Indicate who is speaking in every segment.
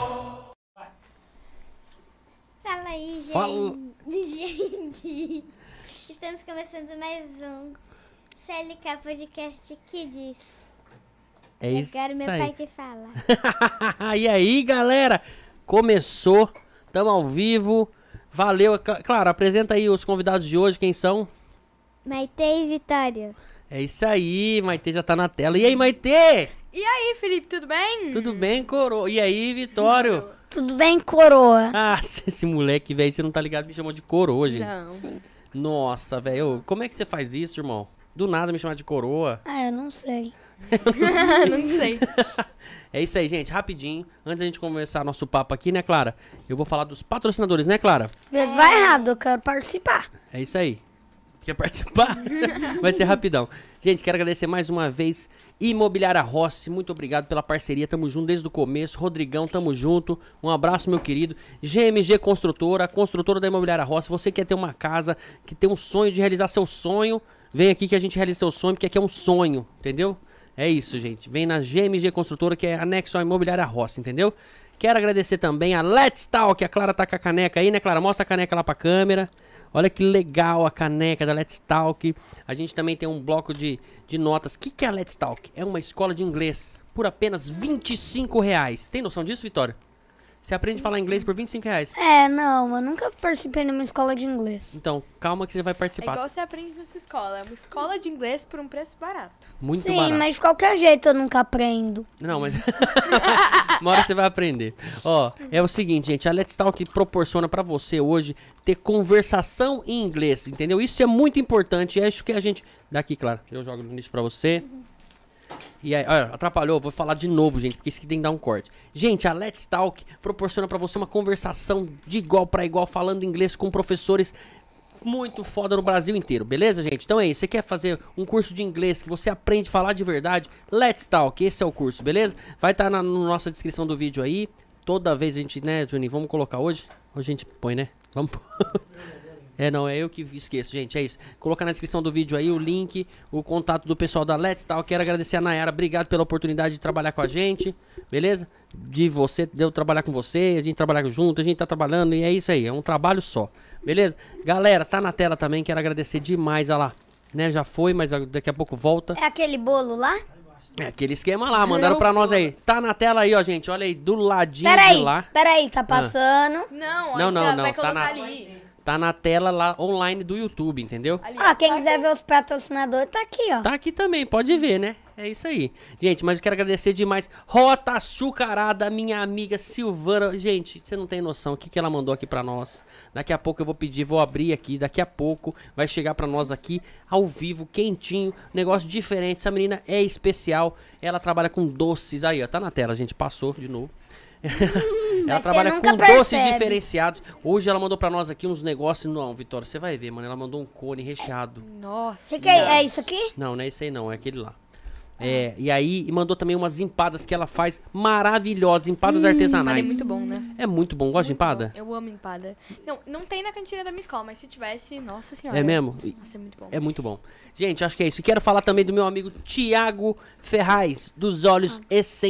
Speaker 1: Estamos começando mais um CLK Podcast Kids.
Speaker 2: É isso
Speaker 1: Agora meu pai
Speaker 2: aí.
Speaker 1: que fala.
Speaker 2: e aí, galera? Começou. Tamo ao vivo. Valeu. Cla- Claro, apresenta aí os convidados de hoje, quem são?
Speaker 1: Maite e Vitório.
Speaker 2: É isso aí, Maitê já tá na tela. E aí, Maitê?
Speaker 3: E aí, Felipe, tudo bem?
Speaker 2: Tudo bem, coroa? E aí, Vitório?
Speaker 1: Tudo bem, coroa?
Speaker 2: Ah, esse moleque, velho, você não tá ligado, me chamou de coroa, gente.
Speaker 3: Não.
Speaker 2: Nossa, velho, ô, como é que você faz isso, irmão? Do nada me chamar de coroa.
Speaker 1: Ah, eu não sei.
Speaker 3: não sei.
Speaker 2: É isso aí, gente, rapidinho. Antes da gente começar nosso papo aqui, né, Clara? Eu vou falar dos patrocinadores, né, Clara?
Speaker 4: Mas vai errado, eu quero participar.
Speaker 2: É isso aí. Quer participar? Vai ser rapidão. Gente, quero agradecer mais uma vez Imobiliária Rossi, muito obrigado pela parceria, tamo junto desde o começo. Rodrigão, tamo junto. Um abraço, meu querido. GMG Construtora, construtora da Imobiliária Rossi. Você quer ter uma casa, que tem um sonho de realizar seu sonho, vem aqui que a gente realiza seu sonho, porque aqui é um sonho, entendeu? É isso, gente. Vem na GMG Construtora, que é anexo à Imobiliária Rossi, entendeu? Quero agradecer também a Let's Talk, a Clara tá com a caneca aí, né, Clara? Mostra a caneca lá pra câmera. Olha que legal a caneca da Let's Talk. A gente também tem um bloco de, de notas. O que, que é a Let's Talk? É uma escola de inglês por apenas 25 reais. Tem noção disso, Vitória? Você aprende a falar inglês por 25 reais.
Speaker 4: É, não, eu nunca participei numa escola de inglês.
Speaker 2: Então, calma que você vai
Speaker 3: É
Speaker 2: participar.
Speaker 3: igual você aprende na sua escola. É uma escola de inglês por um preço barato.
Speaker 2: Muito
Speaker 4: Sim,
Speaker 2: barato.
Speaker 4: mas de qualquer jeito eu nunca aprendo.
Speaker 2: Não, mas. Uma hora você vai aprender. Ó, é o seguinte, gente. A Let's Talk proporciona pra você hoje ter conversação em inglês, entendeu? Isso é muito importante. É isso que a gente. Daqui, claro. Eu jogo no lixo pra você. E aí, olha, atrapalhou, vou falar de novo, gente, porque isso aqui tem que dar um corte. Gente, a Let's Talk proporciona pra você uma conversação de igual pra igual, falando inglês com professores muito foda no Brasil inteiro, beleza, gente? Então é isso, você quer fazer um curso de inglês que você aprende a falar de verdade? Let's Talk, esse é o curso, beleza? Vai estar na no nossa descrição do vídeo aí. Toda vez a gente, né, Juni, vamos colocar hoje? Hoje a gente põe, né? Vamos pôr. É, não, é eu que esqueço, gente, é isso. Colocar na descrição do vídeo aí o link, o contato do pessoal da Let's Talk. Quero agradecer a Nayara, obrigado pela oportunidade de trabalhar com a gente, beleza? De você, de eu trabalhar com você, a gente trabalhar junto, a gente tá trabalhando e é isso aí, é um trabalho só, beleza? Galera, tá na tela também, quero agradecer demais, olha lá, né, já foi, mas daqui a pouco volta.
Speaker 4: É aquele bolo lá?
Speaker 2: É aquele esquema lá, mandaram pra nós aí. Tá na tela aí, ó, gente, olha aí, do ladinho
Speaker 4: Peraí,
Speaker 2: de lá. Ah.
Speaker 4: peraí, tá passando.
Speaker 3: Não,
Speaker 2: Não,
Speaker 3: então
Speaker 2: não, não,
Speaker 3: vai
Speaker 2: tá
Speaker 3: colocar
Speaker 2: na-
Speaker 3: ali.
Speaker 2: Tá na tela lá, online do YouTube, entendeu?
Speaker 3: Ali,
Speaker 4: Ah, quem
Speaker 3: Só
Speaker 4: quiser
Speaker 3: que-
Speaker 4: ver os patrocinadores, tá aqui, ó.
Speaker 2: Tá aqui também, pode ver, né? É isso aí. Gente, mas eu quero agradecer demais. Rota Açucarada, minha amiga Silvana. Gente, você não tem noção o que, que ela mandou aqui pra nós. Daqui a pouco eu vou pedir, vou abrir aqui. Daqui a pouco vai chegar pra nós aqui, ao vivo, quentinho. Negócio diferente. Essa menina é especial. Ela trabalha com doces. Aí, ó, tá na tela, gente. Passou de novo. ela
Speaker 4: você
Speaker 2: trabalha
Speaker 4: nunca
Speaker 2: com doces
Speaker 4: percebe.
Speaker 2: diferenciados. Hoje ela mandou pra nós aqui uns negócios. Não, Vitória, você vai ver, mano. Ela mandou um cone recheado.
Speaker 3: Nossa.
Speaker 4: Que que é, é isso aqui?
Speaker 2: Não, não é esse aí não, é aquele lá. É, e aí e mandou também umas empadas que ela faz maravilhosas, empadas
Speaker 3: Empada é
Speaker 2: artesanais.
Speaker 3: muito bom, né?
Speaker 2: É muito bom, gosta de empada?
Speaker 3: Eu amo empada. Não, não tem na cantina da minha escola, mas se tivesse, nossa senhora.
Speaker 2: É mesmo? E-
Speaker 3: Nossa, é muito bom.
Speaker 2: É muito bom. Gente, acho que é isso. E quero falar também do meu amigo Tiago Ferraz, dos Olhos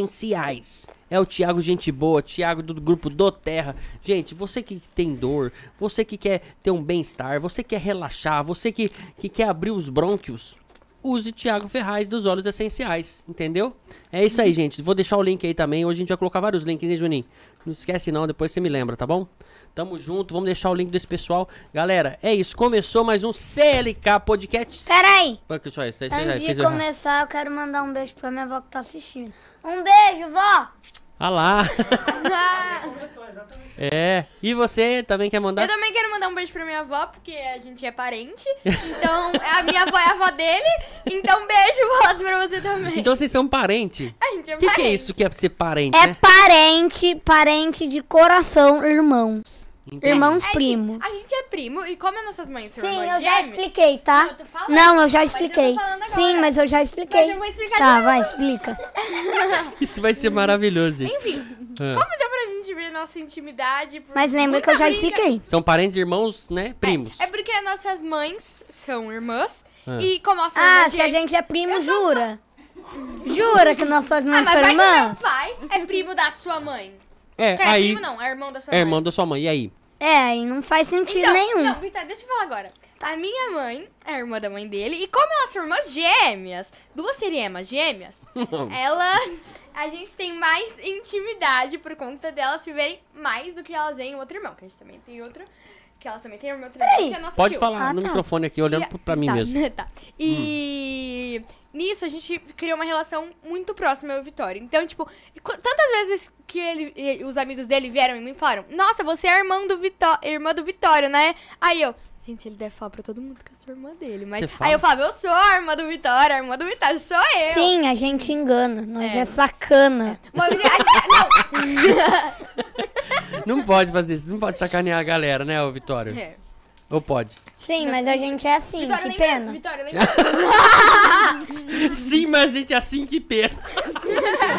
Speaker 2: Essenciais. É o Tiago Gente Boa, Tiago do grupo do Terra. Gente, você que tem dor, você que quer ter um bem-estar, você quer relaxar, você que, que quer abrir os brônquios, use Tiago Ferraz dos Olhos Essenciais, entendeu? É isso aí, gente. Vou deixar o link aí também. Hoje a gente vai colocar vários links, né, Juninho? Não esquece não, depois você me lembra, tá bom? Tamo junto, vamos deixar o link desse pessoal. Galera, é isso. Começou mais um CLK Podcast.
Speaker 4: Peraí.
Speaker 2: Pô, que só isso, isso aí,
Speaker 4: Antes
Speaker 2: fez
Speaker 4: de
Speaker 2: errado.
Speaker 4: começar, eu quero mandar um beijo pra minha avó que tá assistindo. Um beijo, vó!
Speaker 2: Ah lá. é. E você também quer mandar?
Speaker 3: Eu também quero mandar um beijo pra minha avó, porque a gente é parente. Então, a minha avó é a avó dele. Então, beijo, voto pra você também.
Speaker 2: Então vocês são parente.
Speaker 3: a gente é
Speaker 2: O que, que é
Speaker 3: parente.
Speaker 2: isso que é ser parente,
Speaker 4: É
Speaker 2: né?
Speaker 4: parente, parente de coração, irmãos.
Speaker 2: Entendi.
Speaker 4: Irmãos
Speaker 3: É que
Speaker 4: primos.
Speaker 3: A gente é primo e como é nossas mães são
Speaker 4: Sim,
Speaker 3: irmãs
Speaker 4: eu já
Speaker 3: gêmeas,
Speaker 4: expliquei, tá?
Speaker 3: Eu tô falando,
Speaker 4: não, eu já
Speaker 3: mas eu tô
Speaker 4: expliquei.
Speaker 3: falando agora.
Speaker 4: Sim, mas eu já expliquei.
Speaker 3: Mas eu vou explicar de
Speaker 4: tá,
Speaker 3: novo.
Speaker 4: vai, explica.
Speaker 2: Isso vai ser maravilhoso, gente. Ah.
Speaker 3: Como deu pra gente ver nossa intimidade? por
Speaker 4: Mas lembra
Speaker 3: muita
Speaker 4: que eu já
Speaker 3: briga?
Speaker 4: expliquei.
Speaker 2: São parentes, irmãos, né? Primos.
Speaker 3: É porque nossas mães são irmãs
Speaker 2: Ah.
Speaker 3: e como nossa
Speaker 4: Ah,
Speaker 3: irmã
Speaker 4: se a gente é primo, jura? Jura que nós somos
Speaker 3: Ah,
Speaker 4: irmãos
Speaker 3: mas
Speaker 4: são
Speaker 3: vai que meu
Speaker 4: irmãos?
Speaker 3: pai é primo da sua mãe.
Speaker 2: É,
Speaker 3: É,
Speaker 2: aí.
Speaker 3: primo não, é irmão da sua
Speaker 2: É
Speaker 3: mãe.
Speaker 2: irmão da sua mãe. E aí?
Speaker 4: É, e não faz sentido
Speaker 3: Então,
Speaker 4: nenhum.
Speaker 3: Então, Vitória, deixa eu falar agora. A minha mãe é a irmã da mãe dele. E como elas são irmãs gêmeas, duas seriemas gêmeas, ela. A gente tem mais intimidade por conta delas se verem mais do que elas veem o outro irmão. Que a gente também tem outro. Que elas também têm o meu outro irmão, que é nosso
Speaker 2: Pode
Speaker 3: tio.
Speaker 2: falar
Speaker 4: Ah,
Speaker 2: no
Speaker 4: tá.
Speaker 2: microfone aqui,
Speaker 3: E
Speaker 2: olhando
Speaker 3: a-
Speaker 2: pro- pra mim
Speaker 3: tá,
Speaker 2: mesmo. Hum.
Speaker 3: tá. E nisso a gente criou uma relação muito próxima eu e o Vitória. Então, tipo, qu- tantas vezes que ele, e- os amigos dele vieram em mim e falaram: Nossa, você é irmã do, Vitó irmã do Vitória, né? Aí eu. Gente, ele deve falar pra todo mundo que eu sou irmã dele. Mas
Speaker 2: Você
Speaker 3: aí
Speaker 2: fala?
Speaker 3: eu falava, eu sou a irmã do Vitória, a irmã do Vitória, sou eu. então.
Speaker 4: Sim, a gente engana. Nós é, sacana.
Speaker 3: Uma vez- Não,
Speaker 2: Não pode fazer isso, não pode sacanear a galera, né, ô Vitória?
Speaker 3: é.
Speaker 2: Ou pode?
Speaker 4: Sim, mas a gente é assim,
Speaker 3: Então, Vitória,
Speaker 4: que
Speaker 3: lembra?
Speaker 4: pena.
Speaker 3: Vitória, lembra?
Speaker 2: Sim, mas gente, é assim que pena.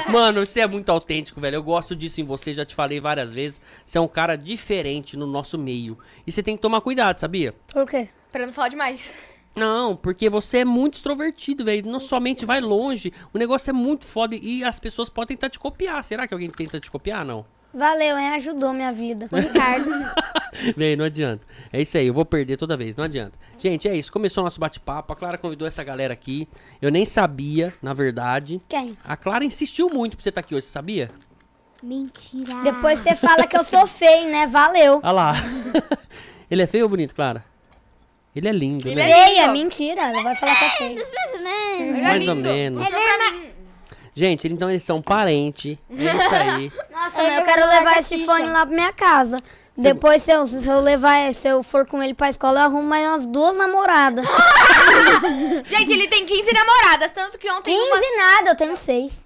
Speaker 2: Mano, você é muito autêntico, velho. Eu gosto disso em você, já te falei várias vezes. Você é um cara diferente no nosso meio. E você tem que tomar cuidado, sabia?
Speaker 4: Por quê?
Speaker 3: pra não falar demais.
Speaker 2: Não, porque você é muito extrovertido, velho. Não somente vai longe. O negócio é muito foda e as pessoas podem tentar te copiar. Será que alguém tenta te copiar? Não.
Speaker 4: Valeu, hein? Ajudou minha vida.
Speaker 3: Ricardo.
Speaker 2: Véi, não adianta. É isso aí, eu vou perder toda vez, não adianta. Gente, é isso. Começou o nosso bate-papo. A Clara convidou essa galera aqui. Eu nem sabia, na verdade.
Speaker 4: Quem?
Speaker 2: A Clara insistiu muito pra você estar aqui hoje, você sabia?
Speaker 1: Mentira.
Speaker 4: Depois você fala que eu sou feio, né? Valeu.
Speaker 2: Olha lá. Ele é feio ou bonito, Clara? Ele é lindo, né?
Speaker 3: é
Speaker 4: Feia,
Speaker 3: lindo. é
Speaker 4: mentira. Ela vai falar que é feia.
Speaker 1: Dos meus irmãos.
Speaker 2: Mais ou menos. Gente, então eles são parente. É isso aí.
Speaker 4: Nossa,
Speaker 1: Eu
Speaker 4: mas eu
Speaker 1: vou
Speaker 4: quero
Speaker 1: levar
Speaker 4: levar
Speaker 1: a
Speaker 4: esse
Speaker 1: Xixa.
Speaker 4: fone lá pra minha casa. Depois, se eu, se eu levar, é, se eu for com ele pra escola, eu arrumo mais umas duas namoradas.
Speaker 3: Gente, ele tem 15 namoradas, tanto que ontem uma
Speaker 4: 15 nada, eu tenho seis.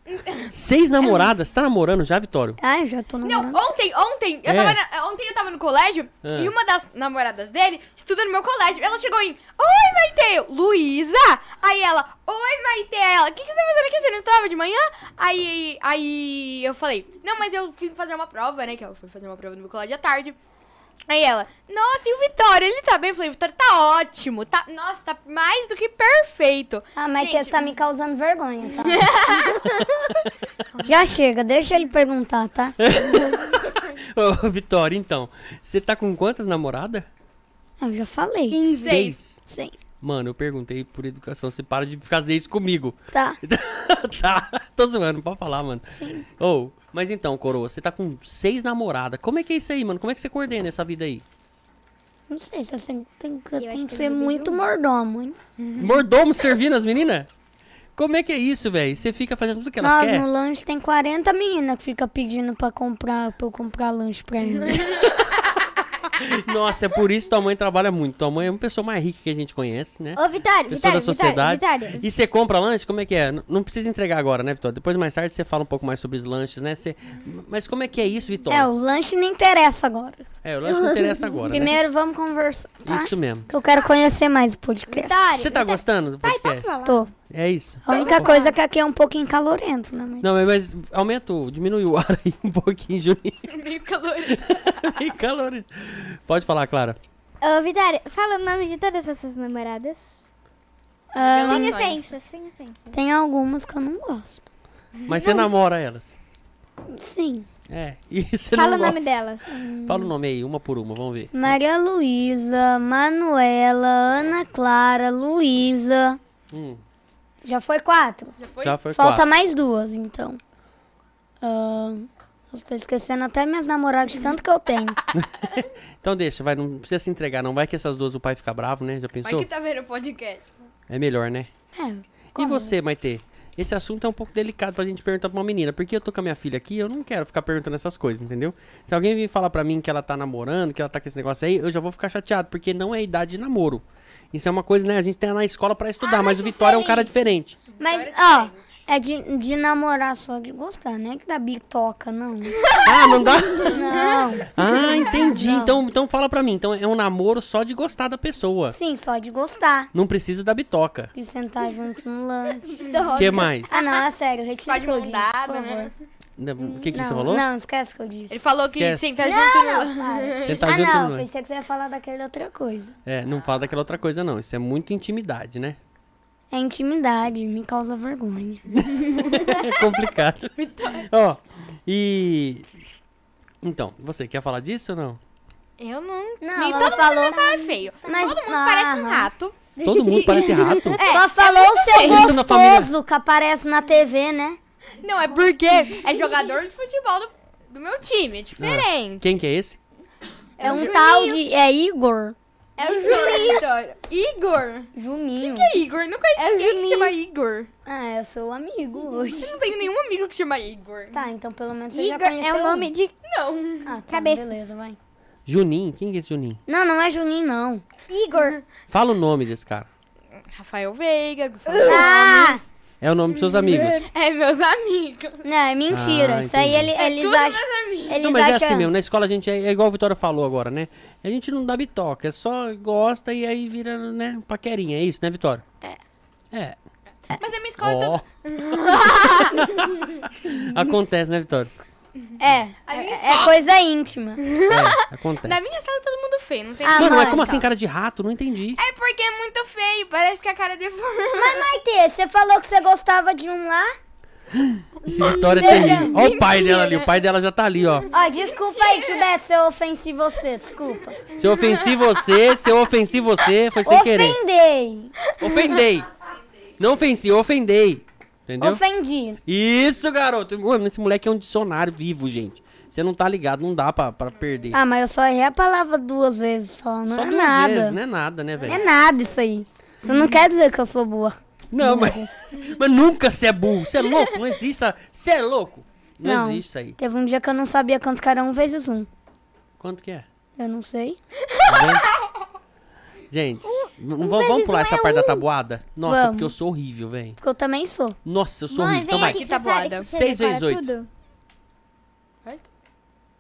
Speaker 2: Seis namoradas. Tá namorando já, Vitório?
Speaker 4: Ai, eu já tô
Speaker 3: Não,
Speaker 4: namorando.
Speaker 3: ontem, ontem, eu
Speaker 2: É.
Speaker 3: tava na- ontem eu tava no colégio
Speaker 2: Ah.
Speaker 3: e uma das namoradas dele estuda no meu colégio. Ela chegou em, oi, Maite, Eu, Luísa. Aí ela, oi, Maite, Aí ela, o que, que você tá fazendo aqui? Você não estudava de manhã? Aí, aí eu falei, não, mas eu fui fazer uma prova, né, que eu fui fazer uma prova no meu colégio à tarde. Aí ela, nossa, e o Vitória, ele tá bem? Eu falei, Vitória, tá ótimo, tá, nossa, tá mais do que perfeito.
Speaker 4: Ah, mas que
Speaker 3: Gente,
Speaker 4: você tá me causando vergonha, tá? já chega, deixa ele perguntar, tá?
Speaker 2: Ô, Vitória, então. Você tá com quantas namoradas?
Speaker 4: Eu já falei.
Speaker 3: Seis.
Speaker 4: Sim,
Speaker 2: Mano, eu perguntei por educação. Você para de fazer isso comigo.
Speaker 4: tá.
Speaker 2: tá, tô zoando, não pode falar, mano. Sim. Ou, mas então, coroa, você tá com seis namoradas. Como é que é isso aí, mano? Como é que você coordena essa vida aí?
Speaker 4: Não sei se eu tenho, tenho, que- eu
Speaker 1: acho
Speaker 4: tenho
Speaker 1: que
Speaker 4: que
Speaker 1: eu
Speaker 4: ser
Speaker 1: bebi
Speaker 4: muito mordomo, hein?
Speaker 2: Mordomo servindo as meninas? Como é que é isso, velho? Você fica fazendo tudo que elas
Speaker 4: Nós
Speaker 2: querem?
Speaker 4: no lanche tem 40 meninas que ficam pedindo pra comprar, pra eu comprar lanche pra elas.
Speaker 2: Nossa, é por isso que tua mãe trabalha muito. Tua mãe é uma pessoa mais rica que a gente conhece, né?
Speaker 1: Ô, Vitória,
Speaker 2: Pessoa
Speaker 1: Vitória,
Speaker 2: da
Speaker 1: Vitória,
Speaker 2: sociedade.
Speaker 1: Vitória.
Speaker 2: E você compra lanche? Como é que é? N- Não precisa entregar agora, né, Vitória? Depois, mais tarde, você fala um pouco mais sobre os lanches, né? Você- Mas como é que é isso,
Speaker 4: É,
Speaker 2: Vitória?
Speaker 4: os lanches não interessa agora.
Speaker 2: É, o lanche não interessa agora, né?
Speaker 4: Primeiro vamos conversar, tá?
Speaker 2: Isso mesmo.
Speaker 4: Que eu quero conhecer mais o podcast.
Speaker 1: Vitória.
Speaker 2: Você tá gostando do podcast?
Speaker 1: Posso falar?
Speaker 4: Tô.
Speaker 2: É isso.
Speaker 4: A única coisa é que aqui é um pouquinho calorento, né? mãe?
Speaker 2: Não, mas mas aumenta, o- diminui o ar aí um pouquinho, Juninho.
Speaker 3: Meio calor.
Speaker 2: Tem calor. Pode falar, Clara.
Speaker 1: Ô, Vitória, fala o nome de todas as suas namoradas.
Speaker 4: Ah,
Speaker 1: Sem ofensa, sem ofensa.
Speaker 4: tem algumas que eu não gosto.
Speaker 2: Mas você namora elas.
Speaker 4: Sim.
Speaker 2: É, e você
Speaker 1: Fala o
Speaker 2: não
Speaker 1: nome
Speaker 2: gosta.
Speaker 1: delas.
Speaker 2: Fala o nome aí, uma por uma, vamos ver.
Speaker 4: Maria Luísa, Manuela, Ana Clara, Luísa.
Speaker 2: Hum,
Speaker 4: Já foi quatro?
Speaker 3: Já foi?
Speaker 2: já foi
Speaker 4: Falta
Speaker 2: quatro.
Speaker 4: mais duas, então. Ah, eu tô esquecendo até minhas namoradas, de tanto que eu tenho.
Speaker 2: Então deixa, vai, não precisa se entregar não. Vai que essas duas o pai fica bravo, né? Já
Speaker 3: Mas
Speaker 2: pensou?
Speaker 3: que tá vendo o podcast?
Speaker 2: É melhor, né?
Speaker 4: É,
Speaker 2: E você, Maite? Esse assunto é um pouco delicado pra gente perguntar pra uma menina, porque eu tô com a minha filha aqui, eu não quero ficar perguntando essas coisas, entendeu? Se alguém vir falar pra mim que ela tá namorando, que ela tá com esse negócio aí, eu já vou ficar chateado, porque não é idade de namoro. Isso é uma coisa, né? A gente tem na escola pra
Speaker 4: Ah,
Speaker 2: estudar, mas o Vitória é um cara diferente.
Speaker 4: Mas, ó, é de, de namorar só de gostar, não é que da bitoca, não.
Speaker 2: Ah, não dá?
Speaker 4: Não.
Speaker 2: Ah, entendi. Então, então fala pra mim. Então é um namoro só de gostar da pessoa.
Speaker 4: Sim, só de gostar.
Speaker 2: Não precisa da bitoca.
Speaker 4: De sentar tá junto no lanche.
Speaker 2: O que mais?
Speaker 4: Ah, não, é sério, retira
Speaker 3: Só de
Speaker 4: o que eu
Speaker 3: mão
Speaker 4: disse,
Speaker 3: dada,
Speaker 4: por favor.
Speaker 3: né?
Speaker 2: O que, que
Speaker 4: não,
Speaker 2: isso rolou?
Speaker 4: Não, esquece o que eu disse.
Speaker 3: Ele falou que
Speaker 2: Esquece.
Speaker 3: sentar junto no...
Speaker 4: Para.
Speaker 2: Sentar
Speaker 4: ah,
Speaker 2: Tá junto é?
Speaker 4: não,
Speaker 2: no lanche.
Speaker 4: pensei que você ia falar daquela outra coisa.
Speaker 2: É, não fala daquela outra coisa, não. Isso é muito intimidade, né?
Speaker 4: É intimidade, me causa vergonha.
Speaker 2: É complicado. Ó, e. Então, você quer falar disso ou não?
Speaker 3: Eu não.
Speaker 1: Não,
Speaker 3: e
Speaker 1: ela
Speaker 3: todo
Speaker 1: falou-
Speaker 3: mundo pensava feio.
Speaker 4: Mas-
Speaker 3: todo mundo
Speaker 4: ah,
Speaker 3: parece um
Speaker 4: aham.
Speaker 3: rato.
Speaker 2: Todo mundo parece rato.
Speaker 3: É,
Speaker 4: Só falou o seu
Speaker 2: bem. Isso na família.
Speaker 4: gostoso que aparece na TV, né?
Speaker 3: Não, é porque é jogador de futebol do, do meu time. É diferente.
Speaker 2: Quem que é esse?
Speaker 4: É
Speaker 3: o
Speaker 4: um
Speaker 3: Juninho.
Speaker 4: tal de. É Igor?
Speaker 3: É o Juninho. Igor.
Speaker 4: Juninho.
Speaker 3: Que é Igor? Não conheço
Speaker 1: É o
Speaker 3: ninguém que
Speaker 1: Juninho.
Speaker 3: chama Igor.
Speaker 4: Ah, eu sou amigo hoje.
Speaker 3: Eu não tenho nenhum amigo que chama Igor.
Speaker 4: Tá, então pelo menos você já
Speaker 1: Igor
Speaker 4: conheceu. um.
Speaker 1: é o nome de
Speaker 3: Não.
Speaker 4: Ah, tá,
Speaker 1: cabeça.
Speaker 4: beleza, vai.
Speaker 2: Juninho. Quem que é esse Juninho?
Speaker 4: Não, não é Juninho, não.
Speaker 1: Igor.
Speaker 2: Fala o nome desse cara.
Speaker 3: Rafael Veiga, Gustavo.
Speaker 4: Ah,
Speaker 2: É o nome dos seus amigos.
Speaker 3: É meus amigos.
Speaker 4: não, é mentira.
Speaker 2: Ah,
Speaker 4: Isso aí
Speaker 2: entendi.
Speaker 4: ele,
Speaker 3: É
Speaker 4: eles
Speaker 3: tudo
Speaker 4: acham.
Speaker 3: meus amigos.
Speaker 4: Eles
Speaker 2: Não, mas é
Speaker 4: acham-
Speaker 2: assim mesmo. Na escola a gente é, é igual a Vitória falou agora, né? A gente não dá bitoca, é só gosta e aí vira, né, paquerinha. É isso, né, Vitória? É. É.
Speaker 3: Mas a minha escola é
Speaker 2: Ó.
Speaker 3: toda...
Speaker 2: Acontece, né, Vitória?
Speaker 4: É,
Speaker 3: A minha
Speaker 4: é, é coisa íntima.
Speaker 2: É, acontece.
Speaker 3: Na minha sala todo mundo feio, não tem...
Speaker 4: Ah,
Speaker 2: Mano, mas
Speaker 4: mãe,
Speaker 2: como assim cara de rato? Não entendi.
Speaker 3: É porque é muito feio, parece que a cara é deforma.
Speaker 4: Mas, Maite, você falou que você gostava de um lá?
Speaker 2: Esse Vitória tá ali. Ó o pai dela ali, o pai dela já tá ali, ó.
Speaker 4: Ó, desculpa aí, Gilberto, se eu ofensi você, desculpa.
Speaker 2: Se eu ofensi você, se eu ofensi você, foi sem querer.
Speaker 4: Ofendei.
Speaker 2: Ofendei. Não ofensi, eu ofendei. Entendeu?
Speaker 4: Ofendi.
Speaker 2: Isso, garoto. Mano, esse moleque é um dicionário vivo, gente. Você não tá ligado, não dá pra, pra perder.
Speaker 4: Ah, mas eu só errei a palavra duas vezes só, não
Speaker 2: Só
Speaker 4: é
Speaker 2: duas
Speaker 4: nada.
Speaker 2: vezes, não é nada, né, Uhum. velho?
Speaker 4: É nada isso aí. Isso não quer dizer que eu sou boa.
Speaker 2: Não, mas, mas nunca você é burro. Você é louco, não existe. essa- Você é louco. Não,
Speaker 4: Não.
Speaker 2: existe isso aí.
Speaker 4: Teve um dia que eu não sabia quanto que era um vezes um.
Speaker 2: Quanto que é?
Speaker 4: Eu não sei.
Speaker 2: Gente,
Speaker 4: Um
Speaker 2: n- vamos, vamos pular essa parte da tabuada? Nossa,
Speaker 4: é Vamos.
Speaker 2: porque eu sou horrível, velho.
Speaker 4: Porque eu também sou.
Speaker 2: Nossa, eu sou
Speaker 1: Mãe,
Speaker 2: horrível. Então
Speaker 1: vem
Speaker 2: vai.
Speaker 1: aqui,
Speaker 3: Tá
Speaker 1: você sabe
Speaker 3: boada.
Speaker 1: que você
Speaker 2: Seis
Speaker 1: decora
Speaker 2: vezes oito.
Speaker 1: tudo?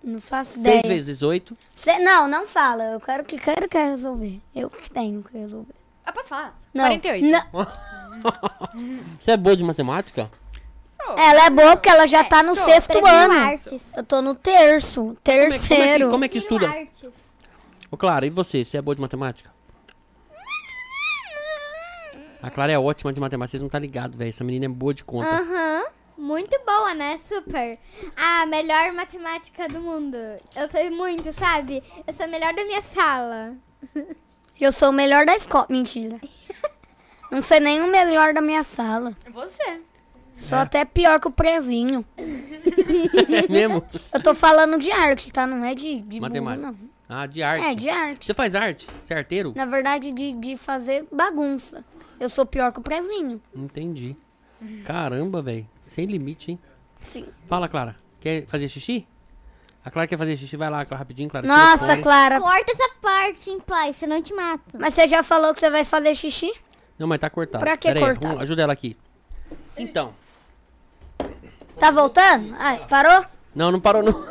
Speaker 4: Não faço
Speaker 2: Seis
Speaker 4: ideia.
Speaker 2: vezes oito.
Speaker 4: Cê- não, não fala. Eu quero que quero que resolver. Eu que tenho que resolver.
Speaker 3: Ah, posso falar?
Speaker 4: Não.
Speaker 3: 48.
Speaker 4: Não.
Speaker 2: Você é boa de matemática?
Speaker 3: Sou.
Speaker 4: Ela é boa porque ela já tá no
Speaker 3: sou.
Speaker 4: sexto
Speaker 1: Prefiro
Speaker 4: ano.
Speaker 1: artes.
Speaker 4: Eu tô no terço,
Speaker 2: Como é, como é que,
Speaker 4: terceiro.
Speaker 2: como é que
Speaker 1: Prefiro
Speaker 2: estuda?
Speaker 1: artes.
Speaker 2: Ô, Clara, e você? Você é boa de matemática? A Clara é ótima de matemática, vocês não tá ligado, velho. Essa menina é boa de
Speaker 4: Ah.
Speaker 2: conta.
Speaker 1: Aham. Muito boa, né? Super. A melhor matemática do mundo. Eu sei muito, sabe? Eu sou a melhor da minha sala.
Speaker 4: Eu sou o melhor da escola. Mentira. Não sei nem o melhor da minha sala.
Speaker 3: Você.
Speaker 4: Sou
Speaker 2: É.
Speaker 4: até pior que o prezinho.
Speaker 2: É mesmo?
Speaker 4: Eu tô falando de arte, tá? Não é de, de burro,
Speaker 2: Matemática.
Speaker 4: não.
Speaker 2: Ah, de arte.
Speaker 4: É, de arte.
Speaker 2: Você faz arte? Você é arteiro?
Speaker 4: Na verdade, de, de fazer bagunça. Eu sou pior que o prezinho.
Speaker 2: Entendi. Caramba, velho. Sem limite, hein?
Speaker 4: Sim.
Speaker 2: Fala, Clara. Quer fazer xixi? A Clara quer fazer xixi, vai lá, Clara, rapidinho, Clara. tira o
Speaker 4: Nossa,
Speaker 2: fone.
Speaker 4: Clara.
Speaker 1: Corta essa parte, hein, pai? Senão eu te mato.
Speaker 4: Mas você já falou que você vai fazer xixi?
Speaker 2: Não, mas tá cortado.
Speaker 4: Pra que
Speaker 2: Pera aí,
Speaker 4: cortar?
Speaker 2: vamos- ajuda ela aqui. Então.
Speaker 4: Tá voltando? Ai, parou?
Speaker 2: Não, não parou, não.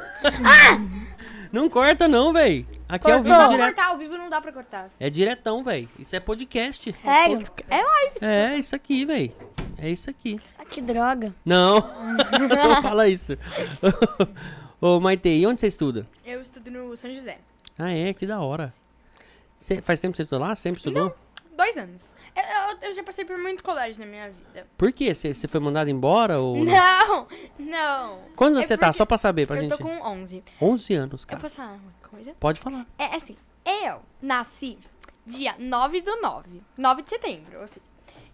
Speaker 2: Não corta, não, véi. Aqui é ao vivo
Speaker 4: Cortou.
Speaker 2: direto.
Speaker 3: Cortar ao vivo não dá pra cortar.
Speaker 2: É diretão, véi. Isso é podcast.
Speaker 4: Sério?
Speaker 3: É live.
Speaker 2: É, isso aqui, véi. É isso aqui.
Speaker 4: Ah, que droga.
Speaker 2: Não. não fala isso. Ô, Maite, e onde você estuda?
Speaker 3: Eu estudo no São José.
Speaker 2: Ah, é, que da hora. Você- faz tempo que você estudou lá? Sempre estudou?
Speaker 3: Dois anos. Eu, eu- eu já passei por muito colégio na minha vida.
Speaker 2: Por quê? Você você foi mandado embora? Ou...
Speaker 3: Não, não.
Speaker 2: Quando
Speaker 3: É
Speaker 2: você tá?
Speaker 3: porque
Speaker 2: Só pra saber, pra
Speaker 3: Eu
Speaker 2: gente. Tá.
Speaker 3: tô com 11.
Speaker 2: 11 anos,
Speaker 3: Eu
Speaker 2: cara.
Speaker 3: posso falar uma coisa?
Speaker 2: Pode falar.
Speaker 3: É assim, eu nasci dia 9 do 9. 9 de setembro, ou seja,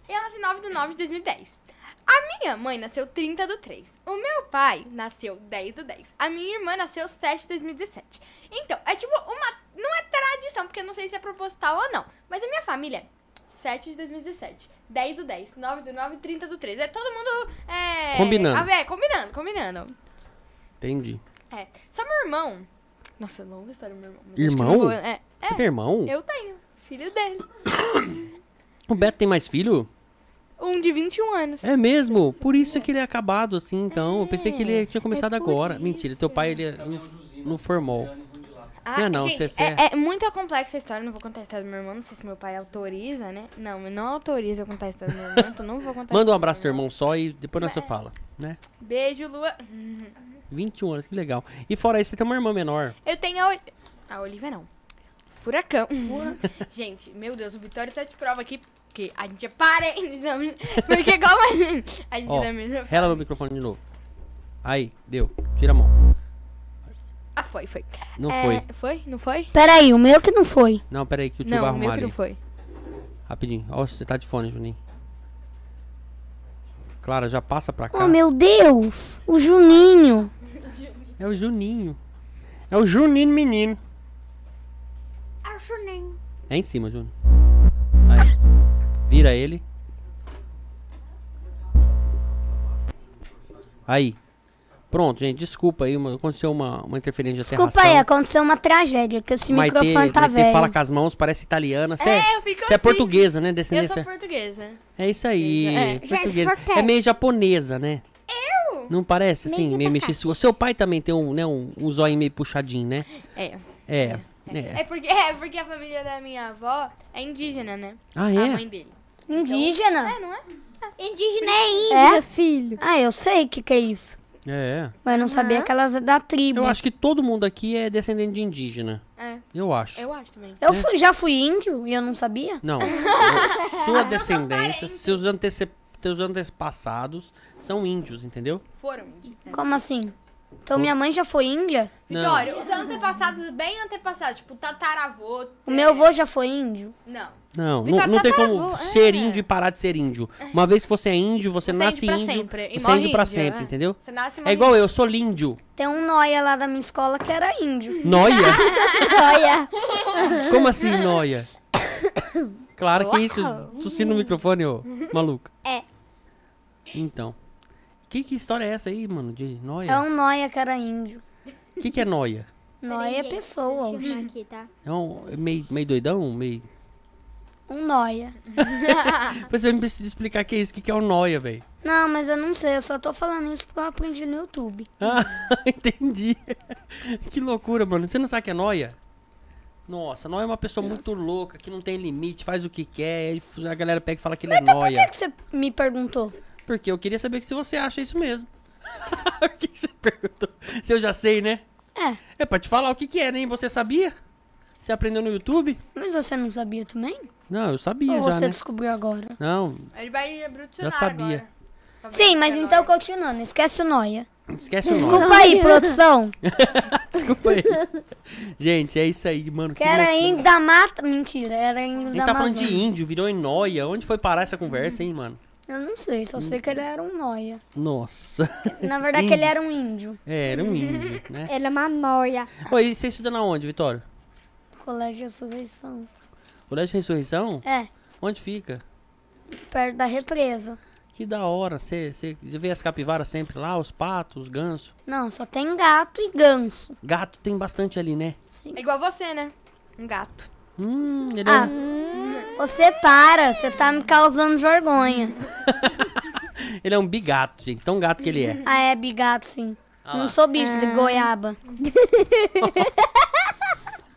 Speaker 3: eu nasci 9 do 9 de 2010. A minha mãe nasceu 30 do 3. O meu pai nasceu 10 do 10. A minha irmã nasceu 7 de 2017. Então, é tipo uma. Não é tradição, porque eu não sei se é proposital ou não. Mas a minha família. 7 de 2017, 10 do 10, 9 do 9, 30 do 3. É todo mundo. É,
Speaker 2: Combinando.
Speaker 3: Ah, É, combinando, combinando.
Speaker 2: Entendi.
Speaker 3: É. Só meu irmão. Nossa, longa história, meu irmão. mas acho que
Speaker 2: Irmão?
Speaker 3: eu não vou- É, é.
Speaker 2: Você tem irmão?
Speaker 3: Eu tenho. Filho dele.
Speaker 2: O Beto tem mais filho?
Speaker 3: Um de 21 anos.
Speaker 2: É mesmo? Por isso que ele é acabado assim, então. Eu pensei que ele tinha começado
Speaker 3: é por Tá
Speaker 2: agora. Mentira, teu pai ele é no, no formol. um não, não,
Speaker 3: gente,
Speaker 2: você-
Speaker 3: é, é muito complexa a história. Não vou contar a história do meu irmão. Não sei se meu pai autoriza, né? Não, não autoriza eu contar a história do meu irmão. Então não vou contar. a
Speaker 2: Manda um
Speaker 3: história do
Speaker 2: abraço teu
Speaker 3: meu
Speaker 2: irmão só e depois
Speaker 3: É.
Speaker 2: nós você fala, né?
Speaker 3: Beijo, Lua.
Speaker 2: 21 anos, que legal. E fora isso, você tem uma irmã menor.
Speaker 3: Eu tenho a... Ol- A Olivia não. Furacão. gente, meu Deus, o Vitória tá de prova aqui. Porque a gente é parente. não, Porque como a gente... A gente
Speaker 2: Ó,
Speaker 3: é da mesma
Speaker 2: rela no microfone de novo. Aí, deu. Tira a mão.
Speaker 3: Ah, Foi, foi.
Speaker 2: Não
Speaker 3: É,
Speaker 2: foi.
Speaker 3: Foi? Não foi?
Speaker 4: Peraí, o meu que não foi.
Speaker 2: Não, peraí, que o tio vai
Speaker 3: Não, o meu
Speaker 2: arrumar ali.
Speaker 3: que não foi.
Speaker 2: Rapidinho. Ó, você tá de fone, Juninho. Clara, já passa pra cá.
Speaker 4: Oh, meu Deus! O Juninho.
Speaker 2: É o Juninho. É o Juninho, menino. É em cima, Juninho. Aí. Vira ele. Aí. Pronto, gente. Desculpa aí. uma- aconteceu uma, uma interferência de
Speaker 4: Desculpa
Speaker 2: aterração.
Speaker 4: aí, aconteceu uma tragédia, que esse
Speaker 2: Maite,
Speaker 4: microfone tá
Speaker 2: Maite
Speaker 4: velho.
Speaker 2: fala com as mãos, parece italiana. Você é,
Speaker 3: É, eu fico
Speaker 2: você é
Speaker 3: assim.
Speaker 2: portuguesa, né?
Speaker 3: Eu
Speaker 2: Descendência.
Speaker 3: sou portuguesa.
Speaker 2: É isso aí.
Speaker 3: É,
Speaker 2: portuguesa.
Speaker 1: gente, forte.
Speaker 2: É meio japonesa, né? Eu? Não parece, assim,
Speaker 1: Meio
Speaker 2: meio
Speaker 1: abacate.
Speaker 2: mexiço. O seu pai também tem um, né, um, um zóio meio puxadinho, né?
Speaker 3: É.
Speaker 2: É. é.
Speaker 3: É porque, é porque a família da minha avó é indígena, né?
Speaker 2: Ah,
Speaker 3: A
Speaker 2: é?
Speaker 3: mãe dele.
Speaker 4: Indígena?
Speaker 3: É, não é?
Speaker 1: Indígena é índia, filho. Ah.
Speaker 4: Ah, eu sei o que, que é isso.
Speaker 2: É, é.
Speaker 4: Mas eu não sabia que elas é da tribo.
Speaker 2: Eu acho que todo mundo aqui é descendente de indígena.
Speaker 3: É,
Speaker 2: Eu acho.
Speaker 3: eu acho também.
Speaker 4: Eu
Speaker 2: é.
Speaker 4: fui- já fui índio e eu não sabia.
Speaker 2: Não. Sua descendência, seus antece... teus antepassados são índios, entendeu?
Speaker 3: Foram indígenas.
Speaker 4: Como assim? Então minha mãe já foi índia?
Speaker 2: Não.
Speaker 3: Vitória, os antepassados, bem antepassados, tipo tataravô.
Speaker 4: O meu avô já foi índio?
Speaker 3: Não.
Speaker 2: Não,
Speaker 3: Vitor,
Speaker 2: não, não tem
Speaker 3: tataravô,
Speaker 2: como
Speaker 3: é.
Speaker 2: ser índio e parar de ser índio. Uma vez que você é índio, você,
Speaker 3: Você é
Speaker 2: nasce
Speaker 3: índio pra
Speaker 2: índio,
Speaker 3: sempre, e
Speaker 2: você é
Speaker 3: morre
Speaker 2: índio pra
Speaker 3: índio,
Speaker 2: sempre,
Speaker 3: é.
Speaker 2: entendeu?
Speaker 3: Você nasce e
Speaker 2: É
Speaker 3: morre
Speaker 2: igual eu, eu sou líndio.
Speaker 4: Tem um noia lá da minha escola que era índio.
Speaker 2: Noia?
Speaker 1: Olha.
Speaker 2: Como assim, noia? Claro que é isso. Tossi no microfone, ô maluco.
Speaker 1: É.
Speaker 2: Então. Que, que história é essa aí, mano? De
Speaker 4: É
Speaker 2: noia?
Speaker 4: um noia que era índio.
Speaker 2: O que, que é noia?
Speaker 4: Noia é
Speaker 1: Deixa
Speaker 4: pessoa.
Speaker 1: eu
Speaker 4: oxe.
Speaker 1: chamar aqui, tá?
Speaker 2: É um é meio, meio doidão? Meio.
Speaker 4: Um noia.
Speaker 2: Você me precisa explicar o que é isso. O que, que é o noia, velho?
Speaker 4: Não, mas eu não sei, eu só tô falando isso porque eu aprendi no YouTube.
Speaker 2: Ah, entendi. Que loucura, mano. Você não sabe o que é noia? Nossa, noia é uma pessoa muito louca, que não tem limite, faz o que quer. aí A galera pega e fala que ele é noia.
Speaker 4: Então, Por que, que você me perguntou?
Speaker 2: Porque eu queria saber se você acha isso mesmo. o que que você perguntou? Se eu já sei, né?
Speaker 4: É,
Speaker 2: É pra te falar o que, que é, nem você sabia? Você aprendeu no YouTube?
Speaker 4: mas você não sabia também?
Speaker 2: Não, eu sabia
Speaker 4: Ou
Speaker 2: já,
Speaker 4: você
Speaker 2: né?
Speaker 4: descobriu agora?
Speaker 2: Não,
Speaker 3: Ele vai evolucionar
Speaker 2: Já sabia.
Speaker 3: agora. Pra ver
Speaker 4: Sim,
Speaker 3: se
Speaker 4: mas
Speaker 3: é
Speaker 4: então
Speaker 3: nóis.
Speaker 4: continuando, esquece o noia.
Speaker 2: esquece o nome.
Speaker 4: Desculpa aí, produção.
Speaker 2: Desculpa aí. Gente, é isso aí, mano.
Speaker 4: Que era
Speaker 2: loucura.
Speaker 4: índio da mata. Mentira, era índio
Speaker 2: Ele
Speaker 4: da
Speaker 2: tá falando de
Speaker 4: Amazônia.
Speaker 2: índio, virou em noia. Onde foi parar essa conversa, hein, mano?
Speaker 4: Eu não sei, só sei que ele era um noia.
Speaker 2: Nossa.
Speaker 4: Na verdade, que ele era um índio.
Speaker 2: É, era um índio, né?
Speaker 1: Ela é uma noia.
Speaker 2: Oi, e você estuda na onde, Vitório?
Speaker 4: Colégio Ressurreição.
Speaker 2: Colégio de Ressurreição?
Speaker 4: É,
Speaker 2: Onde fica?
Speaker 4: perto da represa.
Speaker 2: Que da hora. Você você vê as capivaras sempre lá, os patos, os gansos.
Speaker 4: Não, só tem gato e ganso.
Speaker 2: Gato tem bastante ali, né?
Speaker 3: É igual você, né? Um gato.
Speaker 2: Hum, ele é
Speaker 4: Ah,
Speaker 2: um-
Speaker 4: você para, você tá me causando vergonha.
Speaker 2: Ele é um bigato, gente. Tão gato que ele é.
Speaker 4: Ah, é bigato, sim.
Speaker 2: Ah lá.
Speaker 4: Não sou bicho de goiaba.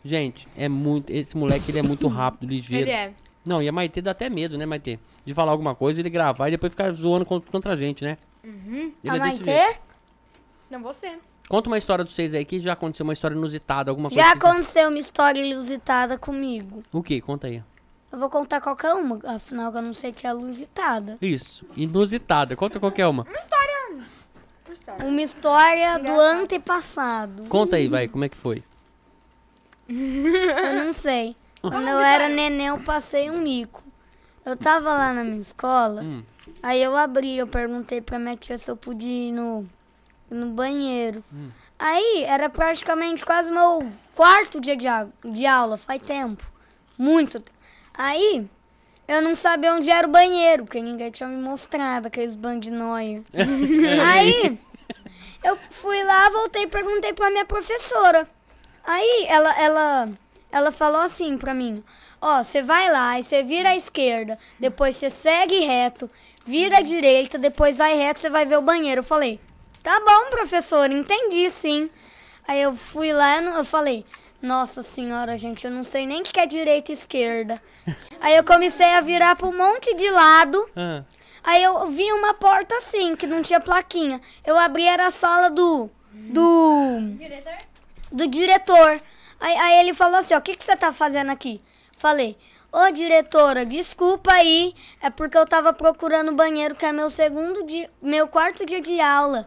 Speaker 2: Gente, é muito. Esse moleque ele é muito rápido, ligeiro.
Speaker 3: Ele é.
Speaker 2: Não, e a Maitê dá até medo, né, Maitê? De falar alguma coisa, ele gravar e depois ficar zoando con- contra a gente, né? Uhum.
Speaker 4: a Maitê?
Speaker 3: Não você.
Speaker 2: Conta uma história dos seis aí que já aconteceu uma história inusitada, alguma coisa.
Speaker 4: Já
Speaker 2: que vocês-
Speaker 4: aconteceu uma história inusitada comigo.
Speaker 2: O que? Conta aí.
Speaker 4: Eu vou contar qualquer uma, afinal eu não sei que é inusitada.
Speaker 2: Isso. Inusitada. Conta qualquer uma.
Speaker 4: Uma história do antepassado.
Speaker 2: Conta aí, vai. Como é que foi?
Speaker 4: Eu não sei. Quando eu era neném, eu passei um mico. Eu tava lá na minha escola,
Speaker 2: Hum.
Speaker 4: aí eu abri, eu perguntei pra minha tia se eu podia ir no, no banheiro. Aí era praticamente quase meu quarto dia de, au- de aula, faz tempo. Muito tempo. Aí eu não sabia onde era o banheiro, porque ninguém tinha me mostrado aqueles bandos de noia. Aí eu fui lá, voltei e perguntei pra minha professora. Aí ela, ela, ela falou assim pra mim: Ó, você vai lá, aí você vira à esquerda, depois você segue reto, vira à direita, depois vai reto, você vai ver o banheiro. Eu falei: Tá bom, professora, entendi sim. Aí eu fui lá, eu não- eu falei: Nossa senhora, gente, eu não sei nem o que que é direita e esquerda. Aí eu comecei a virar pra um monte de lado.
Speaker 2: Ah,
Speaker 4: Aí eu vi uma porta assim, que não tinha plaquinha. Eu abri, era a sala do. do.
Speaker 3: Diretor?
Speaker 4: do diretor. Aí, aí ele falou assim: ó, o que, que você tá fazendo aqui? Falei: ô diretora, desculpa aí, é porque eu tava procurando um o banheiro, que é meu segundo dia. meu quarto dia de aula.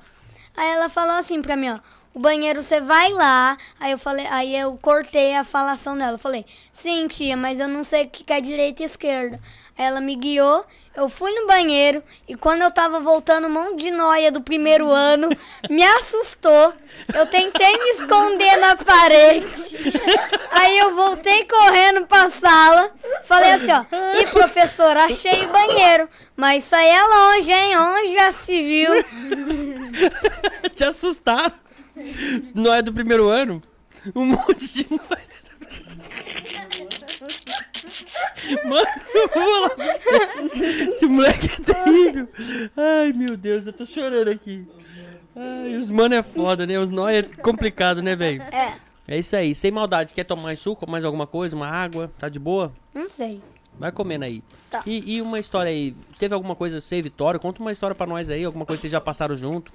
Speaker 4: Aí ela falou assim pra mim: ó, o banheiro você vai lá. Aí eu falei, aí eu cortei a falação dela. Eu falei, sim, tia, mas eu não sei o que que é direita e esquerda. Aí ela me guiou, eu fui no banheiro e quando eu tava voltando, um monte de noia do primeiro ano me assustou. Eu tentei me esconder na parede. Aí eu voltei correndo pra sala. Falei assim, ó. E professora, achei o banheiro. Mas isso aí é longe, hein? Onde já se viu?
Speaker 2: Te assustaram. Não é do primeiro ano? Um monte de. Mano, eu vou lá pra você. Esse moleque é terrível. Ai, meu Deus, eu tô chorando aqui. Ai, os mano é foda, né? Os nó é complicado, né, velho?
Speaker 4: É.
Speaker 2: É isso aí. Sem maldade, quer tomar mais suco, mais alguma coisa, uma água? Tá de boa?
Speaker 4: Não sei.
Speaker 2: Vai comendo aí.
Speaker 4: Tá.
Speaker 2: E, e uma história aí. Teve alguma coisa, você, Vitória? Conta uma história pra nós aí, alguma coisa que vocês já passaram junto.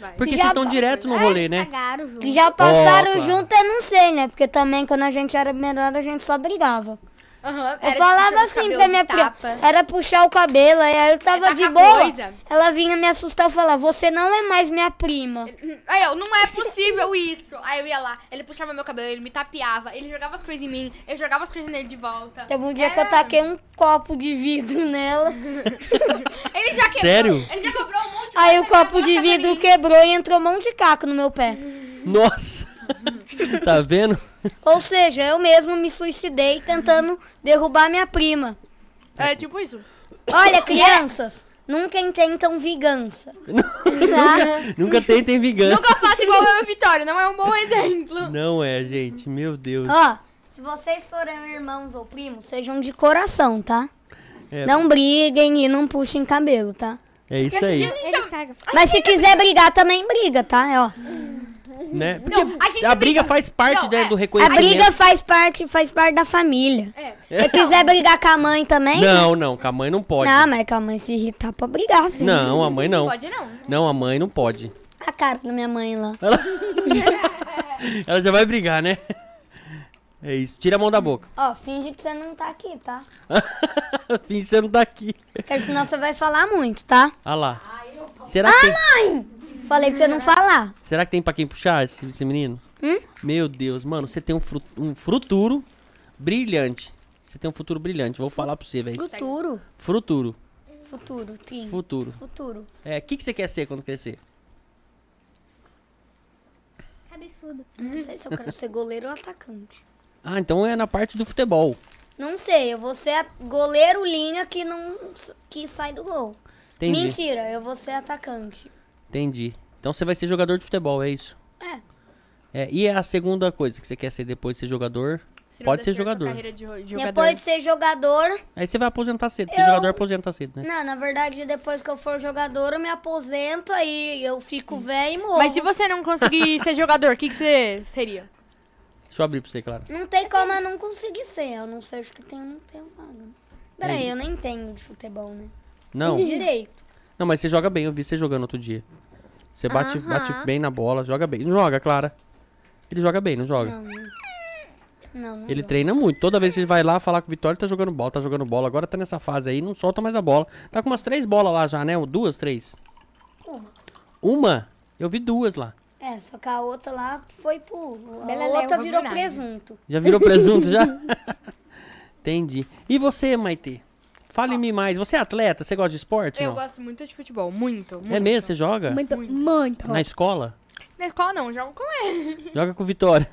Speaker 3: vai.
Speaker 2: Porque
Speaker 4: Já
Speaker 2: vocês estão
Speaker 4: pa-
Speaker 2: direto no rolê, né?
Speaker 1: Cagaram junto.
Speaker 4: Que já passaram
Speaker 2: Opa.
Speaker 4: junto, eu não sei, né? Porque também quando a gente era menor, a gente só brigava.
Speaker 3: Aham, era
Speaker 4: Eu
Speaker 3: de
Speaker 4: falava
Speaker 3: puxar o
Speaker 4: assim
Speaker 3: cabelo
Speaker 4: pra
Speaker 3: de
Speaker 4: minha prima.
Speaker 3: tapa.
Speaker 4: Era puxar o cabelo, aí eu tava
Speaker 3: tacar
Speaker 4: de boa.
Speaker 3: coisa.
Speaker 4: Ela vinha me assustar e falar, você não é mais minha prima.
Speaker 3: Aí eu, não é possível isso. Aí eu ia lá, ele puxava meu cabelo, ele me tapeava, ele jogava as coisas em mim, eu jogava as coisas nele de volta.
Speaker 4: Teve um dia que
Speaker 3: Era-
Speaker 4: eu taquei um copo de vidro nela.
Speaker 3: Ele já quebrou.
Speaker 2: Sério?
Speaker 3: Ele já cobrou um monte de
Speaker 4: Aí o
Speaker 3: coisa,
Speaker 4: copo
Speaker 3: jogava
Speaker 4: de
Speaker 3: na
Speaker 4: vidro
Speaker 3: casa dele.
Speaker 4: quebrou e entrou um monte de caco no meu pé.
Speaker 2: Nossa! tá vendo?
Speaker 4: Ou seja, eu mesmo me suicidei tentando derrubar minha prima.
Speaker 3: É tipo isso.
Speaker 4: Olha, crianças, nunca intentam vingança. Tá?
Speaker 2: Nunca tentem vingança.
Speaker 3: Nunca faça igual eu e o Vitória, não é um bom exemplo.
Speaker 2: Não é, gente. Meu Deus.
Speaker 4: Ó, se vocês forem irmãos ou primos, sejam de coração, tá?
Speaker 2: É,
Speaker 4: Não briguem e não puxem cabelo, tá?
Speaker 2: é isso aí,
Speaker 1: Eles cagam.
Speaker 4: Mas se quiser brigar, também briga, tá? É, ó.
Speaker 2: né?
Speaker 3: Não, a gente
Speaker 2: A briga faz parte
Speaker 3: Não,
Speaker 2: né,
Speaker 3: é.
Speaker 2: do
Speaker 3: A
Speaker 4: A
Speaker 2: reconhecimento.
Speaker 4: briga faz parte, faz parte da família.
Speaker 3: É.
Speaker 4: Se quiser brigar com a mãe também,
Speaker 2: Não, não, com a mãe não pode.
Speaker 4: não, mas com a mãe se irritar pra brigar, sim.
Speaker 2: Não, a mãe não.
Speaker 3: Pode não.
Speaker 2: Não, a mãe não pode.
Speaker 4: A cara da minha mãe lá.
Speaker 2: Ela... Ela já vai brigar, né? É isso. Tira a mão da boca.
Speaker 4: Ó, finge que você não tá aqui, tá?
Speaker 2: Finge que você não tá aqui.
Speaker 4: Porque senão você vai falar muito, tá?
Speaker 2: Ah lá. Será que, tem...
Speaker 4: Falei pra você não falar.
Speaker 2: Será que tem pra quem puxar esse, esse menino?
Speaker 4: Hum?
Speaker 2: Meu Deus, mano, você tem um, fru... um futuro brilhante. Você tem um futuro brilhante. Vou falar pra você, velho.
Speaker 4: Futuro.
Speaker 2: Futuro.
Speaker 4: Futuro, trim.
Speaker 2: Futuro.
Speaker 4: Futuro.
Speaker 2: É, o que, que você quer ser quando crescer?
Speaker 1: Cabeçudo.
Speaker 4: Não sei se eu quero ser goleiro ou atacante.
Speaker 2: Ah, então é na parte do futebol.
Speaker 4: Não sei, eu vou ser a- goleiro linha que não que sai do gol.
Speaker 2: Entendi.
Speaker 4: Mentira, eu vou ser atacante.
Speaker 2: Entendi. Então você vai ser jogador de futebol, é isso?
Speaker 4: É.
Speaker 2: É, e a segunda coisa que você quer ser depois de ser jogador?
Speaker 3: Se não
Speaker 2: Pode
Speaker 3: der
Speaker 2: ser
Speaker 3: certo a
Speaker 2: jogador.
Speaker 3: carreira de jo- de
Speaker 4: Depois
Speaker 3: jogador.
Speaker 4: de ser jogador,
Speaker 2: Aí você vai aposentar cedo, porque
Speaker 4: Eu-
Speaker 2: jogador aposenta cedo, né?
Speaker 4: Não, na verdade, depois que eu for jogador, eu me aposento aí eu fico velho e morro.
Speaker 3: Mas se você não conseguir ser jogador, o que, que você seria?
Speaker 2: Deixa eu abrir pra você, Clara.
Speaker 4: Não tem como eu não conseguir ser. Eu não sei, acho que tem, não tenho vaga. Peraí, eu nem entendo de futebol, né?
Speaker 2: Não,
Speaker 4: Tem direito.
Speaker 2: não, mas você joga bem, eu vi você jogando outro dia. Você bate, bate bem na bola, joga bem. Não joga, Clara. Ele joga bem, não joga.
Speaker 4: Não, não. Não, não
Speaker 2: Ele
Speaker 4: dou.
Speaker 2: treina muito. Toda vez que ele vai lá falar com o Vitória, ele tá jogando bola, tá jogando bola. Agora tá nessa fase aí, não solta mais a bola. Tá com umas três bolas lá já, né? Duas, três?
Speaker 4: Uma.
Speaker 2: Uma? Eu vi duas lá.
Speaker 4: É, só que a outra lá foi pro. A
Speaker 1: Bela
Speaker 4: outra
Speaker 1: leva,
Speaker 4: virou
Speaker 3: verdade.
Speaker 4: presunto.
Speaker 2: Já virou presunto, já? Entendi. E você, Maite? Fale-me mais. Você é atleta? Você gosta de esporte?
Speaker 3: Eu
Speaker 2: não?
Speaker 3: gosto muito de futebol, muito, muito.
Speaker 2: É mesmo? Você joga?
Speaker 1: Muito, muito.
Speaker 2: Na escola?
Speaker 3: Na escola não, eu jogo com ele.
Speaker 2: Joga com o Vitória.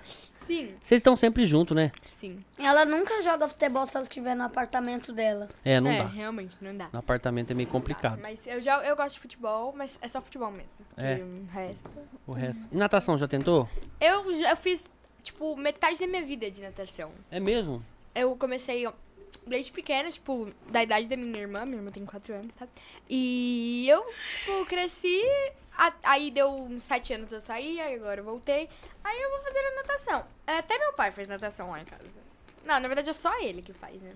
Speaker 3: Sim,
Speaker 2: Vocês estão sempre juntos, né?
Speaker 3: sim.
Speaker 4: Ela nunca joga futebol se ela estiver no apartamento dela.
Speaker 2: É, não
Speaker 3: é,
Speaker 2: dá.
Speaker 3: realmente, não dá.
Speaker 2: No apartamento é meio complicado.
Speaker 3: Mas eu, já, eu gosto de futebol, mas é só futebol mesmo. porque
Speaker 2: É.
Speaker 3: o resto.
Speaker 4: Ah,
Speaker 2: O resto. E natação, já tentou?
Speaker 3: Eu, já- eu fiz, tipo, metade da minha vida de natação.
Speaker 2: É mesmo?
Speaker 3: Eu comecei ó, desde pequena, tipo, da idade da minha irmã. Minha irmã tem 4 anos, tá? E eu, tipo, cresci. a- aí deu uns 7 anos eu saí, aí agora eu voltei. Aí eu vou fazer a natação. Até meu pai faz natação lá em casa. Não, na verdade é só ele que faz, né?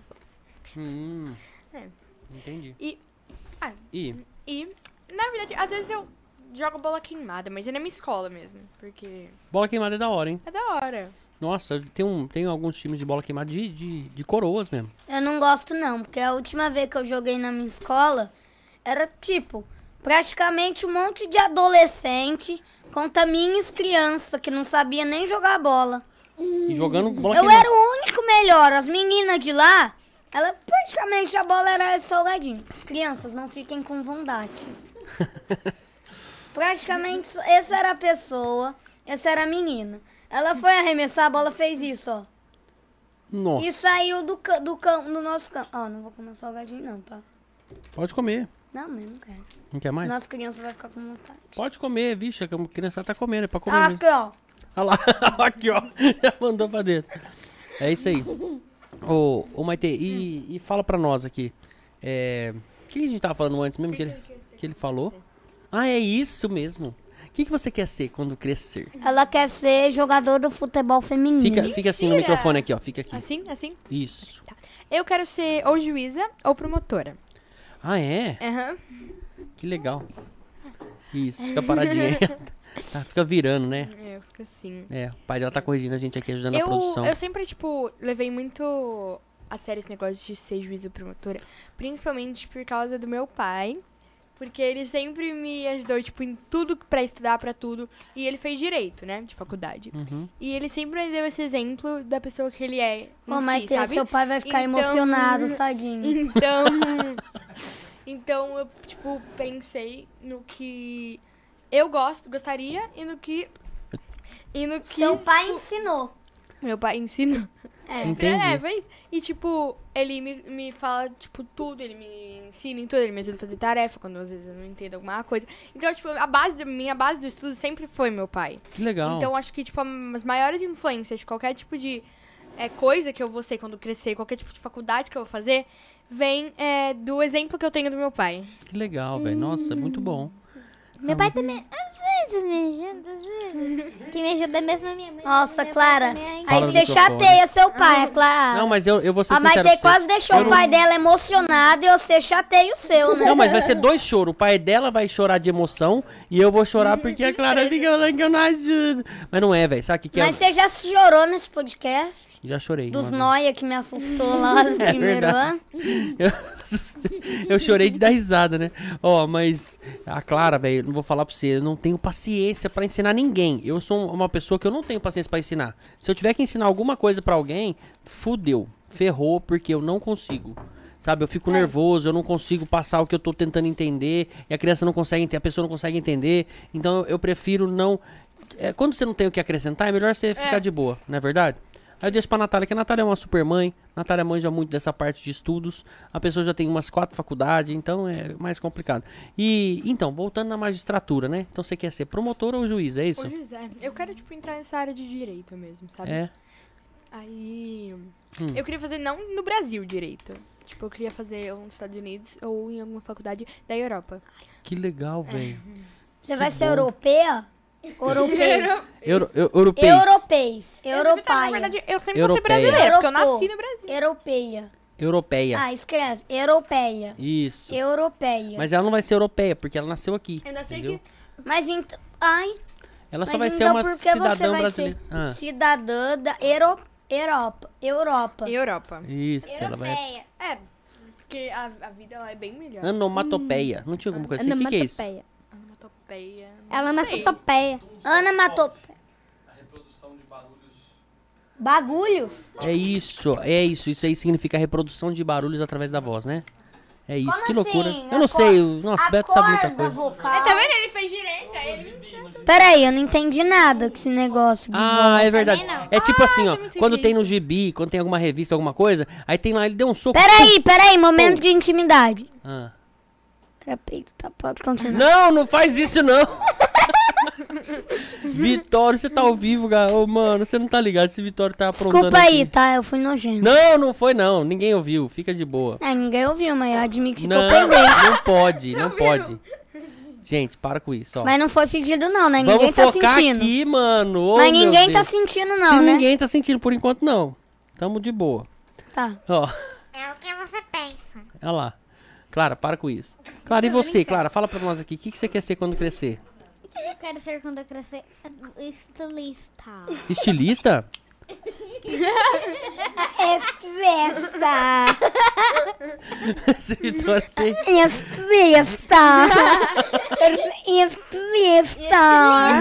Speaker 2: Hum.
Speaker 3: É.
Speaker 2: Entendi.
Speaker 3: E- ah.
Speaker 4: Hum.
Speaker 2: E?
Speaker 3: E, na verdade, às vezes eu jogo bola queimada, mas é na minha escola mesmo. Porque
Speaker 2: Bola queimada é da hora, hein?
Speaker 3: é da hora.
Speaker 2: Nossa, tem, um, tem alguns times de bola queimada de, de, de coroas mesmo.
Speaker 4: Eu não gosto não, porque a última vez que eu joguei na minha escola era tipo, praticamente um monte de adolescente contra minhas crianças que não sabia nem jogar bola.
Speaker 2: E jogando bola
Speaker 4: Hum, Eu
Speaker 2: queimada.
Speaker 4: era o único melhor. As meninas de lá, ela praticamente a bola era salgadinho. Crianças, não fiquem com vontade. praticamente essa era a pessoa, essa era a menina. Ela foi arremessar, a bola fez isso, ó.
Speaker 2: Nossa,
Speaker 4: E saiu do, ca- do, cam- do nosso campo. Ó, não vou comer salgadinho não, tá?
Speaker 2: pode comer.
Speaker 4: Não, mas não quero.
Speaker 2: Não quer mais?
Speaker 4: Nossa criança vai ficar com vontade.
Speaker 2: Pode comer, vixe, a criança tá comendo, é pra comer.
Speaker 4: Ah,
Speaker 2: mesmo.
Speaker 4: aqui, ó.
Speaker 2: Olha lá, aqui ó, já mandou pra dentro. É isso aí. Ô, ô Maite, e, e fala pra nós aqui. É, o que a gente tava falando antes mesmo que ele, que ele falou? Ah, é isso mesmo. O que, que você quer ser quando crescer?
Speaker 4: Ela quer ser jogador do futebol feminino.
Speaker 2: Fica, fica assim no
Speaker 3: Mentira!
Speaker 2: microfone aqui, ó. Fica aqui.
Speaker 3: Assim, assim.
Speaker 2: Isso.
Speaker 3: Eu quero ser ou juíza ou promotora.
Speaker 2: Ah, é?
Speaker 3: Aham.
Speaker 2: Que legal. Isso, fica paradinha aí. Tá, fica virando, né?
Speaker 3: Eu fico assim.
Speaker 2: É, o pai dela tá corrigindo a gente aqui, ajudando a
Speaker 3: Eu,
Speaker 2: produção.
Speaker 3: eu sempre, tipo, levei muito a sério esse negócio de ser juiz ou promotora. Principalmente por causa do meu pai. Porque ele sempre me ajudou, tipo, em tudo pra estudar, pra tudo. E ele fez direito, né? De faculdade.
Speaker 2: Uhum.
Speaker 3: E ele sempre me deu esse exemplo da pessoa que ele é. em
Speaker 4: Ô,
Speaker 3: si,
Speaker 4: Maite,
Speaker 3: sabe?
Speaker 4: seu pai vai ficar
Speaker 3: Então-
Speaker 4: emocionado, tadinho.
Speaker 3: Então. então eu, tipo, pensei no que eu gosto, gostaria e no que. E no que.
Speaker 4: Seu pai ensinou.
Speaker 3: Meu pai ensina.
Speaker 2: Entendi.
Speaker 3: É, mas- E, tipo, ele me, me fala, tipo, tudo, ele me ensina em tudo, ele me ajuda a fazer tarefa quando às vezes eu não entendo alguma coisa. Então, tipo, a base do, minha base do estudo sempre foi meu pai.
Speaker 2: Que legal.
Speaker 3: Então, acho que, tipo, as maiores influências de qualquer tipo de é, coisa que eu vou ser quando crescer, qualquer tipo de faculdade que eu vou fazer, vem é, do exemplo que eu tenho do meu pai.
Speaker 2: Que legal, velho. Nossa, muito bom.
Speaker 3: Hum.
Speaker 1: Meu pai também, às vezes me ajuda, às vezes. Quem me ajuda é mesmo a minha mãe.
Speaker 4: Nossa,
Speaker 1: Meu pai
Speaker 4: Clara,
Speaker 1: também. é
Speaker 2: Fala
Speaker 4: aí
Speaker 2: no
Speaker 4: você
Speaker 2: microfone.
Speaker 4: chateia seu pai, é claro.
Speaker 2: Não, mas eu, eu vou ser
Speaker 4: a
Speaker 2: sincero
Speaker 4: Maite
Speaker 2: pra você.
Speaker 4: quase deixou
Speaker 2: Eu
Speaker 4: o
Speaker 2: não-
Speaker 4: pai dela emocionado e você chateia o seu, né?
Speaker 2: Não, mas vai ser dois choros. O pai dela vai chorar de emoção e eu vou chorar porque a Clara fica falando que eu não ajudo. Mas não é, velho. Sabe o que, que
Speaker 4: Mas
Speaker 2: é?
Speaker 4: você já chorou nesse podcast?
Speaker 2: Já chorei.
Speaker 4: Dos
Speaker 2: mano.
Speaker 4: noia que me assustou lá no primeiro
Speaker 2: É verdade.
Speaker 4: ano.
Speaker 2: Eu, eu chorei de dar risada, né? Ó, mas a Clara, velho, não vou falar pra você, eu não tenho paciência pra ensinar ninguém. Eu sou um, uma pessoa que eu não tenho paciência pra ensinar. Se eu tiver que ensinar alguma coisa pra alguém, fudeu, ferrou, porque eu não consigo. Sabe, eu fico nervoso, eu não consigo passar o que eu tô tentando entender, e a criança não consegue, ente- a pessoa não consegue entender. Então eu, eu prefiro não. é, quando você não tem o que acrescentar, é melhor você ficar de boa, não é verdade? Aí eu deixo pra Natália, que a Natália é uma super mãe, Natália manja muito dessa parte de estudos, a pessoa já tem umas quatro faculdades, então é mais complicado. E, então, voltando na magistratura, né? Então você quer ser promotor ou juiz, é isso?
Speaker 3: Ô, José, eu quero, tipo, entrar nessa área de direito mesmo, sabe?
Speaker 2: É. Hum.
Speaker 3: Aí. Eu queria fazer não no Brasil direito. Tipo, eu queria fazer ou nos Estados Unidos ou em alguma faculdade da Europa.
Speaker 2: Que legal,
Speaker 4: É.
Speaker 2: velho.
Speaker 4: Você vai ser
Speaker 2: bom.
Speaker 4: europeia? Europeis.
Speaker 2: Euro, eu, europeus.
Speaker 4: Europeis.
Speaker 3: Na
Speaker 4: Europaia.
Speaker 3: verdade, eu sempre vou ser
Speaker 2: Europeia.
Speaker 3: brasileira, porque eu
Speaker 4: Europô.
Speaker 3: nasci no Brasil.
Speaker 4: Europeia.
Speaker 2: Europeia.
Speaker 4: Ah, esquece. Europeia.
Speaker 2: Isso.
Speaker 4: Europeia. Mas,
Speaker 2: Mas ela não vai ser europeia, porque ela nasceu aqui.
Speaker 3: Eu nasci
Speaker 2: entendeu?
Speaker 4: então. Ai,
Speaker 2: Ela só
Speaker 4: mas
Speaker 2: vai ser
Speaker 4: então
Speaker 2: uma
Speaker 4: por que você
Speaker 2: cidadã
Speaker 4: vai
Speaker 2: brasileira.
Speaker 4: ser
Speaker 2: Ah,
Speaker 4: cidadã da Euro... Europa? Europa.
Speaker 3: Europa.
Speaker 2: isso, ela vai.
Speaker 1: Europeia.
Speaker 3: É, porque a, a vida lá é bem melhor.
Speaker 2: Anomatopeia. Não tinha alguma coisa assim. O que, que é isso?
Speaker 1: Onomatopeia.
Speaker 3: Onomatopeia. não
Speaker 1: Ela é
Speaker 3: sei.
Speaker 1: nasceu topeia.
Speaker 4: Ana matou. Bagulhos?
Speaker 2: É isso, é isso. Isso aí significa reprodução de barulhos através da voz, né? É isso,
Speaker 4: Como
Speaker 2: que loucura.
Speaker 4: assim?
Speaker 2: Eu não
Speaker 4: Acorda-
Speaker 2: sei, o nosso Beto sabe muita
Speaker 4: Acorda,
Speaker 2: coisa.
Speaker 4: vocal.
Speaker 3: Tá vendo? Ele fez direito, aí ele...
Speaker 4: Peraí, eu não entendi nada com esse negócio. de
Speaker 2: Ah, é verdade.
Speaker 1: Também não.
Speaker 2: É tipo assim,
Speaker 4: Ah,
Speaker 2: ó.
Speaker 3: também sei
Speaker 2: Quando
Speaker 3: que é
Speaker 2: tem no gibi, quando tem alguma revista, alguma coisa, aí tem lá, ele deu um soco.
Speaker 4: Peraí, peraí, momento de intimidade.
Speaker 2: Ah.
Speaker 4: Trapeito, tá, pode continuar.
Speaker 2: Não, não faz isso não. Vitório, você tá ao vivo, cara. Ô, mano, você não tá ligado. Esse Vitório tá aprontando.
Speaker 4: Desculpa aí,
Speaker 2: aqui.
Speaker 4: tá? Eu fui nojento.
Speaker 2: Não, não foi não. Ninguém ouviu. Fica de boa.
Speaker 4: Ah, ninguém ouviu, mas eu admiti que
Speaker 2: Não,
Speaker 4: eu peguei.
Speaker 2: não pode, não pode. Gente, para com isso, ó.
Speaker 4: Mas não foi fingido, não, né?
Speaker 2: Vamos
Speaker 4: ninguém tá
Speaker 2: focar
Speaker 4: sentindo.
Speaker 2: aqui, mano. Ô,
Speaker 4: mas
Speaker 2: meu
Speaker 4: ninguém tá
Speaker 2: Deus.
Speaker 4: sentindo, não,
Speaker 2: Se
Speaker 4: né?
Speaker 2: ninguém tá sentindo por enquanto, não. Tamo de boa.
Speaker 4: Tá.
Speaker 2: Ó,
Speaker 1: É o que você pensa.
Speaker 2: olha lá. Clara, para com isso. Clara, e você, Clara? Fala pra nós aqui. O que, que você quer ser quando crescer?
Speaker 1: Eu quero ser quando eu crescer estilista.
Speaker 2: Estilista?
Speaker 4: É festa!
Speaker 2: Essa Vitória tem.
Speaker 4: É festa! É festa!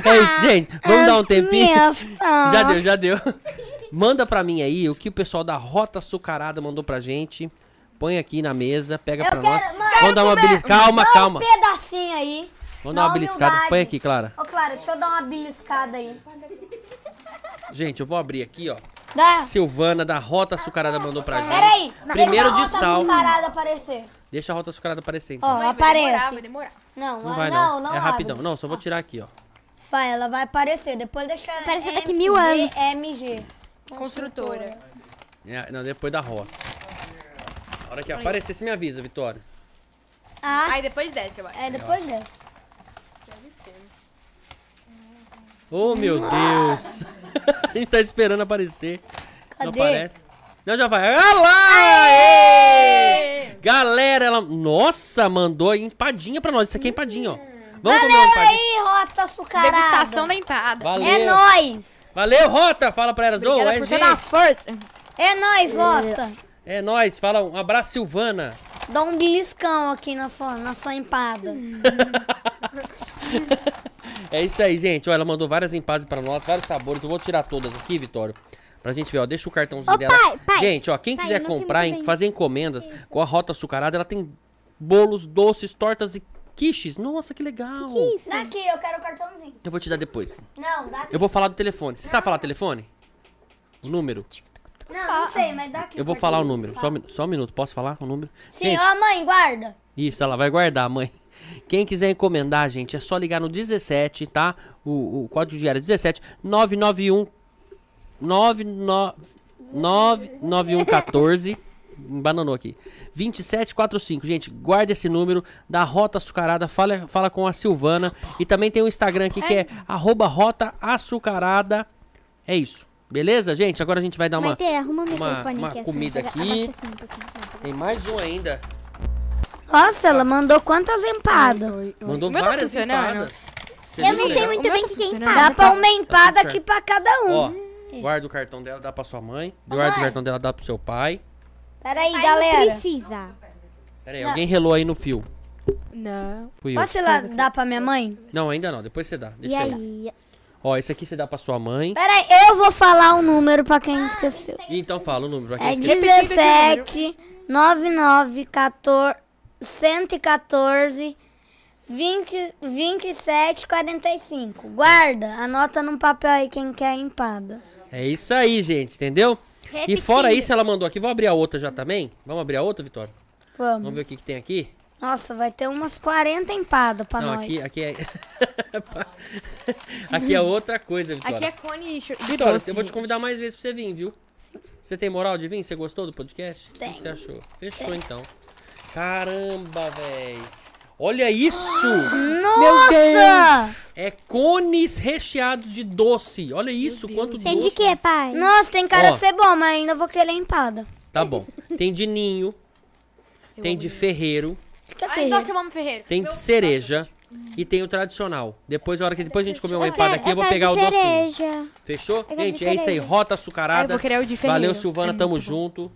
Speaker 4: É
Speaker 2: Ei, gente, vamos dar um tempinho?
Speaker 4: Festa.
Speaker 2: Já deu, já deu. Manda pra mim aí o que o pessoal da Rota Açucarada mandou pra gente. Põe aqui na mesa, pega pra nós. Vamos dar uma beliscada. Calma,
Speaker 4: Dá
Speaker 2: calma.
Speaker 4: Um pedacinho aí.
Speaker 2: Vamos dar uma
Speaker 4: Na
Speaker 2: beliscada.
Speaker 4: humildade.
Speaker 2: Põe aqui, Clara.
Speaker 4: Ô, Clara, deixa eu dar uma beliscada aí.
Speaker 2: Gente, eu vou abrir aqui, ó.
Speaker 4: Dá.
Speaker 2: Silvana da Rota Açucarada mandou pra gente.
Speaker 4: Peraí.
Speaker 2: Primeiro
Speaker 4: deixa
Speaker 2: de sal.
Speaker 4: A rota açucarada aparecer.
Speaker 2: Deixa a Rota Açucarada aparecer, então.
Speaker 4: Ó,
Speaker 3: Vai, vai demorar, vai
Speaker 4: aparece.
Speaker 3: demorar.
Speaker 4: Não,
Speaker 2: Não
Speaker 4: ah,
Speaker 2: vai, não.
Speaker 4: não, não
Speaker 2: é
Speaker 4: abre.
Speaker 2: rapidão. Não, só vou tirar aqui, ó.
Speaker 4: Vai, ela vai aparecer. Depois deixa.
Speaker 1: Aparecer daqui
Speaker 4: MG,
Speaker 1: mil anos.
Speaker 4: MG.
Speaker 3: Construtora.
Speaker 2: É, não, depois da roça. A hora que aparecer, você me avisa, Vitória.
Speaker 4: Ah,
Speaker 3: Aí depois desce, eu acho.
Speaker 4: é depois dessa.
Speaker 2: Oh, meu Deus. A gente tá esperando aparecer. Não
Speaker 4: Cadê?
Speaker 2: aparece. Não, já vai. Olha lá!
Speaker 3: É,
Speaker 2: Aê! Galera, ela... Nossa, mandou empadinha pra nós. Isso aqui é empadinha, ó.
Speaker 4: Hum.
Speaker 2: Vamos comer uma empadinha.
Speaker 4: Aí, rota açucarada.
Speaker 3: Degustação da empada.
Speaker 4: É
Speaker 2: Valeu.
Speaker 4: nóis.
Speaker 2: Valeu, Rota. Fala pra elas. Ô,
Speaker 3: Obrigada
Speaker 2: é,
Speaker 3: por toda a
Speaker 2: gente.
Speaker 3: força.
Speaker 4: É nóis, rota.
Speaker 2: é nóis. Fala um abraço, Silvana.
Speaker 4: Dá um beliscão aqui na sua, na sua empada.
Speaker 2: É isso aí, gente. Ó, ela mandou várias empadas pra nós, vários sabores. Eu vou tirar todas aqui, Vitório. Pra gente ver, ó. Deixa o cartãozinho
Speaker 1: Ô,
Speaker 2: dela.
Speaker 1: pai, pai.
Speaker 2: gente, ó, quem
Speaker 1: Pai,
Speaker 2: quiser
Speaker 1: eu não sei
Speaker 2: comprar,
Speaker 1: muito
Speaker 2: em-
Speaker 1: bem.
Speaker 2: fazer encomendas com a Rota Açucarada, ela tem bolos, doces, tortas e quiches. Nossa, que legal.
Speaker 1: é
Speaker 2: Então
Speaker 1: Isso.
Speaker 4: Daqui, eu quero o cartãozinho.
Speaker 2: Eu vou te dar depois.
Speaker 4: Não, daqui.
Speaker 2: Eu vou falar do telefone. Você sabe falar telefone? O número?
Speaker 4: Não, não sei, mas daqui.
Speaker 2: Eu vou falar o
Speaker 1: Tá.
Speaker 2: número. Só, um minu- só um minuto. Posso falar o número?
Speaker 4: Sim, ó, mãe, guarda.
Speaker 2: Isso, ela vai guardar, mãe. Quem quiser encomendar, gente, é só ligar no 17, tá? O, o código diário é 17 991 99114 Bananou um aqui. 2745. Gente, guarda esse número da Rota Açucarada. Fala, fala com a Silvana. E também tem o Instagram aqui que é arroba Rota Açucarada. É isso. Beleza, gente? Agora a gente vai dar uma.
Speaker 1: Maite, arruma o microfone
Speaker 2: uma
Speaker 1: aqui. assim,
Speaker 2: comida
Speaker 1: pega-
Speaker 2: aqui.
Speaker 1: abaixa assim um pouquinho.
Speaker 2: Tem mais um ainda.
Speaker 4: Nossa, ela mandou quantas empadas?
Speaker 2: Mandou
Speaker 3: O meu tá
Speaker 2: várias
Speaker 3: funcionando?
Speaker 2: empadas. Você
Speaker 1: Eu
Speaker 2: viu,
Speaker 1: não sei
Speaker 2: Leandro?
Speaker 1: muito
Speaker 3: O meu
Speaker 1: bem
Speaker 3: tá
Speaker 1: o que que é
Speaker 3: funcionando?
Speaker 1: empada.
Speaker 4: Dá pra uma empada
Speaker 2: certo.
Speaker 4: aqui pra cada um.
Speaker 2: Ó, guarda o cartão dela, dá pra sua mãe. Guarda o cartão dela, dá pro seu pai.
Speaker 4: Peraí,
Speaker 1: Pai, Não
Speaker 4: galera.
Speaker 1: precisa.
Speaker 2: Pera aí, alguém relou aí no fio.
Speaker 3: Não.
Speaker 2: Fui eu.
Speaker 4: Posso ir lá dar pra minha mãe?
Speaker 2: Não, ainda não. Depois você dá.
Speaker 1: E
Speaker 2: Deixa eu.
Speaker 1: aí?
Speaker 2: Ó, esse aqui você dá pra sua mãe.
Speaker 4: Peraí, eu vou falar o número pra quem esqueceu.
Speaker 2: E então fala o número. pra quem
Speaker 4: É
Speaker 2: esqueceu.
Speaker 4: 17 99 14 114 20, 27 45. Guarda, anota num papel aí quem quer a empada.
Speaker 2: É isso aí, gente, entendeu? E
Speaker 1: Repetindo.
Speaker 2: fora isso, ela mandou aqui. Vou abrir a outra já também. Vamos abrir a outra, Vitória?
Speaker 4: Vamos.
Speaker 2: Vamos ver o que, que tem aqui?
Speaker 4: Nossa, vai ter umas 40 empadas pra
Speaker 2: não,
Speaker 4: nós.
Speaker 2: aqui, aqui é. aqui é outra coisa, Vitória.
Speaker 3: Aqui é cone de
Speaker 2: Vitória,
Speaker 3: doce.
Speaker 2: Então, eu vou te convidar mais vezes pra você vir, viu? Você tem moral de vir? Você gostou do podcast? O que que
Speaker 4: Tenho.
Speaker 2: você achou? Fechou então. Caramba, velho. Olha isso!
Speaker 4: Nossa!
Speaker 2: É cones recheados de doce. Olha isso, quanto doce.
Speaker 1: Tem de quê, pai?
Speaker 4: Nossa, tem cara
Speaker 2: Ó.
Speaker 4: de ser bom, mas ainda vou querer empada.
Speaker 2: Tá bom. Tem de ninho. tem de ferreiro.
Speaker 4: Acho que é
Speaker 3: Ai,
Speaker 4: feio.
Speaker 3: nossa, eu amo ferreiro.
Speaker 2: Tem de cereja. E tem o tradicional. Depois, a hora que depois a gente comer uma empada
Speaker 1: quero-
Speaker 2: aqui, eu vou
Speaker 1: quero
Speaker 2: pegar
Speaker 1: é-
Speaker 2: o
Speaker 1: de
Speaker 2: docinho.
Speaker 1: cereja.
Speaker 2: Fechou?
Speaker 1: quero
Speaker 2: Gente,
Speaker 1: de
Speaker 2: é isso aí.
Speaker 1: cereja.
Speaker 2: Rota
Speaker 3: Ah, eu
Speaker 2: açucarada.
Speaker 3: vou querer o de ferreiro.
Speaker 2: Valeu, Silvana.
Speaker 3: É
Speaker 2: tamo
Speaker 3: muito bom.
Speaker 2: junto.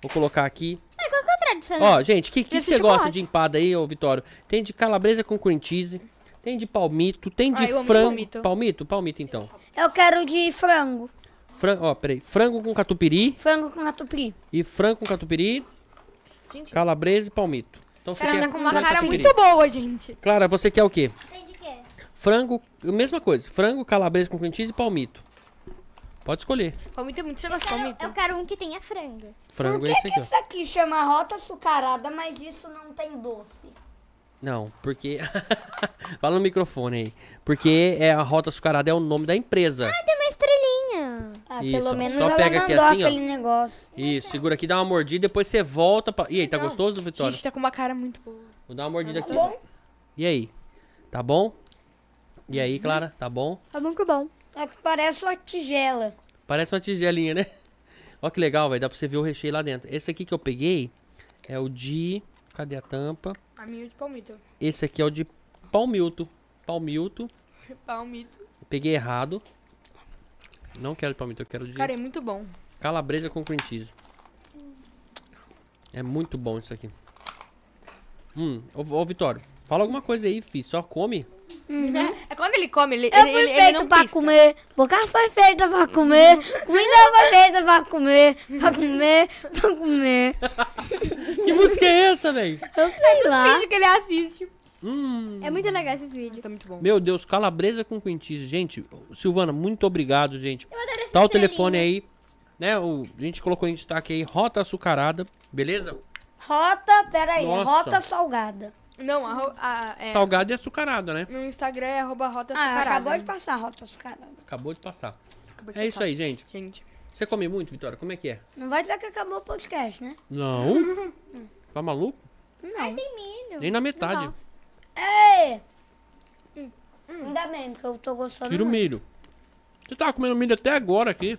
Speaker 2: Vou colocar aqui.
Speaker 1: Mas qual que é o tradicional?
Speaker 2: Ó, gente, o que, que
Speaker 3: Deve
Speaker 2: você
Speaker 3: ser
Speaker 2: gosta
Speaker 3: chocolate.
Speaker 2: de empada aí, ô Vitório? Tem de calabresa com cream cheese, tem de palmito, tem de
Speaker 3: Ah, eu amo
Speaker 2: frango.
Speaker 3: palmito.
Speaker 2: palmito, palmito então.
Speaker 4: Eu quero de frango.
Speaker 2: Frango, ó, peraí. Frango com catupiry
Speaker 4: Frango com catupiry.
Speaker 2: e frango com catupiry,
Speaker 3: Gente,
Speaker 2: calabresa e palmito. Então você
Speaker 3: cara
Speaker 2: quer
Speaker 3: tá com uma
Speaker 2: frango
Speaker 3: cara
Speaker 2: catupiry.
Speaker 3: muito boa, gente.
Speaker 2: Clara, você quer o quê?
Speaker 1: Tem de quê?
Speaker 2: Frango, mesma coisa. Frango, calabresa com cream cheese e palmito. Pode escolher.
Speaker 3: Palmito é muito... Você gosta de
Speaker 1: Quero-
Speaker 3: palmito?
Speaker 1: Eu quero um que tenha frango.
Speaker 2: Frango é esse aqui, ó.
Speaker 4: Isso aqui chama rota açucarada, mas isso não tem doce.
Speaker 2: Não, porque. Fala no microfone aí. Porque é a Rota Açucarada é o nome da empresa.
Speaker 1: Tem uma estrelinha.
Speaker 4: Ah,
Speaker 2: Isso, ó.
Speaker 4: pelo menos
Speaker 2: Só
Speaker 4: ela
Speaker 2: pega aqui
Speaker 4: mandou
Speaker 2: assim, ó.
Speaker 4: aquele negócio.
Speaker 2: Isso, segura aqui, dá uma mordida, depois você volta pra. E aí, tá gostoso, Vitória?
Speaker 3: Gente, tá com uma cara muito boa.
Speaker 2: Vou dar uma mordida aqui. E aí? Tá bom? E aí, Clara? Tá bom?
Speaker 1: Tá bom que bom.
Speaker 4: É que parece uma tigela.
Speaker 2: Parece uma tigelinha, né? Ó que legal, velho. Dá pra você ver o recheio lá dentro. Esse aqui que eu peguei é o de. Cadê a tampa?
Speaker 3: A minha é de palmito.
Speaker 2: Esse aqui é o de palmilto. Palmilto.
Speaker 3: Palmito.
Speaker 2: Peguei errado. Não quero de palmito, eu quero de
Speaker 3: Cara, é muito bom.
Speaker 2: calabresa com cream cheese. É muito bom isso aqui. Hum, ô, ô Vitório, fala alguma coisa aí, fi. Só come.
Speaker 3: É quando ele come, ele, ele,
Speaker 4: Eu fui
Speaker 3: ele, ele
Speaker 4: feita
Speaker 3: não
Speaker 4: pra
Speaker 3: pisca.
Speaker 4: comer, boca foi feita pra comer, comida foi feita pra comer, pra comer, pra comer.
Speaker 2: Que música é essa, velho?
Speaker 4: Eu sei lá.
Speaker 3: Finge que ele assiste.
Speaker 2: Hum.
Speaker 1: É muito legal esses vídeos.
Speaker 3: Tá muito bom.
Speaker 2: Meu Deus, calabresa com cream cheese. Gente, Silvana, muito obrigado, gente.
Speaker 1: Eu adoro essa
Speaker 2: Tá o
Speaker 1: estrelinha.
Speaker 2: telefone aí, né? O, a gente colocou em destaque aí, Rota Açucarada, beleza?
Speaker 4: Rota, peraí,
Speaker 2: Nossa.
Speaker 4: rota salgada.
Speaker 3: Não, a, ro- a, é,
Speaker 2: Salgado e açucarada, né?
Speaker 3: no Instagram é arroba rota
Speaker 4: Ah,
Speaker 3: açucarada.
Speaker 4: acabou de passar rota açucarada.
Speaker 2: Acabou de passar.
Speaker 3: Acabou de
Speaker 2: É isso
Speaker 3: passar.
Speaker 2: aí, gente.
Speaker 3: Gente,
Speaker 2: Você come muito, Vitória? Como é que é?
Speaker 4: Não vai dizer que acabou o podcast, né?
Speaker 2: Não. Tá maluco?
Speaker 1: Ai, tem milho.
Speaker 2: Nem na metade.
Speaker 1: Não gosto.
Speaker 4: Ei! Ainda bem, porque eu tô gostando
Speaker 2: Tira o
Speaker 4: muito.
Speaker 2: milho. Você tava comendo milho até agora aqui.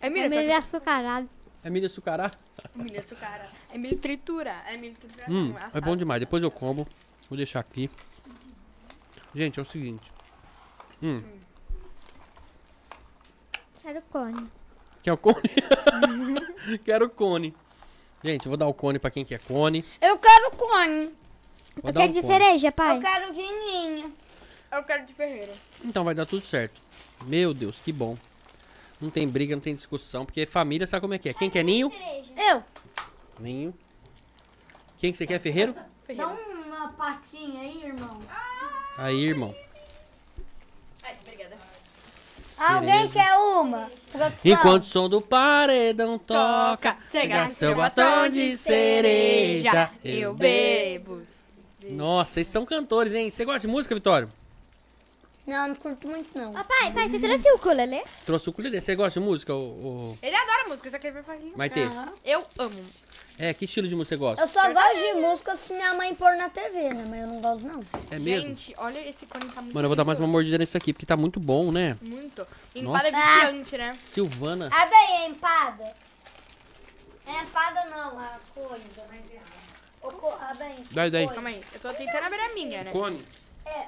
Speaker 3: é milho,
Speaker 1: É milho açucarado.
Speaker 2: É milho açucarado?
Speaker 3: milho açucarada. É milho tritura. É milho tritura.
Speaker 2: Hum,
Speaker 3: não,
Speaker 2: é
Speaker 3: assado.
Speaker 2: bom demais. Depois eu como. Vou deixar aqui. Gente, é o seguinte. Hum,
Speaker 1: Quero cone.
Speaker 2: quer o cone? Quero o cone. Gente, eu vou dar o cone pra quem quer cone.
Speaker 4: Eu quero cone.
Speaker 2: Vou
Speaker 1: Eu
Speaker 2: dar
Speaker 1: quero
Speaker 2: o
Speaker 1: de
Speaker 2: cone.
Speaker 1: cereja, pai.
Speaker 4: Eu quero dininho.
Speaker 3: Eu quero de ferreira.
Speaker 2: Então vai dar tudo certo. Meu Deus, que bom. Não tem briga, não tem discussão, porque família sabe como é que é. Quem quer ninho?
Speaker 4: Eu.
Speaker 2: Ninho. Quem que você quer, ferreiro?
Speaker 3: Ferreira.
Speaker 4: uma patinha aí, irmão.
Speaker 2: Aí, irmão.
Speaker 3: Ai, obrigada.
Speaker 4: Alguém quer uma? Produção.
Speaker 2: Enquanto o som do paredão toca,
Speaker 3: cega,
Speaker 2: seu batom de cereja, eu
Speaker 3: bebo.
Speaker 2: Nossa, vocês são cantores, hein? Você gosta de música, Vitório?
Speaker 4: Não, não curto muito, não.
Speaker 1: Ó, pai, pai, você trouxe o ukulele?
Speaker 2: Trouxe o culidê. Você gosta de música, ô, ô
Speaker 3: Ele adora música, só que ele vai falar.
Speaker 2: Maite?
Speaker 3: Eu amo música.
Speaker 2: É, que estilo de música você gosta?
Speaker 4: Eu só gosto de música se minha mãe pôr na TV, né? Mas eu não gosto, não.
Speaker 2: É mesmo?
Speaker 3: Gente, olha esse cone tá muito
Speaker 2: Mano, eu vou dar mais uma mordida nesse aqui, porque tá muito bom, né?
Speaker 3: Muito.
Speaker 2: Nossa.
Speaker 3: Empada viciante, né?
Speaker 2: Silvana.
Speaker 4: Abre aí a empada. É empada, não. A coisa. né? O co... Abre aí.
Speaker 2: Dá daí.
Speaker 3: Calma aí, eu tô tentando abrir a minha, né?
Speaker 2: Cone.
Speaker 4: É.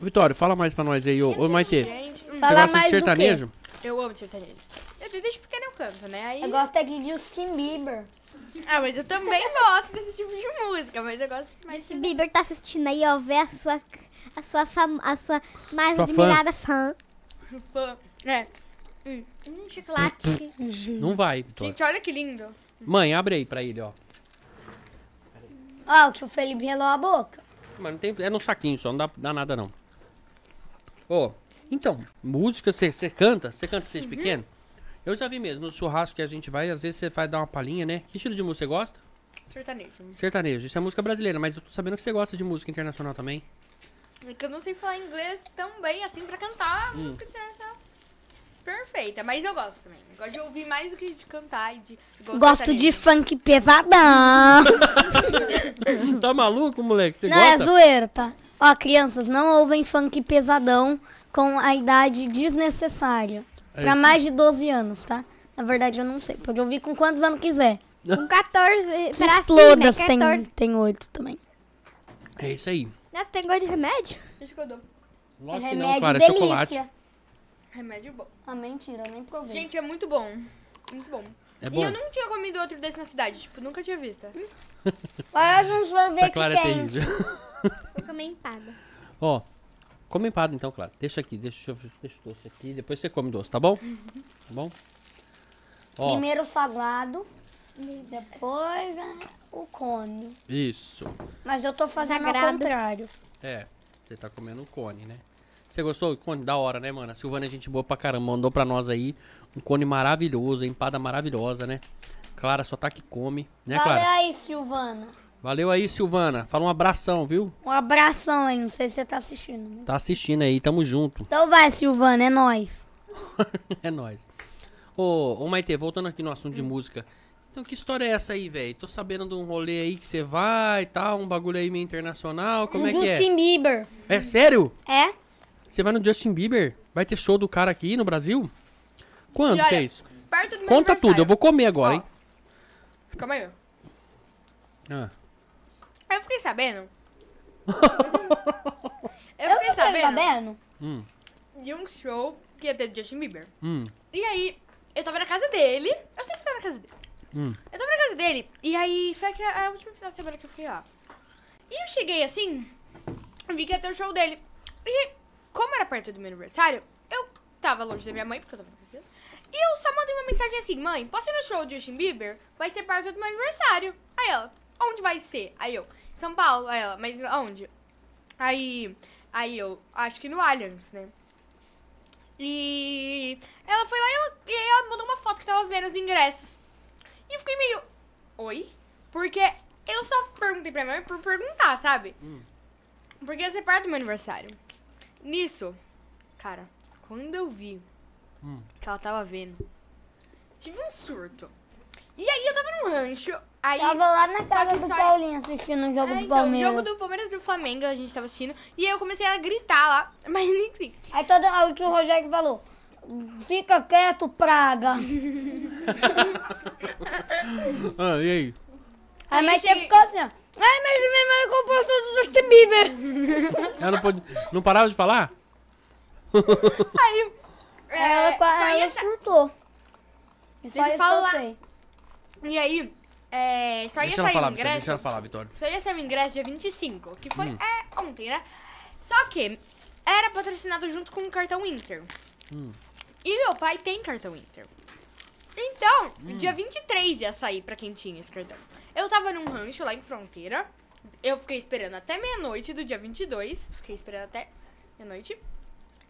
Speaker 2: Vitório, fala mais pra nós aí, ô, ô Maite. Você
Speaker 3: Gente, hum,
Speaker 4: Fala
Speaker 2: gosta de
Speaker 4: mais do
Speaker 2: sertanejo?
Speaker 3: eu amo sertanejo. Eu deixo porque eu canto, né? Aí...
Speaker 4: Eu gosto é de Justin Bieber.
Speaker 3: Ah, mas eu também gosto desse tipo de música, mas eu gosto mais...
Speaker 1: Justin Bieber tá assistindo aí, ó. Vê a sua, a sua, fam- a sua mais
Speaker 2: Sua fã.
Speaker 1: admirada fã.
Speaker 3: Fã. É.
Speaker 1: Hum, chocolate.
Speaker 2: Não vai, Vitório.
Speaker 3: Gente, olha que lindo.
Speaker 2: Mãe, abre aí pra ele, ó.
Speaker 4: Ó, o tio Felipe relou a boca.
Speaker 2: Mas não tem. É no saquinho só, não dá, dá nada não. Ô, então, música você você canta? Você canta desde pequeno? Eu já vi mesmo, no churrasco que a gente vai, às vezes você vai dar uma palhinha, né? Que estilo de música você gosta?
Speaker 3: Sertanejo.
Speaker 2: Sertanejo, isso é música brasileira, mas eu tô sabendo que você gosta de música internacional também.
Speaker 3: Porque eu não sei falar inglês tão bem assim pra cantar
Speaker 2: Hum.
Speaker 3: música internacional perfeita, mas eu gosto também. Eu gosto de ouvir mais do que de cantar e de igual
Speaker 4: Gosto de
Speaker 3: sertanejo.
Speaker 4: funk pesadão.
Speaker 2: tá maluco, moleque? Você
Speaker 4: não, é
Speaker 2: gosta?
Speaker 4: zoeira, tá? Ó, crianças, não ouvem funk pesadão com a idade desnecessária.
Speaker 2: É
Speaker 4: pra
Speaker 2: isso.
Speaker 4: mais de 12 anos, tá? Na verdade, eu não sei. Pode ouvir com quantos anos quiser.
Speaker 1: Com 14
Speaker 4: Se
Speaker 1: pra
Speaker 4: explodas,
Speaker 1: cima, é
Speaker 4: tem,
Speaker 1: 14.
Speaker 4: tem 8 também.
Speaker 2: É isso aí.
Speaker 1: Nossa, tem gosto de remédio?
Speaker 3: Deixa que eu dou.
Speaker 2: Lógico que não, claro, é chocolate.
Speaker 3: Remédio bom.
Speaker 4: Ah, mentira, eu nem provei.
Speaker 3: Gente, é muito bom. Muito bom.
Speaker 2: É
Speaker 3: E
Speaker 2: bom.
Speaker 3: eu não tinha comido outro desse na cidade, tipo, nunca tinha visto.
Speaker 4: Hum. Parece um sorvete
Speaker 2: Essa Clara é
Speaker 4: quente.
Speaker 2: terrível.
Speaker 1: Vou comer empada.
Speaker 2: Ó, come empada então, Clara. Deixa aqui, deixa, eu- deixa o doce aqui, depois você come o doce, tá bom? Tá bom? Ó,
Speaker 4: Primeiro o salgado, depois ah, o cone.
Speaker 2: isso.
Speaker 4: Mas eu tô fazendo ao
Speaker 1: Sagrado.
Speaker 4: contrário.
Speaker 2: É, você tá comendo um cone, né? Você gostou do cone? Da hora, né, mano? A Silvana é gente boa pra caramba. Mandou pra nós aí um cone maravilhoso, empada maravilhosa, né? Clara só tá que come, né,
Speaker 4: Valeu
Speaker 2: Clara?
Speaker 4: aí, Silvana.
Speaker 2: Valeu aí, Silvana. Fala um abração, viu?
Speaker 4: Um abração aí, não sei se você tá assistindo. né?
Speaker 2: Tá assistindo aí, tamo junto.
Speaker 4: Então vai, Silvana, é nóis.
Speaker 2: é nóis. Ô, ô Maite, voltando aqui no assunto de música. Então, que história é essa aí, velho? Tô sabendo de um rolê aí que você vai e tal, um bagulho aí meio internacional.
Speaker 4: Um
Speaker 2: Como é que é?
Speaker 4: Justin Bieber.
Speaker 2: É sério?
Speaker 4: É?
Speaker 2: Você vai no Justin Bieber? Vai ter show do cara aqui no Brasil? Quando
Speaker 3: E olha,
Speaker 2: que é isso?
Speaker 3: Perto do meu
Speaker 2: Conta tudo, eu vou comer agora,
Speaker 3: Ó.
Speaker 2: hein?
Speaker 3: Calma aí.
Speaker 2: Ah.
Speaker 3: Aí eu fiquei sabendo. eu
Speaker 4: Eu
Speaker 3: fiquei
Speaker 4: não tô
Speaker 3: sabendo
Speaker 4: sabendo.
Speaker 2: Hum.
Speaker 3: de um show que ia ter do Justin Bieber.
Speaker 2: Hum,
Speaker 3: E aí, eu tava na casa dele. Eu sempre tava na casa dele.
Speaker 2: hum.
Speaker 3: Eu tava na casa dele. E aí, foi aqui é a, a última final de semana que eu fui lá. E eu cheguei assim, eu vi que ia ter o show dele. E como era perto do meu aniversário, eu tava longe da minha mãe, porque eu tava na casa dela. E eu só mandei uma mensagem assim, mãe, posso ir no show de Justin Bieber? Vai ser perto do meu aniversário. Aí ela, onde vai ser? Aí eu, São Paulo. Aí ela, mas onde? Aí, aí eu, acho que no Allianz, né? E ela foi lá e, ela, e aí ela mandou uma foto que tava vendo os ingressos. E eu fiquei meio. Oi? Porque eu só perguntei pra minha mãe por perguntar, sabe? Porque ia ser perto do meu aniversário. Nisso, cara, quando eu vi
Speaker 2: Hum.
Speaker 3: que ela tava vendo, tive um surto. E aí eu tava num rancho, aí.
Speaker 4: Tava lá na
Speaker 3: Só
Speaker 4: casa
Speaker 3: que
Speaker 4: do
Speaker 3: só-
Speaker 4: Paulinho assistindo o jogo
Speaker 3: É, então,
Speaker 4: do
Speaker 3: o
Speaker 4: Palmeiras.
Speaker 3: jogo do Palmeiras e do Flamengo a gente tava assistindo. E aí eu comecei a gritar lá, mas enfim.
Speaker 4: Aí, todo, aí o tio Rogério falou: Fica quieto, praga.
Speaker 2: Ah, e aí?
Speaker 4: Aí
Speaker 3: eu
Speaker 4: mas
Speaker 3: cheguei-
Speaker 4: tempo ficou assim: ó, Ai, mas minha é mãe comprou tudo do Justin Bieber.
Speaker 2: Ela não, pode... não parava de falar?
Speaker 3: Aí. é,
Speaker 4: Aí ela, qua-
Speaker 3: só
Speaker 4: aí
Speaker 3: ia
Speaker 4: ela surtou. E
Speaker 3: Deixa
Speaker 4: só
Speaker 3: eu
Speaker 4: isso que eu
Speaker 3: falar.
Speaker 4: sei.
Speaker 3: E aí, é,
Speaker 2: Deixa
Speaker 3: só ia
Speaker 2: ela
Speaker 3: sair
Speaker 2: falar,
Speaker 3: o
Speaker 2: Vitória.
Speaker 3: ingresso.
Speaker 2: Deixa ela falar, Vitória.
Speaker 3: Só ia sair o é ingresso dia 25, que foi é, ontem, né? Só que era patrocinado junto com o cartão Inter.
Speaker 2: Hum.
Speaker 3: E meu pai tem cartão Inter. Então, dia 23 ia sair pra quem tinha esse cartão. Eu tava num rancho lá em Fronteira. Eu fiquei esperando até meia-noite do dia 22. Fiquei esperando até meia-noite.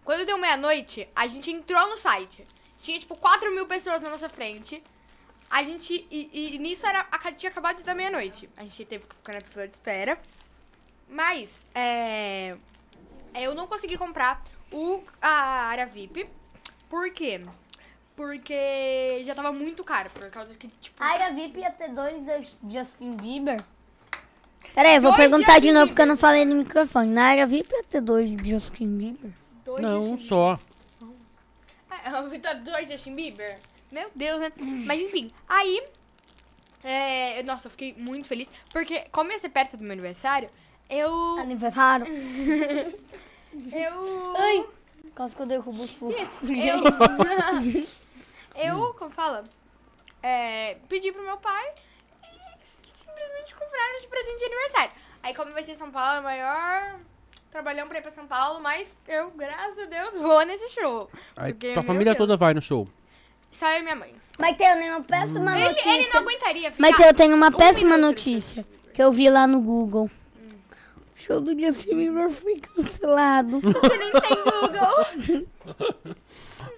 Speaker 3: Quando deu meia-noite, a gente entrou no site. Tinha, tipo, 4 mil pessoas na nossa frente. A gente. E, e- e nisso era, a- tinha acabado de dar meia-noite. A gente teve que ficar na fila de espera. Mas, é. Eu não consegui comprar o, a área VIP. Por quê? Porque já tava muito caro. Por causa que, tipo.
Speaker 4: Aí a VIP ia ter dois do Justin Bieber? Peraí, vou
Speaker 3: Dois
Speaker 4: perguntar de
Speaker 3: Justin
Speaker 4: novo porque eu não falei no microfone. Na área VIP ia ter dois do Justin Bieber?
Speaker 3: dois
Speaker 2: Não, um só.
Speaker 3: É, o Vitor 2 Justin Bieber? Meu Deus, né? Mas enfim, aí. é, eu- nossa, eu fiquei muito feliz. Porque, como ia ser perto do meu aniversário, eu.
Speaker 4: Aniversário.
Speaker 3: Eu.
Speaker 4: Ai! Quase que eu derrubo o suco.
Speaker 3: Eu. eu, como fala? É, pedi pro meu pai e simplesmente compraram de presente de aniversário. Aí, como vai ser São Paulo, é o maior trabalhão pra ir pra São Paulo, mas eu, graças a Deus, vou nesse show.
Speaker 2: Aí
Speaker 3: Porque,
Speaker 2: tua
Speaker 3: meu
Speaker 2: família
Speaker 3: Deus,
Speaker 2: toda vai no show.
Speaker 3: Só eu e minha mãe.
Speaker 4: Mas tem uma péssima
Speaker 3: Ele,
Speaker 4: notícia.
Speaker 3: ele não aguentaria ficar.
Speaker 4: Mas eu tenho uma péssima
Speaker 3: minuto,
Speaker 4: notícia que eu vi lá no Google. O show do Justin Bieber foi cancelado.
Speaker 3: Você nem tem Google.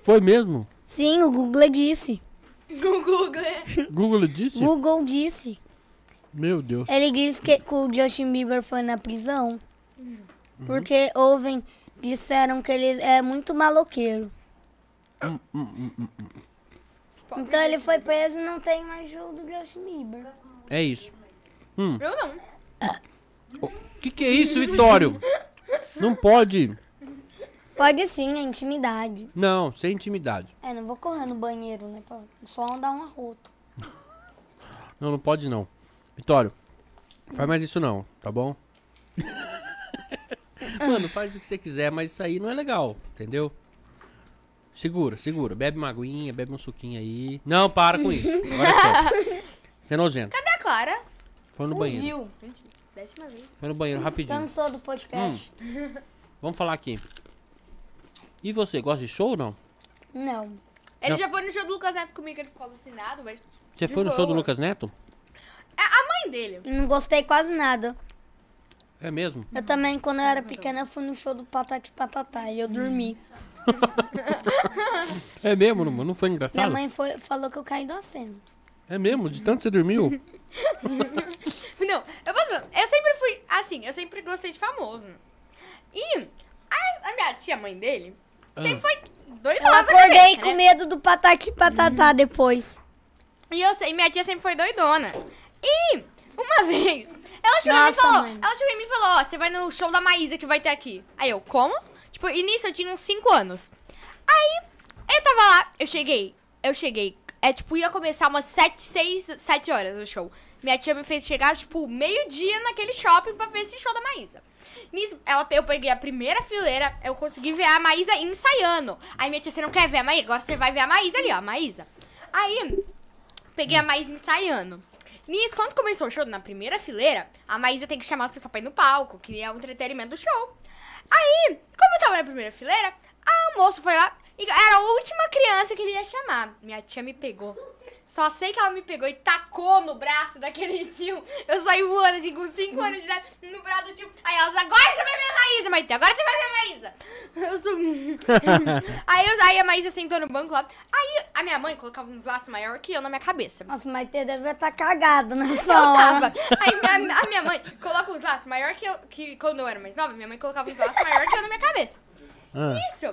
Speaker 2: Foi mesmo?
Speaker 4: Sim, o Google disse.
Speaker 3: No Google. é.
Speaker 2: Google disse?
Speaker 4: Google disse.
Speaker 2: Meu Deus.
Speaker 4: Ele disse que o Justin Bieber foi na prisão. Uhum. Porque ouvem, disseram que ele é muito maloqueiro. Hum, Então ele foi preso e não tem mais show do Justin Bieber.
Speaker 2: É isso.
Speaker 3: Eu não.
Speaker 2: O que, que é isso, Vitório? Não pode.
Speaker 4: Pode sim, é intimidade.
Speaker 2: Não, sem intimidade.
Speaker 4: É, não vou correr no banheiro, né? pra- Só andar um arroto.
Speaker 2: Não, não pode não. Vitório, faz mais isso não, tá bom? Mano, faz o que você quiser, mas isso aí não é legal, entendeu? Segura, segura. Bebe uma aguinha, bebe um suquinho aí. Não, para com isso. Agora é sério. Você é nojento.
Speaker 3: Cadê a Clara?
Speaker 2: Foi no banheiro.
Speaker 4: Fugiu.
Speaker 3: Gente, décima vez.
Speaker 2: Foi no
Speaker 3: Tá
Speaker 2: banheiro, rapidinho.
Speaker 4: Cansou do podcast?
Speaker 2: Hum. Vamos falar aqui. E você, gosta de show ou não?
Speaker 4: Não.
Speaker 3: Ele
Speaker 2: Não.
Speaker 3: já foi no show do Lucas Neto comigo, ele ficou alucinado, mas.
Speaker 2: Você
Speaker 3: De
Speaker 2: foi no show do
Speaker 3: boa.
Speaker 2: Lucas Neto?
Speaker 3: É a mãe dele.
Speaker 4: Não gostei quase nada.
Speaker 2: É mesmo?
Speaker 4: Eu também, quando eu era pequena, eu fui no show do Patati Patatá
Speaker 2: Hum.
Speaker 4: e eu dormi.
Speaker 2: É mesmo, não, não foi
Speaker 4: Minha
Speaker 2: engraçado?
Speaker 4: mãe foi- falou que eu caí do assento.
Speaker 2: É mesmo, de tanto você dormiu?
Speaker 3: Não, eu posso. Eu sempre fui assim, eu sempre gostei de famoso. E a, a minha tia, mãe dele, sempre foi
Speaker 4: Eu
Speaker 3: doidona. pra
Speaker 4: acordei
Speaker 3: cabeça,
Speaker 4: com
Speaker 3: né?
Speaker 4: medo do Patati Patatá depois.
Speaker 3: E eu sei, minha tia sempre foi doidona. E uma vez, ela chegou e
Speaker 4: Nossa,
Speaker 3: me falou,
Speaker 4: mãe.
Speaker 3: ela chegou em mim e falou, ó, você vai no show da Maísa que vai ter aqui. Aí eu, como? Tipo, e nisso eu tinha uns 5 anos. Aí, eu tava lá, eu cheguei, eu cheguei. É tipo, ia começar umas 7, 6, 7 horas o show. Minha tia me fez chegar, tipo, meio-dia naquele shopping pra ver esse show da Maísa. Nisso, ela, eu peguei a primeira fileira, eu consegui ver a Maísa ensaiando. Aí minha tia, você não quer ver a Maísa? Agora você vai ver a Maísa ali, ó, a Maísa. Aí, peguei a Maísa ensaiando. Nisso, quando começou o show, na primeira fileira, a Maísa tem que chamar as pessoas pra ir no palco, que é o entretenimento do show. Aí, como eu tava na primeira fileira, a moça foi lá e era a última criança que ele ia chamar. Minha tia me pegou. Só sei que ela me pegou e tacou no braço daquele tio. Eu saí voando assim com 5
Speaker 2: Uhum.
Speaker 3: anos de idade no braço do tio. Aí ela agora você vai ver a Maísa, Maísa. Agora você vai ver a Maísa. Eu sou... aí, eu, aí a Maísa sentou no banco lá. Aí a minha mãe colocava um laço maior que eu na minha cabeça.
Speaker 4: Nossa, mas Maite deve estar cagado né? nessa
Speaker 3: Eu
Speaker 4: hora.
Speaker 3: tava. Aí a, minha- a minha mãe coloca uns laços maior que eu. Que quando eu era mais nova, minha mãe colocava uns laços maior que eu na minha cabeça.
Speaker 2: Ah.
Speaker 3: Isso.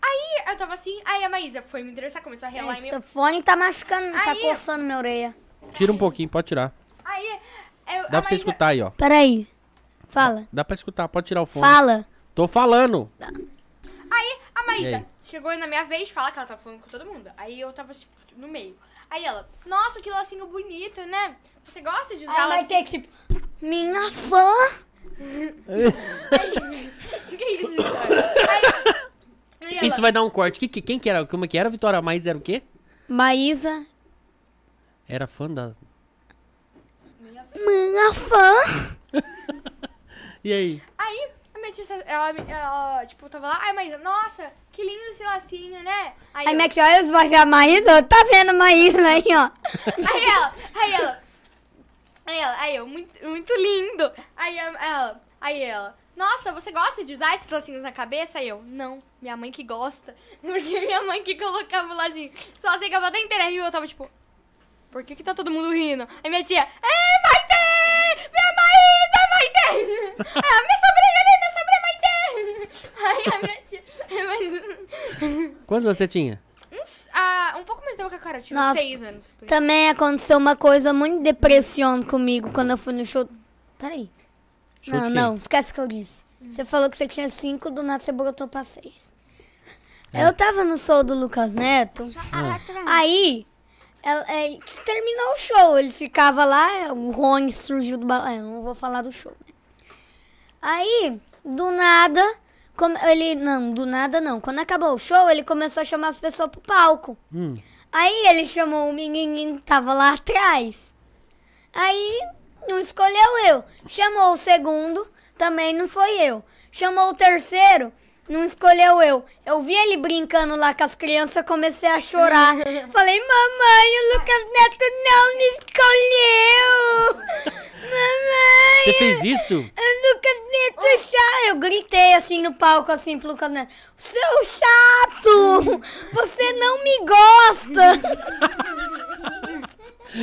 Speaker 3: Aí eu tava assim, aí a Maísa foi me interessar, começou a relar em mim.
Speaker 4: Esse fone tá machucando, tá
Speaker 3: Aí-
Speaker 4: coçando minha orelha.
Speaker 2: Tira um pouquinho, pode tirar.
Speaker 3: Aí eu,
Speaker 2: Dá pra você escutar aí, ó.
Speaker 4: Peraí. Fala.
Speaker 2: Dá pra escutar, pode tirar o fone.
Speaker 4: Fala.
Speaker 2: Tô falando.
Speaker 3: Aí a
Speaker 2: E
Speaker 3: Maísa
Speaker 2: aí?
Speaker 3: chegou na minha vez fala que ela tava falando com todo mundo. Aí eu tava tipo, no meio. Aí ela, nossa, que lacinho bonito, né? Você gosta de usar
Speaker 4: Aí vai
Speaker 3: lacinho?
Speaker 4: ter tipo, minha fã.
Speaker 3: O que é isso, Vitória? Aí, aí ela,
Speaker 2: Isso vai dar um corte. Que, que- quem que era? Como é que era, Vitória? Mais era o quê?
Speaker 4: Maísa,
Speaker 2: Era fã da...
Speaker 4: minha fã.
Speaker 2: E aí?
Speaker 3: Aí a minha tia, ela, ela, tipo, tava lá, ai Maísa, nossa, que lindo esse lacinho, né? Aí,
Speaker 4: Aí
Speaker 3: eu-
Speaker 4: minha tia, olha, você vai ver a Maísa? Tá vendo a Maísa aí, ó.
Speaker 3: Aí ela, aí ela, aí ela, aí eu, muito, muito lindo. Aí eu- ela, aí ela, nossa, você gosta de usar esses lacinhos na cabeça? Aí eu, não, minha mãe que gosta. Porque minha mãe que colocava o lacinho. Só sei que a volta inteira riu, eu tava tipo, por que que tá todo mundo rindo? Aí minha tia, é, Maite! Minha mãe, tá, Maite! Ah, minha sobrinha ali, minha sobrinha, Maite! Aí a minha tia, mas,
Speaker 2: Quantos anos você tinha?
Speaker 3: uns, ah, um pouco mais novo que a cara, eu tinha uns
Speaker 4: Nossa.
Speaker 3: seis anos. por aí.
Speaker 4: Também aconteceu uma coisa muito depressionante comigo quando eu fui no show. Peraí.
Speaker 2: Show de
Speaker 4: não,
Speaker 2: quem?
Speaker 4: não, esquece o que eu disse. Você falou que você tinha cinco, do nada você brotou pra seis.
Speaker 2: É.
Speaker 4: Eu tava no show do Lucas Neto.
Speaker 2: Ah,
Speaker 4: Aí, ela- é, terminou o show. Eles ficavam lá, o Rony surgiu do balão. É, não vou falar do show, né? Aí, do nada, come- ele. Não, do nada não. Quando acabou o show, ele começou a chamar as pessoas pro palco.
Speaker 2: Hum.
Speaker 4: Aí ele chamou o menininho que tava lá atrás. Aí não escolheu eu. Chamou o segundo, também não foi eu. Chamou o terceiro, não escolheu eu. Eu vi ele brincando lá com as crianças, comecei a chorar. Falei, mamãe, o Lucas Neto não me escolheu! Mamãe!
Speaker 2: Você fez isso?
Speaker 4: O Lucas Neto é chato. Eu gritei assim no palco, assim, pro Lucas Neto. Seu chato! Você não me gosta!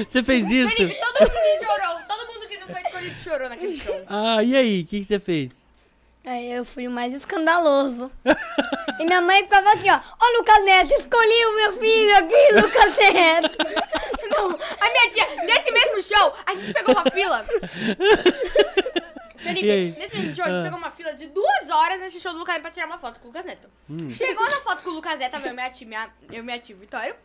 Speaker 2: Você fez isso?
Speaker 3: Felipe, todo mundo chorou. Todo mundo que não foi escolhido chorou naquele show.
Speaker 2: Ah, e aí? O que, que você fez?
Speaker 4: Aí eu fui o mais escandaloso. E minha mãe ficava assim, ó. Ô, Lucas Neto, escolhi o meu filho aqui, Lucas Neto.
Speaker 3: Não, a minha tia, nesse mesmo show, a gente pegou uma fila.
Speaker 2: E
Speaker 3: Felipe,
Speaker 2: aí?
Speaker 3: nesse mesmo show, a
Speaker 2: Ah.
Speaker 3: gente pegou uma fila de duas horas nesse show do Lucas Neto pra tirar uma foto com o Lucas Neto.
Speaker 2: Hum.
Speaker 3: Chegou na foto com o Lucas Neto, tava eu, minha tia, minha, eu, minha tia Vitória.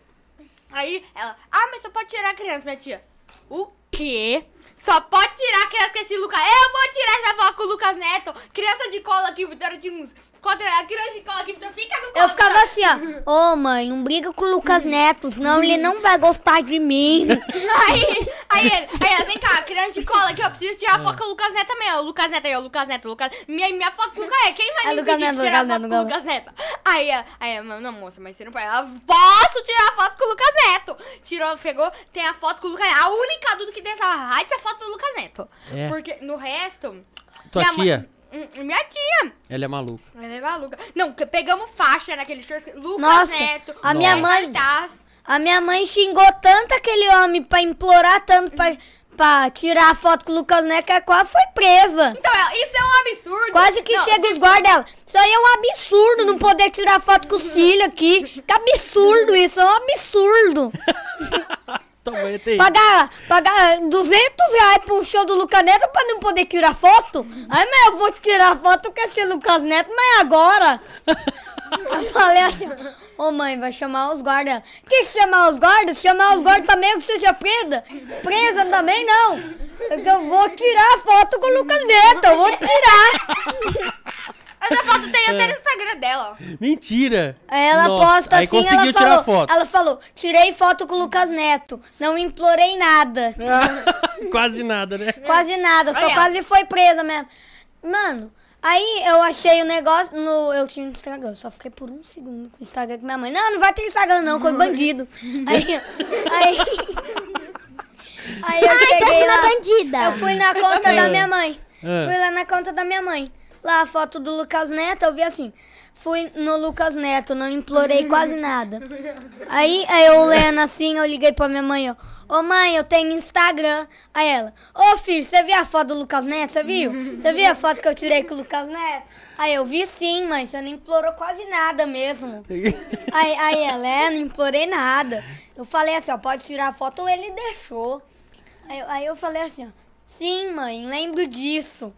Speaker 3: Aí ela, ah, mas só pode tirar a criança, minha tia. O quê? Só pode tirar a criança com esse Lucas. Eu vou tirar essa foto com o Lucas Neto. Criança de cola aqui, Vitória de uns. Quatro, a criança de cola aqui, Vitória, fica no colo.
Speaker 4: Eu ficava assim, ó. Ô, mãe, não briga com o Lucas Neto, senão ele não vai gostar de mim.
Speaker 3: Aí, aí ele, aí ela, vem cá, criança de cola aqui, eu preciso tirar
Speaker 4: Ah.
Speaker 3: a foto com o Lucas Neto também, ó. O Lucas Neto aí, ó, o Lucas Neto, o Lucas. Minha, minha foto com o Lucas Neto, quem vai
Speaker 4: É
Speaker 3: me
Speaker 4: Lucas
Speaker 3: impedir de
Speaker 4: Neto,
Speaker 3: tirar
Speaker 4: Lucas
Speaker 3: a foto
Speaker 4: Neto,
Speaker 3: com o Lucas Neto? Aí, ela- aí, ela, não, moça, mas você não pode. Ela, posso tirar a foto com o Lucas Neto? Tirou, pegou, tem a foto com o Lucas Neto. A única dúvida que tem essa rádio é a foto do Lucas Neto.
Speaker 2: É.
Speaker 3: Porque no resto.
Speaker 2: Tua
Speaker 3: minha
Speaker 2: tia,
Speaker 3: mãe- Hum, minha tia.
Speaker 2: ela é maluca.
Speaker 3: Ela é maluca. Não, que- pegamos faixa naquele show. Lucas
Speaker 4: Nossa,
Speaker 3: Neto.
Speaker 4: a minha
Speaker 3: Lucas
Speaker 4: mãe-
Speaker 3: Cartaz.
Speaker 4: A minha mãe xingou tanto aquele homem pra implorar tanto pra, pra tirar a foto com o Lucas Neto que ela quase foi presa.
Speaker 3: Então, ela, isso é um absurdo.
Speaker 4: Quase que
Speaker 3: Não,
Speaker 4: chega os guardas dela. Isso aí é um absurdo não poder tirar foto com os filhos aqui. Que absurdo isso, é um absurdo.
Speaker 2: Toma aí, tem.
Speaker 4: Pagar, pagar 200 reais pro show do Lucas Neto pra não poder tirar foto? Aí, mas eu vou tirar foto com esse Lucas Neto, mas agora. Eu é falei assim, ô Ô mãe, vai chamar os guardas. Que se chamar os guardas? Se chamar os guardas também, é que seja presa. Presa também não. É Eu vou tirar a foto com o Lucas Neto, eu vou tirar.
Speaker 3: Essa foto tem
Speaker 2: É.
Speaker 3: até no Instagram dela, ó.
Speaker 2: Mentira!
Speaker 4: Aí ela
Speaker 2: Nossa,
Speaker 4: posta
Speaker 2: aí
Speaker 4: assim,
Speaker 2: conseguiu
Speaker 4: ela
Speaker 2: tirar
Speaker 4: falou,
Speaker 2: a foto.
Speaker 4: ela falou, tirei foto com o Lucas Neto, não implorei nada.
Speaker 2: Quase nada, né?
Speaker 4: É. Quase nada, só
Speaker 3: Olha.
Speaker 4: quase foi presa mesmo. Mano, aí eu achei o negócio no. Eu tinha no Instagram, eu só fiquei por um segundo com o Instagram com minha mãe. Não, não vai ter Instagram não, foi bandido. Aí. Aí. Aí eu
Speaker 1: Ai, tá
Speaker 4: cheguei
Speaker 1: sendo
Speaker 4: lá.
Speaker 1: bandida.
Speaker 4: Eu fui na conta da minha mãe.
Speaker 2: É.
Speaker 4: Fui lá na conta da minha mãe. Lá a foto do Lucas Neto, eu vi assim. Fui no Lucas Neto, não implorei quase nada. Aí, aí eu lendo assim, eu liguei pra minha mãe, ó. Ô mãe, eu tenho Instagram. Aí ela, ô filho, você viu a foto do Lucas Neto? Você viu? Você viu a foto que eu tirei com o Lucas Neto? Aí eu vi sim, mãe, você não implorou quase nada mesmo. Aí, aí ela, é, não implorei nada. Eu falei assim, ó, pode tirar a foto, ele deixou. Aí, eu- aí eu falei assim, ó, sim, mãe, lembro disso.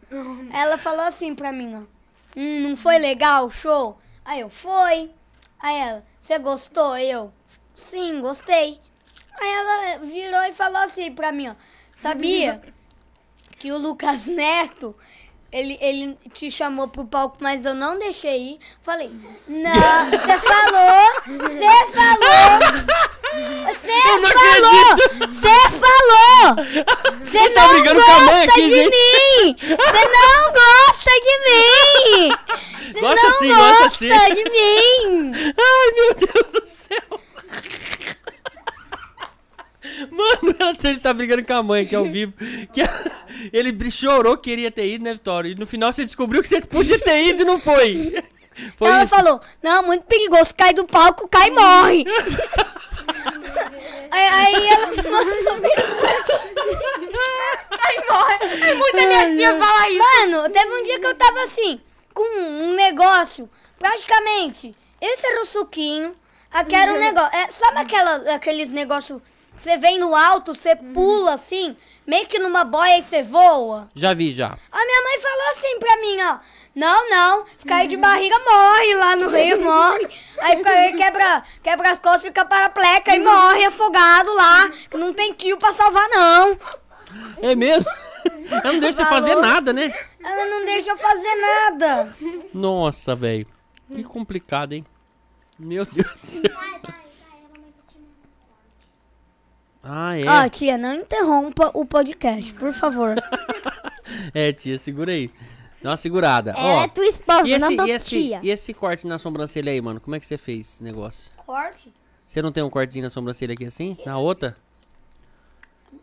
Speaker 4: Ela falou assim pra mim, ó, hum, não foi legal o show? Aí eu, foi. Aí ela, você gostou? Eu, sim, gostei. Aí ela virou e falou assim pra mim, ó, sabia que o Lucas Neto... Ele, ele te chamou pro palco, mas eu não deixei ir. Falei, não, você falou, você falou,
Speaker 2: Eu não
Speaker 4: você
Speaker 2: acredito!
Speaker 4: falou, você falou. Você
Speaker 2: tá
Speaker 4: não
Speaker 2: brigando com a
Speaker 4: gosta
Speaker 2: mãe aqui,
Speaker 4: de
Speaker 2: gente.
Speaker 4: mim! Você não gosta de mim! Você
Speaker 2: Gosta
Speaker 4: não
Speaker 2: sim, gosta
Speaker 4: gosta
Speaker 2: sim.
Speaker 4: de mim!
Speaker 2: Ai, meu Deus do céu! Mano, ela tá- ele tá brigando com a mãe aqui ao vivo. Que ela- ele br- chorou, que queria ter ido, né, Vitória? E no final você descobriu que você podia ter ido e não foi. Foi
Speaker 4: ela
Speaker 2: isso.
Speaker 4: falou, não, muito perigoso, cai do palco, cai e morre! aí, aí ela mandou
Speaker 3: Ai, morre. É muita minha tia fala isso.
Speaker 4: Mano, teve um dia que eu tava assim, com um negócio, praticamente, esse era o suquinho, aqui era o
Speaker 3: Uhum.
Speaker 4: negócio, é, sabe aquela, aqueles negócios que você vem no alto, você
Speaker 3: Uhum.
Speaker 4: pula assim, meio que numa boia e você voa?
Speaker 2: Já vi, já.
Speaker 4: A minha mãe falou assim pra mim, ó. Não, não, se cair
Speaker 3: Uhum.
Speaker 4: de barriga morre lá no rio, morre. Aí pra ele quebra, quebra as costas, fica parapleca e
Speaker 3: Uhum.
Speaker 4: morre afogado lá, que não tem tio pra salvar, não.
Speaker 2: É mesmo? Ela não deixa você fazer
Speaker 4: Falou.
Speaker 2: nada, né?
Speaker 4: Ela não deixa eu fazer nada.
Speaker 2: Nossa, velho. Que complicado, hein? Meu Deus do céu. Ah, é.
Speaker 4: Ó, tia, não interrompa o podcast, por favor.
Speaker 2: É, tia, segura aí. Dá uma segurada.
Speaker 1: Ela
Speaker 2: Ó,
Speaker 1: é tua esposa,
Speaker 2: e, esse,
Speaker 1: não
Speaker 2: e,
Speaker 1: tua
Speaker 2: esse,
Speaker 1: tia.
Speaker 2: e esse corte na sobrancelha aí, mano? Como é que você fez esse negócio?
Speaker 4: Corte?
Speaker 2: Você não tem um cortezinho na sobrancelha aqui assim? Na outra?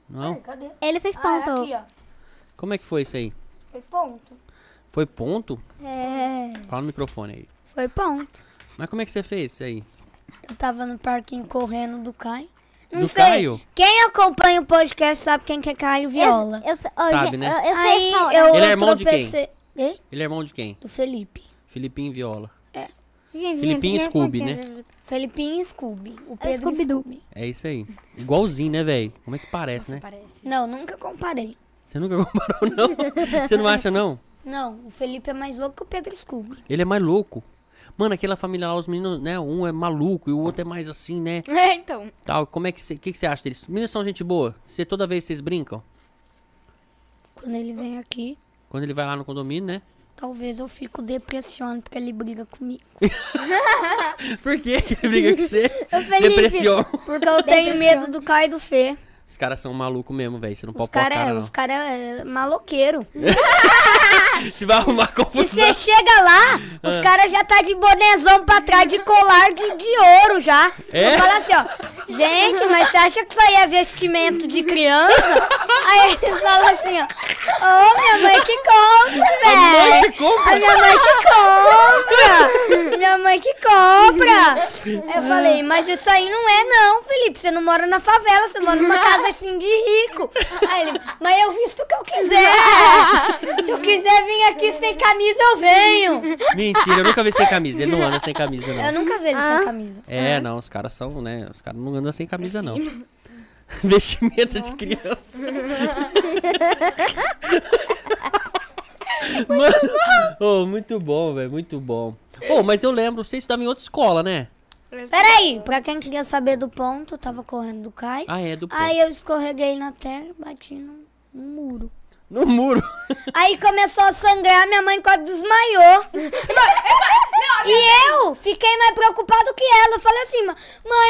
Speaker 2: Não?
Speaker 4: Cadê?
Speaker 1: Ele fez
Speaker 4: Ah,
Speaker 1: ponto.
Speaker 4: aqui, ó.
Speaker 2: Como é que foi isso aí?
Speaker 4: Foi ponto.
Speaker 2: Foi ponto?
Speaker 1: É.
Speaker 2: Fala no microfone aí.
Speaker 4: Foi ponto.
Speaker 2: Mas como é que você fez isso aí?
Speaker 4: Eu tava no parquinho correndo do Caio. Não
Speaker 2: Do
Speaker 4: sei.
Speaker 2: Caio?
Speaker 4: Quem acompanha o podcast sabe quem que é Caio Viola.
Speaker 1: Eu, eu, se- ó,
Speaker 2: Sabe,
Speaker 1: gente,
Speaker 2: né?
Speaker 1: eu, eu sei
Speaker 4: Aí
Speaker 1: a
Speaker 4: eu
Speaker 1: história.
Speaker 2: Ele é irmão de quem?
Speaker 4: tropecei- Hein?
Speaker 2: Ele é irmão de quem?
Speaker 4: Do Felipe.
Speaker 2: Filipinho Viola.
Speaker 1: Gente,
Speaker 2: Filipinho
Speaker 1: gente,
Speaker 2: Scooby,
Speaker 1: gente,
Speaker 2: né?
Speaker 4: Felipinho e Scooby. O
Speaker 1: É o
Speaker 4: Pedro
Speaker 1: Scooby-Doo.
Speaker 2: É isso aí. Igualzinho, né, velho? Como é que parece, né?
Speaker 4: Scooby. Não, nunca comparei.
Speaker 2: Você nunca comparou, não? Você não acha, não?
Speaker 4: Não, o Felipe é mais louco que o Pedro Scooby.
Speaker 2: Ele é mais louco. Mano, aquela família lá, os meninos, né? Um é maluco e o outro é mais assim, né?
Speaker 3: É, então.
Speaker 2: Tal. Como é que você. O que, que você acha deles? Meninos são gente boa? Você toda vez vocês brincam?
Speaker 4: Quando ele vem aqui,
Speaker 2: Quando ele vai lá no condomínio, né?
Speaker 4: talvez eu fico depressionado porque ele briga comigo.
Speaker 2: Por que que ele briga com você?
Speaker 1: Felipe.
Speaker 2: Depressão.
Speaker 4: Porque eu tenho medo do Caio e do Fê.
Speaker 2: Os caras são malucos mesmo, velho. Você não
Speaker 4: Os
Speaker 2: pode pôr a
Speaker 4: caras
Speaker 2: cara,
Speaker 4: é, os cara é maloqueiro.
Speaker 2: não. Você vai arrumar
Speaker 4: Se
Speaker 2: confusão.
Speaker 4: você chega lá,
Speaker 2: Ah.
Speaker 4: os caras já tá de bonezão pra trás, de colar de, de ouro já.
Speaker 2: É?
Speaker 4: Eu falo assim, ó. Gente, mas você acha que isso aí é vestimento de criança? aí eles falam assim, ó. Ô, minha mãe que compra,
Speaker 2: Mãe,
Speaker 4: velho.
Speaker 2: que compra.
Speaker 4: A minha mãe que compra! Minha mãe que compra! Eu falei, mas isso aí não é não, Felipe. Você não mora na favela, você mora numa casa assim de rico. Aí ele, mas eu visto o que eu quiser. Se eu quiser vir aqui sem camisa, eu venho.
Speaker 2: Mentira, eu nunca vi sem camisa. Ele não anda sem camisa,
Speaker 4: Eu
Speaker 2: não.
Speaker 4: nunca vejo ele sem camisa.
Speaker 2: É, não, os caras são, né? Os caras não andam sem camisa, não. Vestimenta de criança. Mano, oh, muito bom, velho, muito bom. Ô, mas eu lembro, você estudava em outra escola, né?
Speaker 4: Peraí, pra quem queria saber do ponto, eu tava correndo do Caio.
Speaker 2: Ah, é do pé.
Speaker 4: Aí eu escorreguei na terra e bati no, no muro.
Speaker 2: No muro.
Speaker 4: Aí começou a sangrar, minha mãe quase desmaiou. e eu fiquei mais preocupado que ela. Eu falei assim, mãe,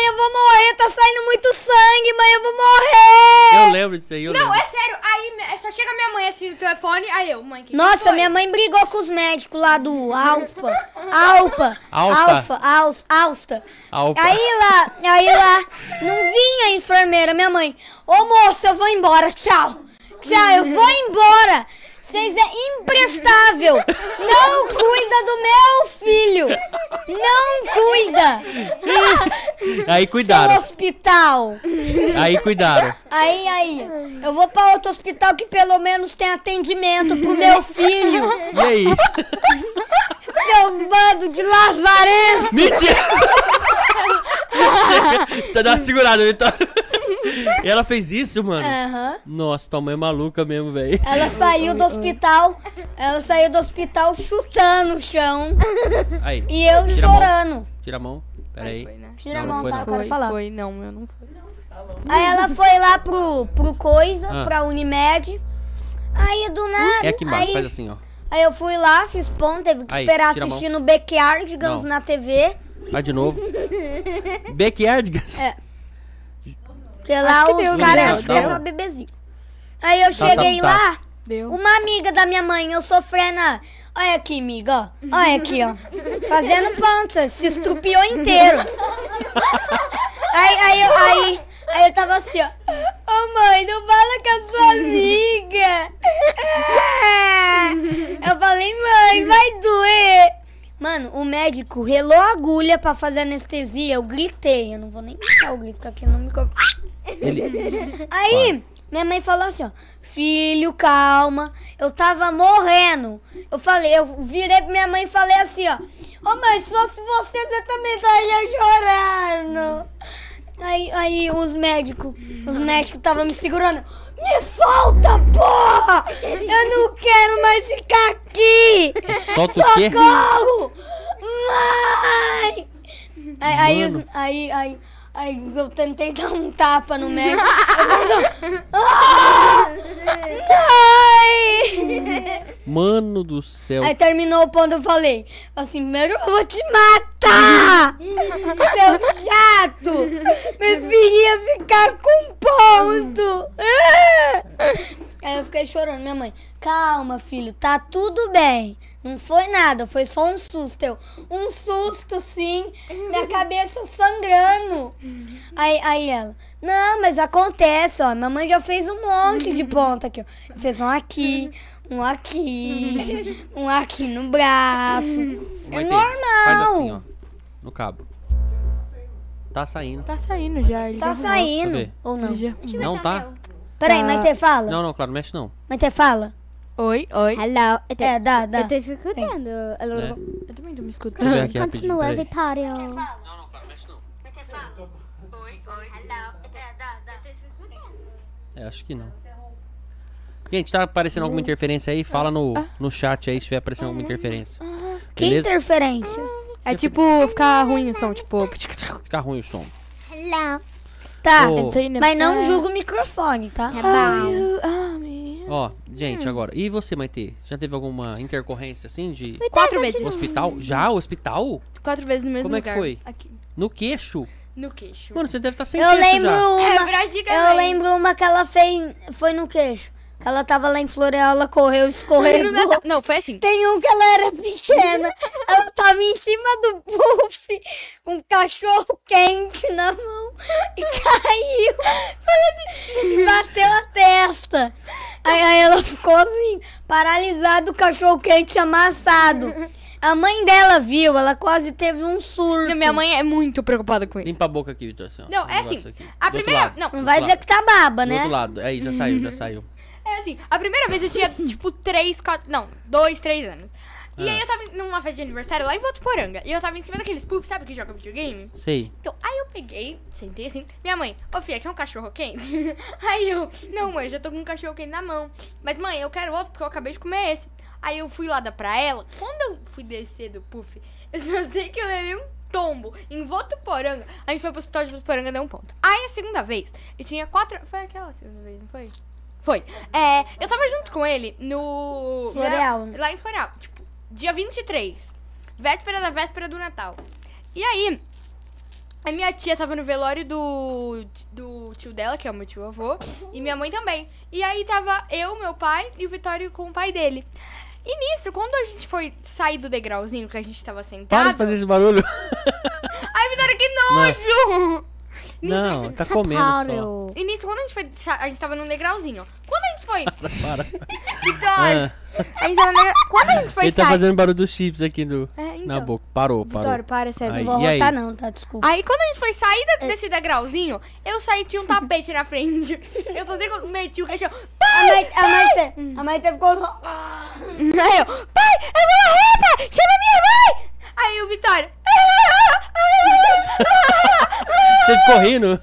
Speaker 4: eu vou morrer, tá saindo muito sangue, mãe, eu vou morrer.
Speaker 2: Eu lembro disso aí, eu
Speaker 3: Não,
Speaker 2: lembro.
Speaker 3: é sério. Aí me- só chega minha mãe assim no telefone, aí eu, mãe, que que
Speaker 4: Nossa,
Speaker 3: foi?
Speaker 4: minha mãe brigou com os médicos lá do Alfa. Alpa.
Speaker 2: Alfa.
Speaker 4: Alfa. Aus, Austa.
Speaker 2: Alpa.
Speaker 4: Aí lá, aí lá, não vinha a enfermeira, minha mãe. Ô moça, eu vou embora, tchau. Tchau, eu vou embora. Vocês é imprestável. Não cuida do meu filho. Não cuida.
Speaker 2: Aí
Speaker 4: Seu
Speaker 2: cuidaram.
Speaker 4: hospital.
Speaker 2: Aí cuidaram.
Speaker 4: Aí, aí, eu vou pra outro hospital que pelo menos tem atendimento pro meu filho.
Speaker 2: E aí?
Speaker 4: Seus bandos de lazarento!
Speaker 2: Mentira! tá dando uma segurada, Vitória. E ela fez isso, mano?
Speaker 4: Aham.
Speaker 2: Nossa, tua mãe é maluca mesmo, velho.
Speaker 4: Ela saiu do hospital, ela saiu do hospital chutando o chão
Speaker 2: Aí,
Speaker 4: e
Speaker 2: Tira
Speaker 4: eu
Speaker 2: a mão.
Speaker 4: chorando.
Speaker 2: tira a mão. Pera aí.
Speaker 3: Foi, né?
Speaker 4: Tira
Speaker 2: Não, não
Speaker 4: a mão,
Speaker 2: foi
Speaker 4: tá?
Speaker 2: não.
Speaker 4: Eu quero
Speaker 3: Foi,
Speaker 4: falar.
Speaker 3: foi, não, eu não fui.
Speaker 4: Aí ela foi lá pro, pro coisa,
Speaker 2: Ah.
Speaker 4: pra Unimed. Aí do nada.
Speaker 2: É aqui embaixo, faz
Speaker 4: aí,
Speaker 2: assim, ó.
Speaker 4: aí eu fui lá, fiz ponto, teve que
Speaker 2: Aí,
Speaker 4: esperar
Speaker 2: tira a mão.
Speaker 4: assistir no Backyard, digamos,
Speaker 2: Não.
Speaker 4: na TV.
Speaker 2: Vai de novo. Backyard, guys.
Speaker 4: É. Porque lá
Speaker 3: que deu,
Speaker 2: Deu,
Speaker 3: né?
Speaker 4: os caras
Speaker 2: tá
Speaker 4: acham é
Speaker 2: bom.
Speaker 4: uma bebezinha. Aí eu
Speaker 2: tá,
Speaker 4: cheguei
Speaker 2: tá.
Speaker 4: lá.
Speaker 3: Deu.
Speaker 4: Uma amiga da minha mãe, eu sofrendo. a- Olha aqui, amiga, ó. Olha aqui, ó. Fazendo pança, se estrupiou inteiro. Aí, aí, eu- aí, aí eu tava assim, ó. Ô mãe, não fala com a sua amiga. Ah. Eu falei, mãe, vai doer. Mano, o médico relou a agulha pra fazer anestesia. Eu gritei. Eu não vou nem gritar o grito, porque aqui não me corpo. Aí, minha mãe falou assim, ó, filho, calma, eu tava morrendo. Eu falei, eu virei pra minha mãe e falei assim, ó, ô mãe, se fosse você, você também estaria chorando. Aí, aí os médicos, os médicos estavam me segurando. Me solta, porra! Eu não quero mais ficar aqui!
Speaker 2: Solta o quê?
Speaker 4: Socorro! Mãe! Aí, aí, os-
Speaker 2: Mano.
Speaker 4: aí, aí, aí eu tentei dar um tapa no médico. Eu pensei, "Ah, mãe!
Speaker 2: Mano do céu.
Speaker 4: Aí terminou o ponto, eu falei, assim, primeiro eu vou te matar! Seu chato! Preferia ficar com ponto! Ah!" Aí eu fiquei chorando, minha mãe, calma, filho, tá tudo bem. Não foi nada, foi só um susto. Eu, um susto, sim, minha cabeça sangrando. Aí, aí ela, não, mas acontece, ó. Minha mãe já fez um monte de ponta aqui, ó. Fez um aqui, um aqui, um aqui no braço.
Speaker 2: Vai
Speaker 4: é
Speaker 2: ter.
Speaker 4: normal.
Speaker 2: Faz assim, ó. No cabo. Tá saindo.
Speaker 3: Tá saindo já. Ele
Speaker 4: Tá
Speaker 3: já arrumou.
Speaker 4: saindo,
Speaker 2: Cadê?
Speaker 4: ou não?
Speaker 3: Ele já-
Speaker 1: Deixa eu
Speaker 2: Não
Speaker 1: ver se é o
Speaker 2: tá?
Speaker 1: meu.
Speaker 4: Peraí, Maite, fala.
Speaker 2: Não, não, claro, mexe não.
Speaker 4: Maite, fala.
Speaker 3: Oi, oi.
Speaker 1: Hello. Eu tô,
Speaker 4: É, dá, dá.
Speaker 1: eu tô escutando.
Speaker 2: É.
Speaker 3: Eu também
Speaker 2: Deixa
Speaker 3: tô me
Speaker 2: eu ver
Speaker 3: escutando.
Speaker 2: aqui rapidinho,
Speaker 1: Continua,
Speaker 2: peraí.
Speaker 1: Vitória.
Speaker 2: Não, não, claro, mexe não.
Speaker 1: Oi, oi. Hello. É, dá, dá. Eu tô
Speaker 4: Tá.
Speaker 1: escutando.
Speaker 2: É, acho que não. Gente, tá aparecendo alguma interferência aí? Fala no,
Speaker 4: Ah.
Speaker 2: no chat aí se tiver aparecendo alguma interferência.
Speaker 4: Que
Speaker 2: Beleza?
Speaker 4: interferência?
Speaker 3: É tipo ficar ruim o som, tipo.
Speaker 2: Fica ruim o som.
Speaker 1: Hello.
Speaker 4: Tá,
Speaker 2: Ô,
Speaker 4: mas não julga o microfone, tá?
Speaker 1: Tá
Speaker 3: Ah.
Speaker 1: bom.
Speaker 3: um
Speaker 2: Ó, gente, agora. E você, Maite? Já teve alguma intercorrência assim de
Speaker 4: tá,
Speaker 3: Quatro vezes.
Speaker 2: hospital? Já? Hospital?
Speaker 3: Quatro vezes no mesmo
Speaker 2: Como é que
Speaker 3: lugar.
Speaker 2: foi?
Speaker 3: Aqui.
Speaker 2: No queixo?
Speaker 3: No queixo.
Speaker 2: Mano, você deve estar sem
Speaker 4: Eu
Speaker 2: queixo
Speaker 4: lembro
Speaker 2: já.
Speaker 4: uma.
Speaker 3: praticamente.
Speaker 4: Eu lembro uma que ela fez. Foi no queixo. Que ela tava lá em Floreal, ela correu, escorregou.
Speaker 3: Não, dá- não, foi assim.
Speaker 4: Tem um que ela era pequena. Ela tava em cima do puff, com um cachorro quente na mão e caiu. E bateu a testa. Aí, aí ela ficou assim, paralisada, o cachorro quente amassado. A mãe dela viu, ela quase teve um surto.
Speaker 3: Não, minha mãe é muito preocupada com isso.
Speaker 2: Limpa a boca aqui, Vitor. Assim, ó,
Speaker 3: Não,
Speaker 2: Um
Speaker 3: é
Speaker 2: negócio
Speaker 3: assim,
Speaker 2: aqui.
Speaker 3: A
Speaker 2: Do outro
Speaker 3: primeira.
Speaker 2: lado.
Speaker 3: Não,
Speaker 4: Não vai dizer que tá baba,
Speaker 2: Do
Speaker 4: né?
Speaker 2: outro lado. Aí, já saiu, já saiu.
Speaker 3: É assim, a primeira vez eu tinha, tipo, três, quatro. Não, dois, três anos. E
Speaker 2: Ah.
Speaker 3: aí eu tava numa festa de aniversário lá em Votuporanga. E eu tava em cima daqueles puffs, sabe que joga videogame?
Speaker 2: Sei.
Speaker 3: Então, aí eu peguei, sentei assim. Minha mãe, ô filha, quer um cachorro quente? aí eu, não, mãe, já tô com um cachorro quente na mão. Mas, mãe, eu quero outro porque eu acabei de comer esse. Aí eu fui lá dar pra ela. Quando eu fui descer do puff, eu só sei que eu levei um tombo em Votuporanga. A gente foi pro hospital de Votuporanga, deu um ponto. Aí a segunda vez, eu tinha quatro. Foi aquela segunda vez, não foi? Foi. É, eu tava junto com ele no.
Speaker 4: Floreal,
Speaker 3: lá-
Speaker 4: né?
Speaker 3: Lá em Floreal. Tipo, dia 23. Véspera da véspera do Natal. E aí, a minha tia tava no velório do, do tio dela, que é o meu tio avô, e minha mãe também. E aí tava eu, meu pai e o Vitório com o pai dele. E nisso, quando a gente foi sair do degrauzinho que a gente tava
Speaker 2: Para
Speaker 3: sentado.
Speaker 2: de fazer esse barulho.
Speaker 3: Ai, Vitória, que nojo! Nisso,
Speaker 2: Não, tá comendo só.
Speaker 3: E nisso, quando a gente foi. sa- A gente tava num degrauzinho. Quando a gente foi.
Speaker 2: Para.
Speaker 3: Vitória!
Speaker 2: Ah,
Speaker 3: A gente tava no degrau... Quando a gente foi
Speaker 2: ele tá
Speaker 3: sair.
Speaker 2: fazendo barulho dos chips aqui do,
Speaker 3: É,
Speaker 2: na
Speaker 3: então.
Speaker 2: boca. Parou, parou.
Speaker 3: Vitória, para, sério.
Speaker 2: Aí.
Speaker 4: Não vou
Speaker 2: e
Speaker 4: voltar não, tá? Desculpa.
Speaker 3: Aí quando a gente foi sair da- desse degrauzinho, eu saí, tinha um tapete na frente. Eu só sei que eu meti o cachorro.
Speaker 4: A Maite, a Maite, a Maite ficou só...
Speaker 3: Aí é eu, pai, eu vou morrer, pai, chama minha mãe! Aí o Vitória, "Ah, ah, ah, ah,
Speaker 2: Você ficou rindo?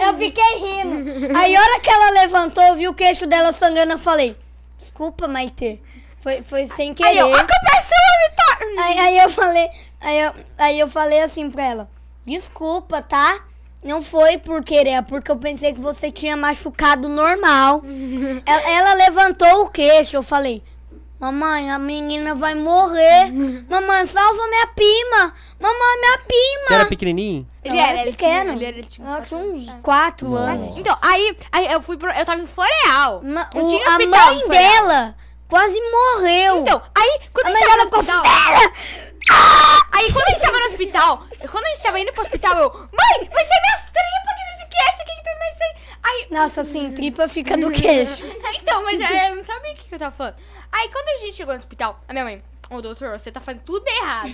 Speaker 4: Eu fiquei rindo. Aí a hora que ela levantou, eu vi o queixo dela sangrando, eu falei... Desculpa, Maite. Foi, foi sem
Speaker 3: ah." aí
Speaker 4: querer.
Speaker 3: eu, a culpa é sua, Vitória!
Speaker 4: Aí, aí eu falei, aí eu, aí eu falei assim pra ela, desculpa, tá? Não foi por querer, é porque eu pensei que você tinha machucado normal. ela, ela levantou o queixo, eu falei, mamãe, a menina vai morrer. Mamãe, salva minha pima. Mamãe, minha
Speaker 2: Você era
Speaker 4: pima.
Speaker 2: pequenininho?
Speaker 4: Ela era pequena.
Speaker 3: Ele era, ele tinha uns
Speaker 4: Ela
Speaker 3: quatro
Speaker 4: tinha uns quatro
Speaker 2: Nossa.
Speaker 4: anos.
Speaker 3: Então, aí, aí eu fui pro, eu tava em Floreal.
Speaker 4: Ma-
Speaker 3: Não
Speaker 4: o-
Speaker 3: tinha
Speaker 4: a
Speaker 3: hospital
Speaker 4: mãe
Speaker 3: em Floreal.
Speaker 4: dela quase morreu.
Speaker 3: Então, aí quando
Speaker 4: a
Speaker 3: a
Speaker 4: mãe
Speaker 3: gente tava no
Speaker 4: dela ficou
Speaker 3: hospital. Ah!
Speaker 4: fera.
Speaker 3: Aí quando a gente tava no hospital, quando a gente tava indo pro hospital, eu, mãe, vai ser minhas tripas aqui nesse queixo, aqui que tem mais sangue. Aí,
Speaker 4: Nossa, assim, tripa fica do queixo.
Speaker 3: Então, mas é, eu não sabia o que que eu tava falando. Aí quando a gente chegou no hospital, a minha mãe, ô doutor, você tá fazendo tudo errado.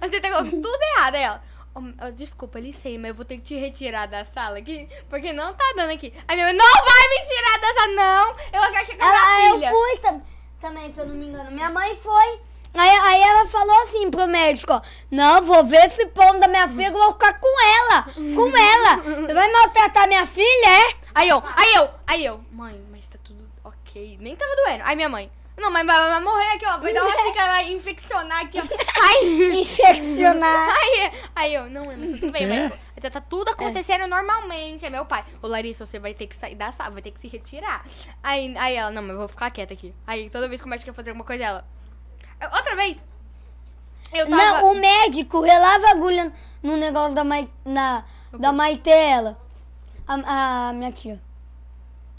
Speaker 3: você tá colocando tudo errado. Aí ela, "Ô, ó, desculpa, sei, mas eu vou ter que te retirar da sala aqui, porque não tá dando aqui. Aí minha mãe, não vai me tirar dessa, não! Eu quero chegar
Speaker 4: Ela,
Speaker 3: É
Speaker 4: "Ah,
Speaker 3: na
Speaker 4: eu
Speaker 3: filha.
Speaker 4: fui tam- também, se eu não me engano. Minha mãe foi. Aí, aí ela falou assim pro médico, ó, não, vou ver esse pão da minha filha, vou ficar com ela, com ela. Você vai maltratar minha filha, é?
Speaker 3: Aí eu, aí eu, aí eu, mãe, mas tá tudo ok. Nem tava doendo. Aí minha mãe, não, mas vai, vai morrer aqui, ó. Vai dar uma pica, vai infeccionar aqui, ó. Aí.
Speaker 4: Infeccionar.
Speaker 3: Aí, aí eu, não, mas tudo bem,
Speaker 2: É.
Speaker 3: mas tipo, tá- tá tudo acontecendo normalmente. É meu pai. Ô, Larissa, você vai ter que sair da sala, vai ter que se retirar. Aí, aí ela, não, mas eu vou ficar quieta aqui. Aí toda vez que o médico quer fazer alguma coisa, ela. Outra vez! Eu tava.
Speaker 4: Não, o médico relava a agulha no negócio da, mai, na, da Maitela. A, a minha tia.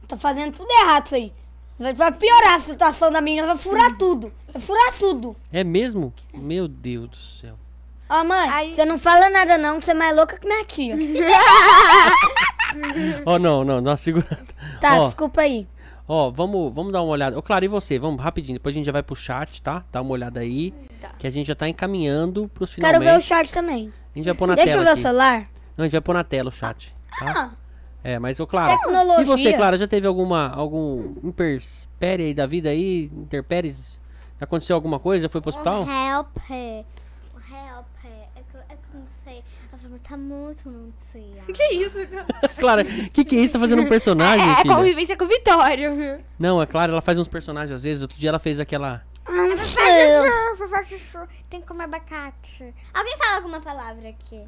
Speaker 4: Tá fazendo tudo errado isso aí. Vai, vai piorar a situação da menina, vai furar tudo. Vai furar tudo.
Speaker 2: É mesmo? Meu Deus do céu.
Speaker 4: Ó, mãe,
Speaker 3: Aí-
Speaker 4: você não fala nada não, que você é mais louca que minha tia.
Speaker 2: Ó, não, não, dá uma segurada.
Speaker 4: Tá,
Speaker 2: Ó.
Speaker 4: desculpa aí.
Speaker 2: Ó, vamos, vamos dar uma olhada. Ô, Clara, e você? Vamos rapidinho, depois a gente já vai pro chat, tá? Dá uma olhada aí.
Speaker 3: Tá.
Speaker 2: Que a gente já tá encaminhando pros
Speaker 4: Quero
Speaker 2: finalmente.
Speaker 4: ver o chat também.
Speaker 2: A gente vai pôr na
Speaker 4: Deixa eu
Speaker 2: tela.
Speaker 4: ver o
Speaker 2: aqui.
Speaker 4: celular.
Speaker 2: Não, a gente vai pôr na tela o chat. Tá? É, mas ô Clara.
Speaker 4: Ah. Tecnologia.
Speaker 2: E você, Clara, já teve alguma algum imperspere aí da vida aí? Interpéries? Aconteceu alguma coisa? Foi pro hospital?
Speaker 4: É.
Speaker 1: Um helper. Um helper. É que eu, é que eu não sei. A Flor tá muito anunciada.
Speaker 3: Que é isso, cara?
Speaker 2: Clara, o que, que é isso? Tá fazendo um personagem,
Speaker 3: É, é
Speaker 2: filha?
Speaker 3: convivência com o Vitório.
Speaker 2: Não, é claro, ela faz uns personagens às vezes. Outro dia ela fez aquela.
Speaker 4: Não É.
Speaker 1: Por favor, chuchu, Tem que comer abacate. Alguém fala alguma palavra aqui?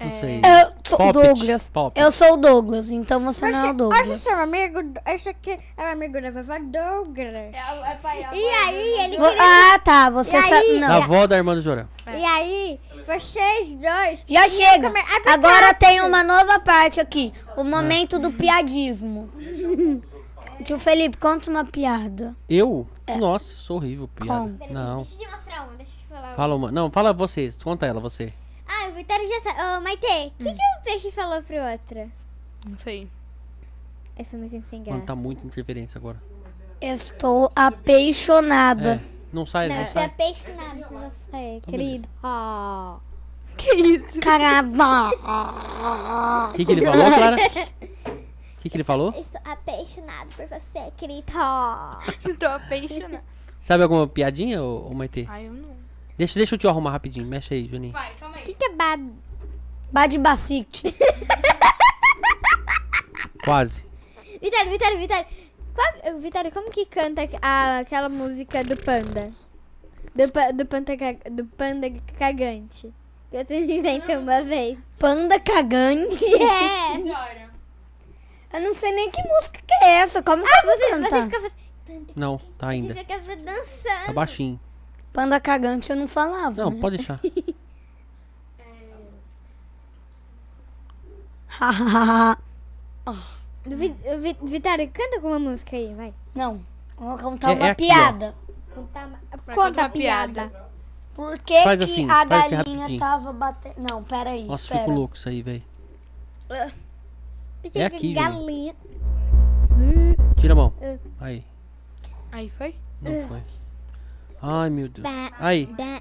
Speaker 2: Não sei.
Speaker 4: É. Eu sou o
Speaker 2: Poppet,
Speaker 4: Douglas.
Speaker 2: Poppet.
Speaker 4: Eu sou o Douglas, então você não é o
Speaker 1: Hoje
Speaker 4: Douglas.
Speaker 1: seu amigo, esse aqui é o amigo da vovó Douglas.
Speaker 3: É, é pai,
Speaker 1: E aí, ele
Speaker 4: Vo- Ah, tá, você
Speaker 1: E
Speaker 4: sabe.
Speaker 1: aí?
Speaker 2: Da
Speaker 4: Não.
Speaker 2: avó da irmã do Jorão.
Speaker 1: E aí, vocês dois.
Speaker 4: Ah, Já
Speaker 1: iam
Speaker 4: chega.
Speaker 1: comer abacate.
Speaker 4: Agora tem uma nova parte aqui. O momento
Speaker 2: Ah.
Speaker 4: do piadismo. Tio Felipe, conta uma piada.
Speaker 2: Eu? Nossa, sou horrível, piada.
Speaker 4: É. Como?
Speaker 2: Não.
Speaker 1: Deixa eu te mostrar uma, deixa eu te falar uma.
Speaker 2: Fala uma. Não, fala você. Conta ela, você.
Speaker 1: Ah, o Vitória já sabe. Ô, Maite, o
Speaker 4: Hum.
Speaker 1: que, que o peixe falou pro outro?
Speaker 3: Não sei.
Speaker 1: Essa música sem graça.
Speaker 2: Mano, tá muito interferência agora.
Speaker 4: Estou apaixonada.
Speaker 2: É. Não sai, não,
Speaker 1: Não, estou
Speaker 2: sai.
Speaker 1: apaixonado por você,
Speaker 4: Então,
Speaker 1: querido.
Speaker 3: Ah. Que
Speaker 2: É.
Speaker 3: isso?
Speaker 4: Caramba.
Speaker 2: O que, que ele falou, Clara? O que, que ele falou?
Speaker 1: Estou apaixonado por você, querido.
Speaker 3: Estou apaixonada.
Speaker 2: Sabe alguma piadinha, ô, ô Maitê?
Speaker 3: Ai, eu não.
Speaker 2: Deixa, deixa eu te arrumar rapidinho. Mexe aí, Juninho.
Speaker 3: Vai, calma aí.
Speaker 1: O que, que é bad?
Speaker 4: Badibacite.
Speaker 2: Quase.
Speaker 1: Vitória, Vitória, Vitória. Qual- Vitória, como que canta a- aquela música do panda? Do, pa- do, panda, ca- do panda cagante. Que você me inventou uma vez.
Speaker 4: Panda cagante.
Speaker 1: É.
Speaker 3: Adoro.
Speaker 4: Eu não sei nem que música que é essa. Como que eu vou
Speaker 1: Ah, Você,
Speaker 4: cantar?
Speaker 1: você fica fazendo...
Speaker 2: Não, tá ainda.
Speaker 1: Você fica dançando.
Speaker 2: Tá baixinho.
Speaker 4: Panda cagante eu não falava.
Speaker 2: Não,
Speaker 4: né?
Speaker 2: pode deixar.
Speaker 1: Vi, Vi- Vitória, canta com uma música aí, vai.
Speaker 4: não. Eu Vou contar
Speaker 2: É-
Speaker 4: uma
Speaker 2: é aqui, ó.
Speaker 4: piada.
Speaker 1: Conta, uma-
Speaker 3: Vai,
Speaker 1: conta
Speaker 3: conta
Speaker 1: a
Speaker 3: uma piada.
Speaker 1: piada.
Speaker 4: Por que,
Speaker 2: Faz
Speaker 4: que
Speaker 2: assim,
Speaker 4: a
Speaker 2: faz assim
Speaker 4: galinha
Speaker 2: rapidinho.
Speaker 4: tava batendo. Não, peraí,
Speaker 2: Nossa,
Speaker 4: espera.
Speaker 2: fico louco isso aí, velho.
Speaker 1: Porque
Speaker 2: É aqui,
Speaker 1: galinha.
Speaker 2: Tira a mão. Aí.
Speaker 3: Aí foi?
Speaker 2: Não foi. Ai, meu Deus.
Speaker 1: Ba-
Speaker 2: Aí,
Speaker 1: da-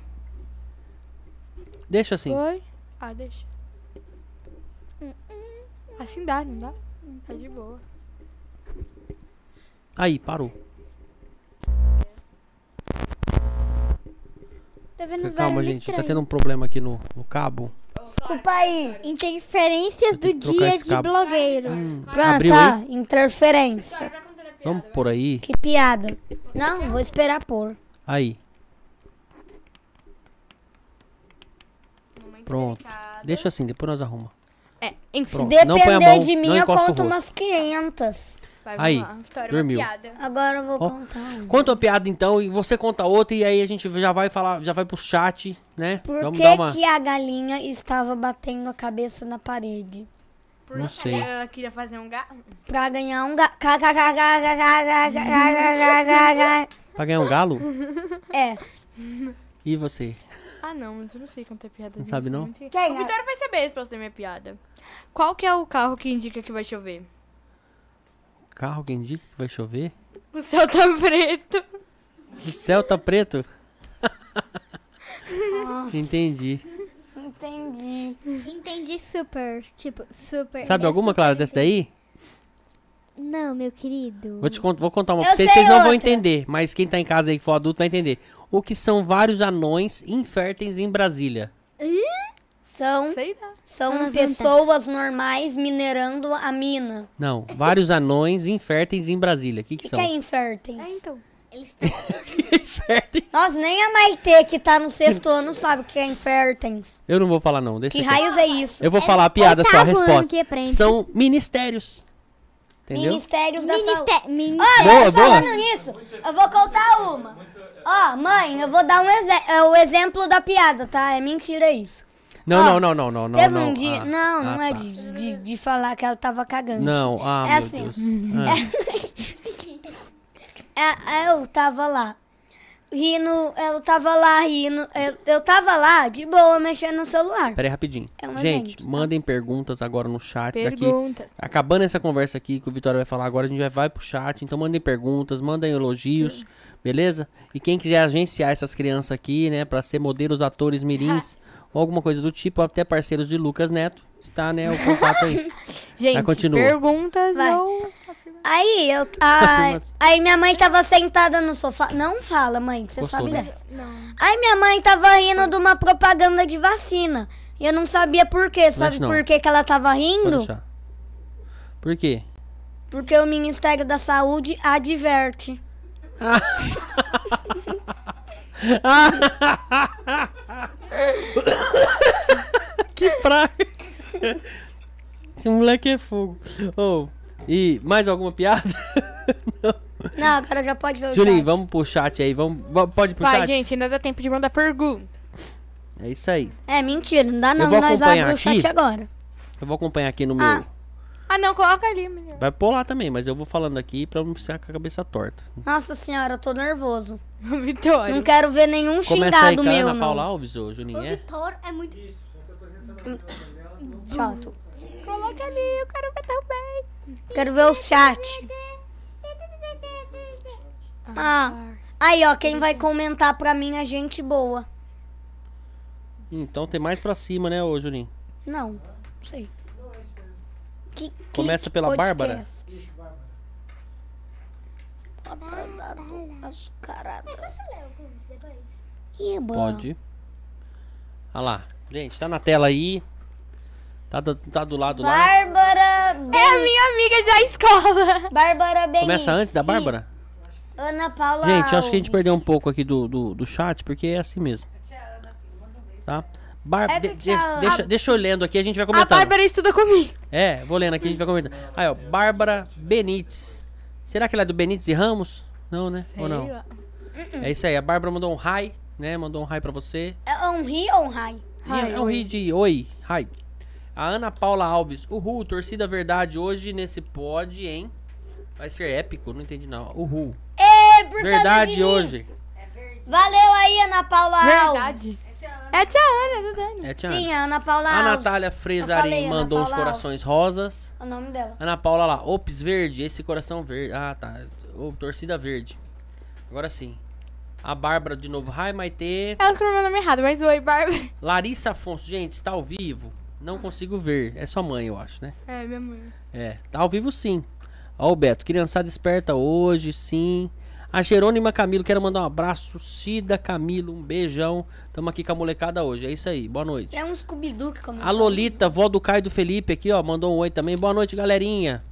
Speaker 2: deixa assim.
Speaker 3: Foi. Ah, deixa.
Speaker 1: Hum,
Speaker 3: Assim dá, não dá? Tá de boa.
Speaker 2: Aí, parou.
Speaker 1: Tô vendo os
Speaker 2: Calma,
Speaker 1: barulhos
Speaker 2: gente. Tá
Speaker 1: estranhos.
Speaker 2: tendo um problema aqui no, no cabo.
Speaker 4: Desculpa aí.
Speaker 1: Interferências do
Speaker 2: tenho que trocar
Speaker 1: dia
Speaker 2: esse
Speaker 1: de
Speaker 2: cabo.
Speaker 1: blogueiros.
Speaker 4: Pronto,
Speaker 2: Abriu,
Speaker 4: tá. Interferência.
Speaker 2: Vamos por aí.
Speaker 4: Que piada. Não, vou esperar pôr.
Speaker 2: Aí. Pronto. Deixa assim, depois nós arruma.
Speaker 3: É, enfim.
Speaker 2: Pronto. Não põe a
Speaker 4: Depender
Speaker 2: mão,
Speaker 4: de
Speaker 2: não
Speaker 4: mim, eu
Speaker 2: encosta o rosto.
Speaker 4: conto umas 500.
Speaker 3: Vai,
Speaker 2: Aí,
Speaker 3: vamos lá. Vitória,
Speaker 2: dormiu.
Speaker 3: uma piada.
Speaker 4: Agora eu vou
Speaker 2: Ó.
Speaker 4: contar uma.
Speaker 2: Conta uma piada então e você conta outra e aí a gente já vai falar, já vai pro chat, né?
Speaker 4: Por
Speaker 2: Vamos
Speaker 4: que,
Speaker 2: dar uma.
Speaker 4: que a galinha estava batendo a cabeça na parede?
Speaker 3: Por
Speaker 2: Não sei.
Speaker 3: Ela queria fazer um gato.
Speaker 4: Pra ganhar um ga... ca- ca- ca- ca- ca- ca- ca- ca- ca- ca- ca-
Speaker 2: Pra ganhar um galo?
Speaker 4: É.
Speaker 2: E você?
Speaker 3: Ah, não, mas eu não sei contar piada.
Speaker 2: Não
Speaker 3: gente,
Speaker 2: sabe, não?
Speaker 3: eu sei.
Speaker 4: Quem
Speaker 3: o
Speaker 4: é?
Speaker 3: Vitória vai saber a resposta da minha piada. Qual que é o carro que indica que vai chover?
Speaker 2: Carro que indica que vai chover?
Speaker 3: O céu tá preto.
Speaker 2: O céu tá preto? Entendi.
Speaker 4: Entendi.
Speaker 1: Entendi super. Tipo, super.
Speaker 2: Sabe
Speaker 1: eu
Speaker 2: alguma,
Speaker 1: super
Speaker 2: Clara, dessa daí?
Speaker 1: entendi. Não, meu querido.
Speaker 2: Vou te cont- vou contar uma
Speaker 4: Eu
Speaker 2: pra vocês,
Speaker 4: sei
Speaker 2: vocês não vão
Speaker 4: outra.
Speaker 2: entender, mas quem tá em casa aí que for adulto vai entender. O que são vários anões inférteis em Brasília?
Speaker 4: São,
Speaker 3: Sei lá.
Speaker 4: são
Speaker 1: São
Speaker 4: pessoas normais minerando a mina.
Speaker 2: Não, vários anões inférteis em Brasília. O que,
Speaker 4: O
Speaker 2: que,
Speaker 4: que, é que
Speaker 2: são?
Speaker 4: é inférteis?
Speaker 3: É, então.
Speaker 1: Eles tão-
Speaker 2: Inférteis?
Speaker 4: Nossa, nem a Maitê, que tá no sexto ano, sabe o que é inférteis.
Speaker 2: Eu não vou falar, não. Deixa
Speaker 4: Que
Speaker 2: aqui.
Speaker 4: raios é tá isso?
Speaker 2: Eu vou falar a piada só, a
Speaker 1: oitavo ano
Speaker 2: resposta.
Speaker 1: que aprende.
Speaker 2: São ministérios. Entendeu?
Speaker 4: Ministérios da Saúde.
Speaker 1: Ministé- Min-
Speaker 2: Boa,
Speaker 4: Olha,
Speaker 2: boa.
Speaker 4: falando nisso, eu vou contar uma. Ó, mãe, eu vou dar um exe- é, o exemplo da piada, tá? É mentira isso.
Speaker 2: Não,
Speaker 4: Ó,
Speaker 2: não, não, não, não, não.
Speaker 4: Teve
Speaker 2: não.
Speaker 4: um dia.
Speaker 2: Ah,
Speaker 4: não, não
Speaker 2: ah,
Speaker 4: é
Speaker 2: tá.
Speaker 4: de, de, de falar que ela tava cagando.
Speaker 2: Não, ah,
Speaker 4: É
Speaker 2: meu
Speaker 4: assim.
Speaker 2: Deus. Ah,
Speaker 4: É, eu tava lá. Rindo, eu tava lá rindo. Eu, eu tava lá, de boa, mexendo no celular.
Speaker 2: peraí, rapidinho.
Speaker 4: É um
Speaker 2: gente,
Speaker 4: exemplo, tá?
Speaker 2: mandem perguntas agora no chat. Daqui, Ah,
Speaker 3: Perguntas.
Speaker 2: acabando essa conversa aqui que o Vitória vai falar agora, a gente já vai pro chat. Então mandem perguntas, mandem elogios, beleza? E quem quiser agenciar essas crianças aqui, né, pra ser modelos, atores, mirins, ou alguma coisa do tipo, até parceiros de Lucas Neto, está, né, o contato aí. Aí
Speaker 3: Gente,
Speaker 2: continua.
Speaker 3: perguntas
Speaker 4: Vai.
Speaker 3: ou...
Speaker 4: Aí eu. a- aí minha mãe tava sentada no sofá. Não fala, mãe, que você
Speaker 2: Gostou,
Speaker 4: sabe
Speaker 2: né?
Speaker 4: dessa. Aí minha mãe tava rindo de uma propaganda de vacina. E eu não sabia por quê. Sabe
Speaker 2: não.
Speaker 4: por quê que ela tava
Speaker 2: Pode
Speaker 4: rindo?
Speaker 2: deixar. Por quê?
Speaker 4: Porque o Ministério da Saúde adverte.
Speaker 2: que praga. Esse moleque é fogo. Oh, e mais alguma piada?
Speaker 4: Não, agora já pode ver o
Speaker 2: Julinho,
Speaker 4: chat.
Speaker 2: vamos pro chat aí. Vamos, va- pode ir pro
Speaker 3: Vai,
Speaker 2: chat?
Speaker 3: gente, ainda dá tempo de mandar pergunta.
Speaker 2: É isso aí.
Speaker 4: É, mentira, não dá não.
Speaker 2: vou
Speaker 4: Nós
Speaker 2: acompanhar
Speaker 4: abrimos o chat
Speaker 2: aqui.
Speaker 4: agora.
Speaker 2: Eu vou acompanhar aqui no meu.
Speaker 4: Ah.
Speaker 3: Ah, não, coloca ali. melhor.
Speaker 2: Vai pôr lá também, mas eu vou falando aqui pra não ficar com a cabeça torta.
Speaker 4: Nossa senhora, eu tô nervoso.
Speaker 3: Vitória.
Speaker 4: Não quero ver nenhum
Speaker 2: Começa aí
Speaker 4: xingado
Speaker 2: com a
Speaker 4: meu,
Speaker 2: Ana Paula
Speaker 4: não.
Speaker 2: Alves, ô Juninho.
Speaker 1: O
Speaker 2: É?
Speaker 1: Vitor é muito.
Speaker 4: Chato.
Speaker 3: Coloca ali, eu quero ver também.
Speaker 4: Quero ver o chat. Ah, aí ó, quem vai comentar pra mim é gente boa. Uhum.
Speaker 2: Então tem mais pra cima, né, ô Juninho?
Speaker 4: Não, não sei. Que- que-
Speaker 2: Começa
Speaker 4: que
Speaker 2: pela
Speaker 4: podcast?
Speaker 2: Bárbara.
Speaker 4: Caraca.
Speaker 1: Você lê alguns depois?
Speaker 4: Ih, boa.
Speaker 2: Pode. Ah. Olha lá. Gente, tá na tela aí. Tá do, tá do lado lá.
Speaker 4: Bárbara.
Speaker 3: É
Speaker 4: Ben...
Speaker 3: a minha amiga da escola.
Speaker 4: Bárbara Benítez.
Speaker 2: Começa antes da Bárbara?
Speaker 4: E Ana Paula.
Speaker 2: Gente, um eu acho que a gente
Speaker 4: Alves.
Speaker 2: perdeu um pouco aqui do, do, do chat, porque é assim mesmo. Tá? Bárbara.
Speaker 4: Essa
Speaker 2: de-
Speaker 4: que
Speaker 2: de-
Speaker 4: tá-
Speaker 2: deixa, deixa eu lendo aqui, a gente vai
Speaker 3: A
Speaker 2: comentando.
Speaker 3: Bárbara estuda comigo.
Speaker 2: É, vou lendo aqui, a gente vai comentando. Aí, ó, Bárbara Benites. Será que ela é do Benites e Ramos? Não, né? Ou não? É isso aí, a Bárbara mandou um hi, né? Mandou um hi pra você.
Speaker 4: É um ri ou um rai?
Speaker 3: Hi,
Speaker 2: é um hi de oi, hi. A Ana Paula Alves. Uhul, torcida verdade hoje nesse pod, hein? Vai ser épico, não entendi não. Uhul.
Speaker 4: É por
Speaker 2: Verdade hoje.
Speaker 4: Valeu aí, Ana Paula
Speaker 3: Verdade. É a tia Ana do Dani.
Speaker 2: É, Tiana.
Speaker 4: Sim, a Ana Paula
Speaker 2: A
Speaker 4: Alves.
Speaker 2: Natália
Speaker 4: Eu falei,
Speaker 2: Fresarim
Speaker 4: Ana
Speaker 2: mandou os
Speaker 4: Paula
Speaker 2: corações rosas.
Speaker 4: O nome dela.
Speaker 2: Ana Paula lá, Ops Verde, esse coração verde. Ah, tá. Ô, torcida verde. Agora sim. A Bárbara de novo. Hi, Maite.
Speaker 3: Ela escreveu meu nome errado, mas oi, Bárbara.
Speaker 2: Larissa Afonso, gente, está ao vivo? Não consigo ver. É sua mãe, eu acho, né?
Speaker 3: É, minha mãe.
Speaker 2: É, tá ao vivo sim. Ó, o Beto, criançada esperta hoje, sim. A Jerônima Camilo, quero mandar um abraço. Cida Camilo, um beijão. Tamo aqui com a molecada hoje. É isso aí, boa noite.
Speaker 4: É um Scooby-Doo que começou.
Speaker 2: A Lolita, vó do Caio e do Felipe aqui, ó, mandou um oi também. Boa noite, galerinha.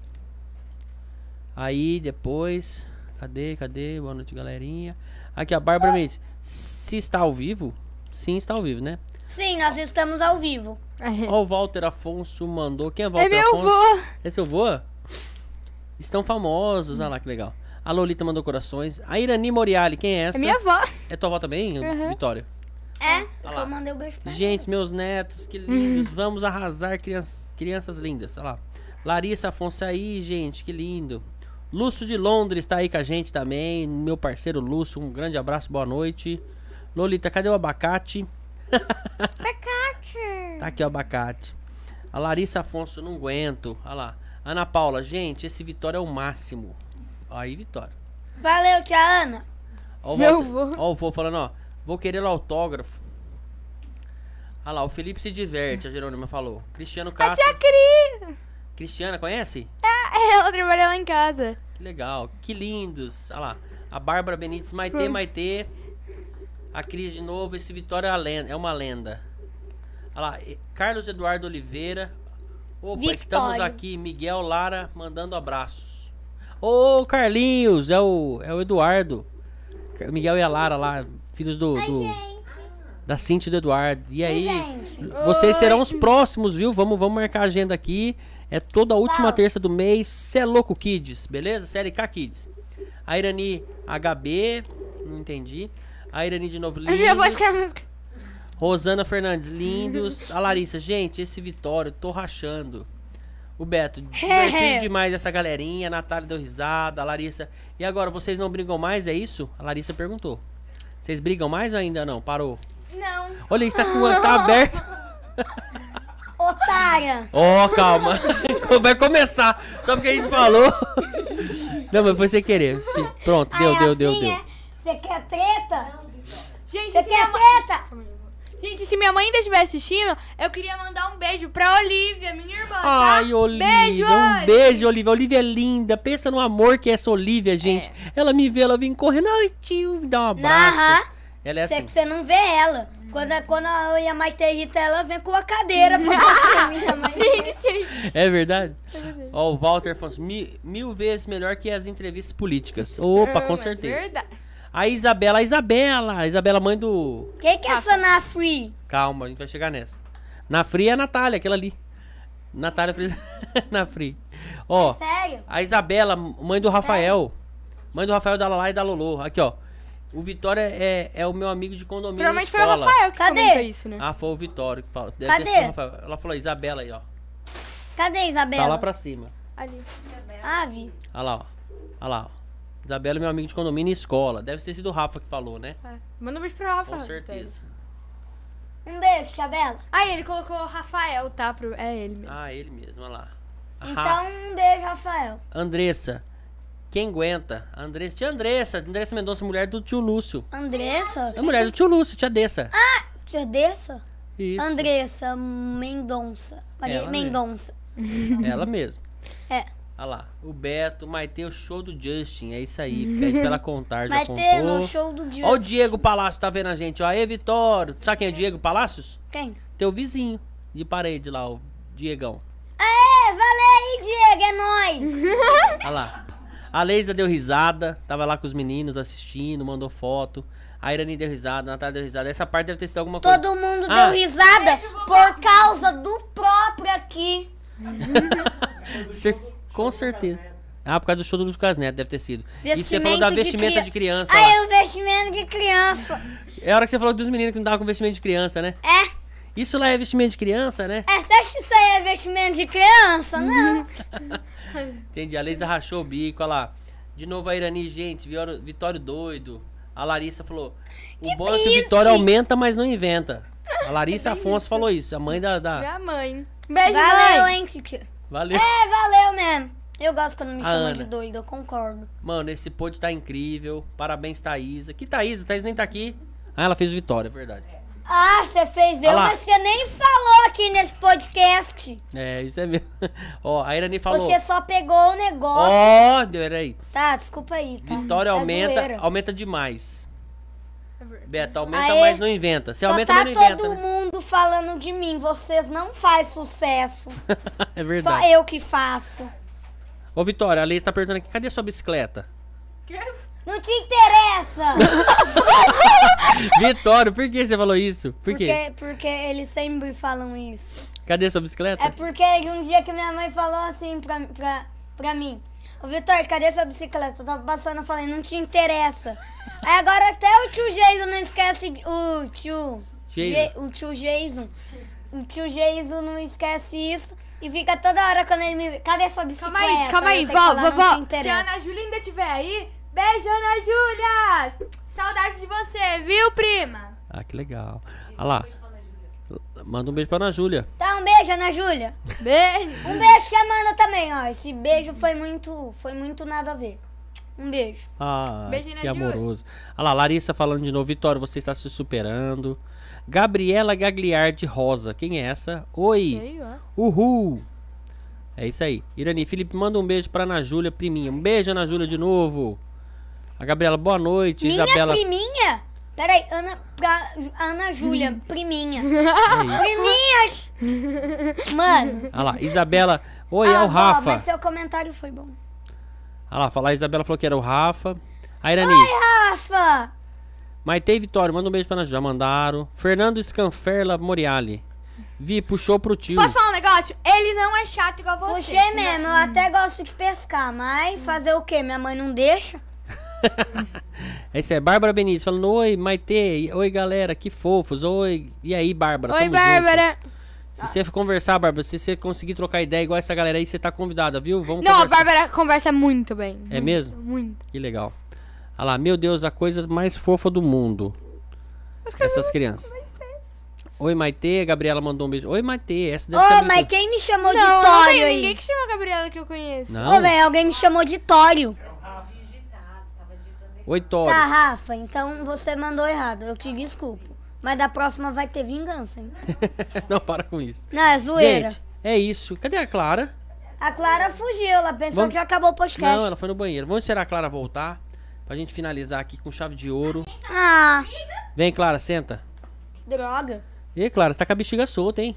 Speaker 2: Aí, depois. Cadê, cadê? Boa noite, galerinha. Aqui, a Bárbara Mendes. Se está ao vivo? Sim, está ao vivo, né?
Speaker 4: Sim, nós estamos ao vivo.
Speaker 2: Ó, o Walter Afonso mandou. Quem é
Speaker 3: É
Speaker 2: Walter
Speaker 3: meu
Speaker 2: Afonso?
Speaker 3: avô.
Speaker 2: É seu vô? Estão famosos, olha lá que legal. A Lolita mandou corações. A Irani Moriali, quem é essa?
Speaker 3: É minha avó.
Speaker 2: É tua avó também,
Speaker 3: Uhum.
Speaker 2: Vitória?
Speaker 4: É,
Speaker 2: lá.
Speaker 4: eu mandei o beijo pra
Speaker 2: Gente, meus netos, que lindos. Vamos arrasar, crianças, crianças lindas. Olha lá. Larissa Afonso aí, gente, que lindo. Lúcio de Londres tá aí com a gente também. Meu parceiro Lúcio, um grande abraço, boa noite. Lolita, cadê o abacate? abacate! Tá aqui o abacate. A Larissa Afonso, não aguento. Olha lá. Ana Paula, gente, esse Vitória é o máximo. Aí, Vitória.
Speaker 4: Valeu, tia Ana.
Speaker 2: Ó o
Speaker 3: Meu
Speaker 2: Walter-
Speaker 3: vô.
Speaker 2: ó o vô falando, ó. Vou querer o autógrafo. Ah lá, o Felipe se diverte, a Jerônima falou. Cristiano Castro.
Speaker 3: Tia Cris.
Speaker 2: Cristiana, conhece?
Speaker 3: É, Ela trabalha lá em casa.
Speaker 2: Que legal, que lindos. Olha lá, a Bárbara Benites, Maitê,
Speaker 3: Foi.
Speaker 2: Maitê. A Cris de novo, esse Vitória é a lenda- é uma lenda. Olha lá, e- Carlos Eduardo Oliveira. Opa, estamos
Speaker 4: Vitória.
Speaker 2: aqui, Miguel Lara mandando abraços. Ô, Carlinhos, é o, é o Eduardo. Ca- Miguel e a Lara lá, filhos do... do- da Cintia e do Eduardo. E aí,
Speaker 4: gente.
Speaker 2: vocês serão os próximos, viu? Vamos, vamos marcar a agenda aqui. É toda a última
Speaker 4: Salve.
Speaker 2: terça do mês. Cê é louco, Kids, beleza? CLK Kids. A Irani HB, não entendi. A Irani de novo,
Speaker 3: A minha é- avó
Speaker 2: lindos.
Speaker 3: escreve música.
Speaker 2: Rosana Fernandes, lindos. A Larissa, gente, esse Vitório, tô rachando. O Beto, divertido demais essa galerinha. A Natália deu risada. A Larissa, e agora, vocês não brigam mais, é isso? A Larissa perguntou. Vocês brigam mais ou ainda não? Parou.
Speaker 3: Não.
Speaker 2: Olha, está com o tá aberto.
Speaker 4: Otária.
Speaker 2: Ó, calma. Vai começar. Só porque a gente falou. Não, mas foi sem querer. Sim. Pronto, deu,
Speaker 4: Ai,
Speaker 2: deu,
Speaker 4: assim
Speaker 2: deu, deu.
Speaker 4: é? Você quer treta?
Speaker 3: Gente,
Speaker 4: Você
Speaker 3: se minha
Speaker 4: quer
Speaker 3: mãe-
Speaker 4: treta?
Speaker 3: Gente, se minha mãe ainda estiver assistindo, eu queria mandar um beijo pra Olivia, minha irmã. tá?
Speaker 2: Ai, Olivia.
Speaker 3: Beijo,
Speaker 2: um
Speaker 3: Oli.
Speaker 2: beijo, Olivia. Olivia é linda. Pensa no amor que é essa Olivia, gente. Ela me vê, ela vem correndo. Ai, tio, me dá um abraço.
Speaker 4: Aham.
Speaker 2: Ela é
Speaker 4: Você
Speaker 2: assim.
Speaker 4: que você não vê ela. Quando, a- quando a minha mãe te irrita, ela vem com a cadeira pra bater em minha mãe.
Speaker 2: É verdade? Ó, o Walter Afonso, mi- mil vezes melhor que as entrevistas políticas. Opa, com
Speaker 3: É
Speaker 2: certeza.
Speaker 3: verdade.
Speaker 2: A Isabela, a Isabela, a Isabela, mãe do.
Speaker 4: Quem que é essa na Free?
Speaker 2: Calma, a gente vai chegar nessa. Na Free é a Natália, aquela ali. Natália Frisa- na Free. Ó,
Speaker 4: Sério?
Speaker 2: a Isabela, mãe do Rafael. Mãe do Rafael da Lala e da Lolo. Aqui, ó. O Vitória é, é o meu amigo de condomínio. e
Speaker 3: Provavelmente foi o
Speaker 2: escola.
Speaker 3: Rafael que
Speaker 4: Cadê?
Speaker 3: comentou isso, né?
Speaker 2: Ah, foi o Vitório que falou. Deve
Speaker 4: Cadê?
Speaker 2: ter sido o Rafael. Ela falou, Isabela aí, ó.
Speaker 4: Cadê Isabela?
Speaker 2: Tá lá pra cima.
Speaker 3: Ali.
Speaker 4: Ah, vi.
Speaker 2: Olha lá, ó. Olha lá, ó. Isabela é meu amigo de condomínio e escola. Deve ter sido o Rafa que falou, né?
Speaker 3: Ah, Manda um beijo pro Rafa.
Speaker 2: Com certeza.
Speaker 4: Um beijo, Isabela.
Speaker 3: Aí ele colocou o Rafael, tá? Pro... É ele mesmo.
Speaker 2: Ah, ele mesmo, olha lá. Ah.
Speaker 4: Então, um beijo, Rafael.
Speaker 2: Andressa. Quem aguenta? Andressa. Tia Andressa. Andressa Mendonça, mulher do tio Lúcio.
Speaker 4: Andressa?
Speaker 2: É mulher do tio Lúcio, tia Dessa.
Speaker 4: Andressa?
Speaker 2: Isso.
Speaker 4: Andressa Mendonça. Maria
Speaker 2: Ela é mesmo.
Speaker 4: Mendonça.
Speaker 2: Ela mesma.
Speaker 4: É.
Speaker 2: Olha lá. O Beto, o Maite, o show do Justin. É isso aí. Pede pra ela contar. Já
Speaker 4: Vai
Speaker 2: contou.
Speaker 4: ter no show do Justin.
Speaker 2: Ó o Diego Palácio, tá vendo a gente? Ó, aí, Vitório. Sabe quem é o Diego Palácios?
Speaker 4: Quem?
Speaker 2: Teu vizinho de parede lá, o Diegão. Uhum.
Speaker 4: É, valeu aí, Diego, é nóis.
Speaker 2: Olha lá. A Leisa deu risada, tava lá com os meninos assistindo, mandou foto. A Irani deu risada, a Natália deu risada. Essa parte deve ter sido alguma coisa.
Speaker 4: Todo mundo
Speaker 2: Ah.
Speaker 4: deu risada por causa do próprio aqui.
Speaker 2: Cer- Com certeza. Ah, por causa do show do Lucas Neto, deve ter sido. E você falou
Speaker 4: Vestimento
Speaker 2: da
Speaker 4: de
Speaker 2: vestimenta
Speaker 4: cria-
Speaker 2: de criança. Ah, lá.
Speaker 4: Aí o vestimento de criança.
Speaker 2: É a hora que você falou dos meninos que não tava com vestimento de criança, né?
Speaker 4: É,
Speaker 2: Isso lá é vestimento de criança, né?
Speaker 4: é, você acha que isso aí é vestimento de criança?
Speaker 2: Uhum.
Speaker 4: Não.
Speaker 2: Entendi. A Leisa rachou o bico, olha lá. De novo a Irani, gente, Vior- Vitório doido. A Larissa falou: o bom é que o
Speaker 4: triste.
Speaker 2: Vitório aumenta, mas não inventa. A Larissa Afonso falou isso, É. a mãe da. da-
Speaker 3: Minha mãe. Beijo,
Speaker 4: Valeu,
Speaker 3: mãe.
Speaker 4: hein, Titi?
Speaker 2: Valeu.
Speaker 4: É, valeu mesmo. Eu gosto quando me
Speaker 2: A
Speaker 4: chamam
Speaker 2: Ana.
Speaker 4: de doida, eu concordo.
Speaker 2: Mano, esse pod tá incrível. Parabéns, Thaísa. Que Thaísa? Thaísa nem tá aqui. Ah, ela fez o Vitória, é verdade.
Speaker 4: Ah, você fez eu,
Speaker 2: Olha lá.
Speaker 4: mas você nem falou aqui nesse podcast.
Speaker 2: É, isso é mesmo. Ó, a Irani falou.
Speaker 4: Você só pegou o negócio.
Speaker 2: Ó, oh, peraí.
Speaker 4: Tá, desculpa aí, tá?
Speaker 2: Vitória
Speaker 4: É
Speaker 2: aumenta,
Speaker 4: zoeira. É
Speaker 2: aumenta demais. Beta, aumenta,
Speaker 4: Aê.
Speaker 2: mas não inventa. Se
Speaker 4: Só
Speaker 2: aumenta,
Speaker 4: tá
Speaker 2: mas não inventa.
Speaker 4: todo
Speaker 2: né?
Speaker 4: mundo falando de mim. Vocês não fazem sucesso.
Speaker 2: é
Speaker 4: Só
Speaker 2: verdade.
Speaker 4: eu que faço.
Speaker 2: Ô, Vitória, a Leis tá perguntando aqui, cadê sua bicicleta?
Speaker 4: Não te interessa.
Speaker 2: Vitória, por que você falou isso? Por quê?
Speaker 4: Porque, porque eles sempre falam isso.
Speaker 2: Cadê sua bicicleta?
Speaker 4: É porque um dia que minha mãe falou assim pra, pra, pra mim. Ô, Vitor, cadê essa bicicleta? Eu tava passando, eu falei, não te interessa. Aí agora até o tio Jason não esquece... de- O tio...
Speaker 2: Jason.
Speaker 4: Je- o tio Jason. O tio Jason não esquece isso. E fica toda hora quando ele me... Cadê sua bicicleta?
Speaker 3: Calma aí, calma aí,
Speaker 4: Eu tenho que
Speaker 3: vó,
Speaker 4: falar, não te
Speaker 3: vovó. Se a
Speaker 4: interessa.
Speaker 3: Ana Júlia ainda estiver aí, beijo, Ana Júlia! Saudade de você, viu, prima?
Speaker 2: Ah, que legal. Olha lá. Manda um beijo pra Ana Júlia.
Speaker 4: Tá, um beijo, Ana Júlia.
Speaker 3: Beijo!
Speaker 4: Um beijo chamando também, ó. Esse beijo foi muito, foi muito nada a ver. Um beijo.
Speaker 2: Ah,
Speaker 3: Beijo, Ana
Speaker 2: que
Speaker 3: Júlia.
Speaker 2: amoroso. Olha lá, Larissa falando de novo. Vitória, você está se superando. Gabriela Gagliardi Rosa. Quem é essa? Oi. Uhul! É isso aí. Irani, Felipe, manda um beijo pra Ana Júlia, priminha. Um beijo, Ana Júlia, de novo. A Gabriela, boa noite.
Speaker 4: Minha
Speaker 2: Isabela.
Speaker 4: priminha? Peraí, Ana, pra, Ana Júlia,
Speaker 3: Hum.
Speaker 4: priminha.
Speaker 2: É isso.
Speaker 4: Priminha! Mano.
Speaker 2: Olha lá, Isabela. Oi, é
Speaker 4: Ah,
Speaker 2: o
Speaker 4: vó,
Speaker 2: Rafa.
Speaker 4: Mas seu comentário foi bom.
Speaker 2: Olha lá, fala, a Isabela falou que era o Rafa. A Irani,
Speaker 4: Rafa!
Speaker 2: Maitei e Vitória, manda um beijo pra Ana Júlia. Já mandaram. Fernando Scanferla Moriali. Vi, puxou pro tio.
Speaker 3: Posso falar um negócio? Ele não é chato igual você.
Speaker 4: Puxei mesmo, eu até gosto de pescar, mas
Speaker 3: Hum.
Speaker 4: fazer o quê? Minha mãe não deixa?
Speaker 2: É isso aí, Bárbara Benício falando: Oi, Maitei. Oi, galera, que fofos. Oi. E aí, Bárbara?
Speaker 3: Oi,
Speaker 2: tamo junto.
Speaker 3: Bárbara.
Speaker 2: Se você conversar, Bárbara, se você conseguir trocar ideia igual essa galera aí, você tá convidada, viu? Vamos
Speaker 3: Não, a
Speaker 2: conversar.
Speaker 3: Bárbara conversa muito bem.
Speaker 2: É mesmo?
Speaker 3: Muito.
Speaker 2: Que legal. Olha lá, meu Deus, a coisa mais fofa do mundo. Essas crianças. Oi, Maite. A Gabriela mandou um beijo. Oi, Maite. Essa
Speaker 4: Ô,
Speaker 2: deve ser a
Speaker 4: mas
Speaker 2: Maite.
Speaker 4: quem me chamou
Speaker 3: não,
Speaker 4: de
Speaker 3: não
Speaker 4: Tório
Speaker 3: tem ninguém
Speaker 4: aí?
Speaker 3: que chama a Gabriela que eu conheço.
Speaker 4: Ô,
Speaker 2: Não.
Speaker 4: velho, alguém me chamou de Tório.
Speaker 2: Oi, Tório.
Speaker 4: Tá, Rafa, então você mandou errado. Eu te desculpo. Mas da próxima vai ter vingança, hein?
Speaker 2: Não, para com isso.
Speaker 4: Não, é zoeira.
Speaker 2: Gente, é isso. Cadê a Clara?
Speaker 4: A Clara fugiu, ela pensou
Speaker 2: Vamos-
Speaker 4: que já acabou o podcast.
Speaker 2: Não, ela foi no banheiro. Vamos esperar a Clara voltar. Pra gente finalizar aqui com chave de ouro.
Speaker 4: Ah,
Speaker 2: Vem, Clara, senta.
Speaker 4: droga.
Speaker 2: E Clara, você tá com a bexiga solta, hein?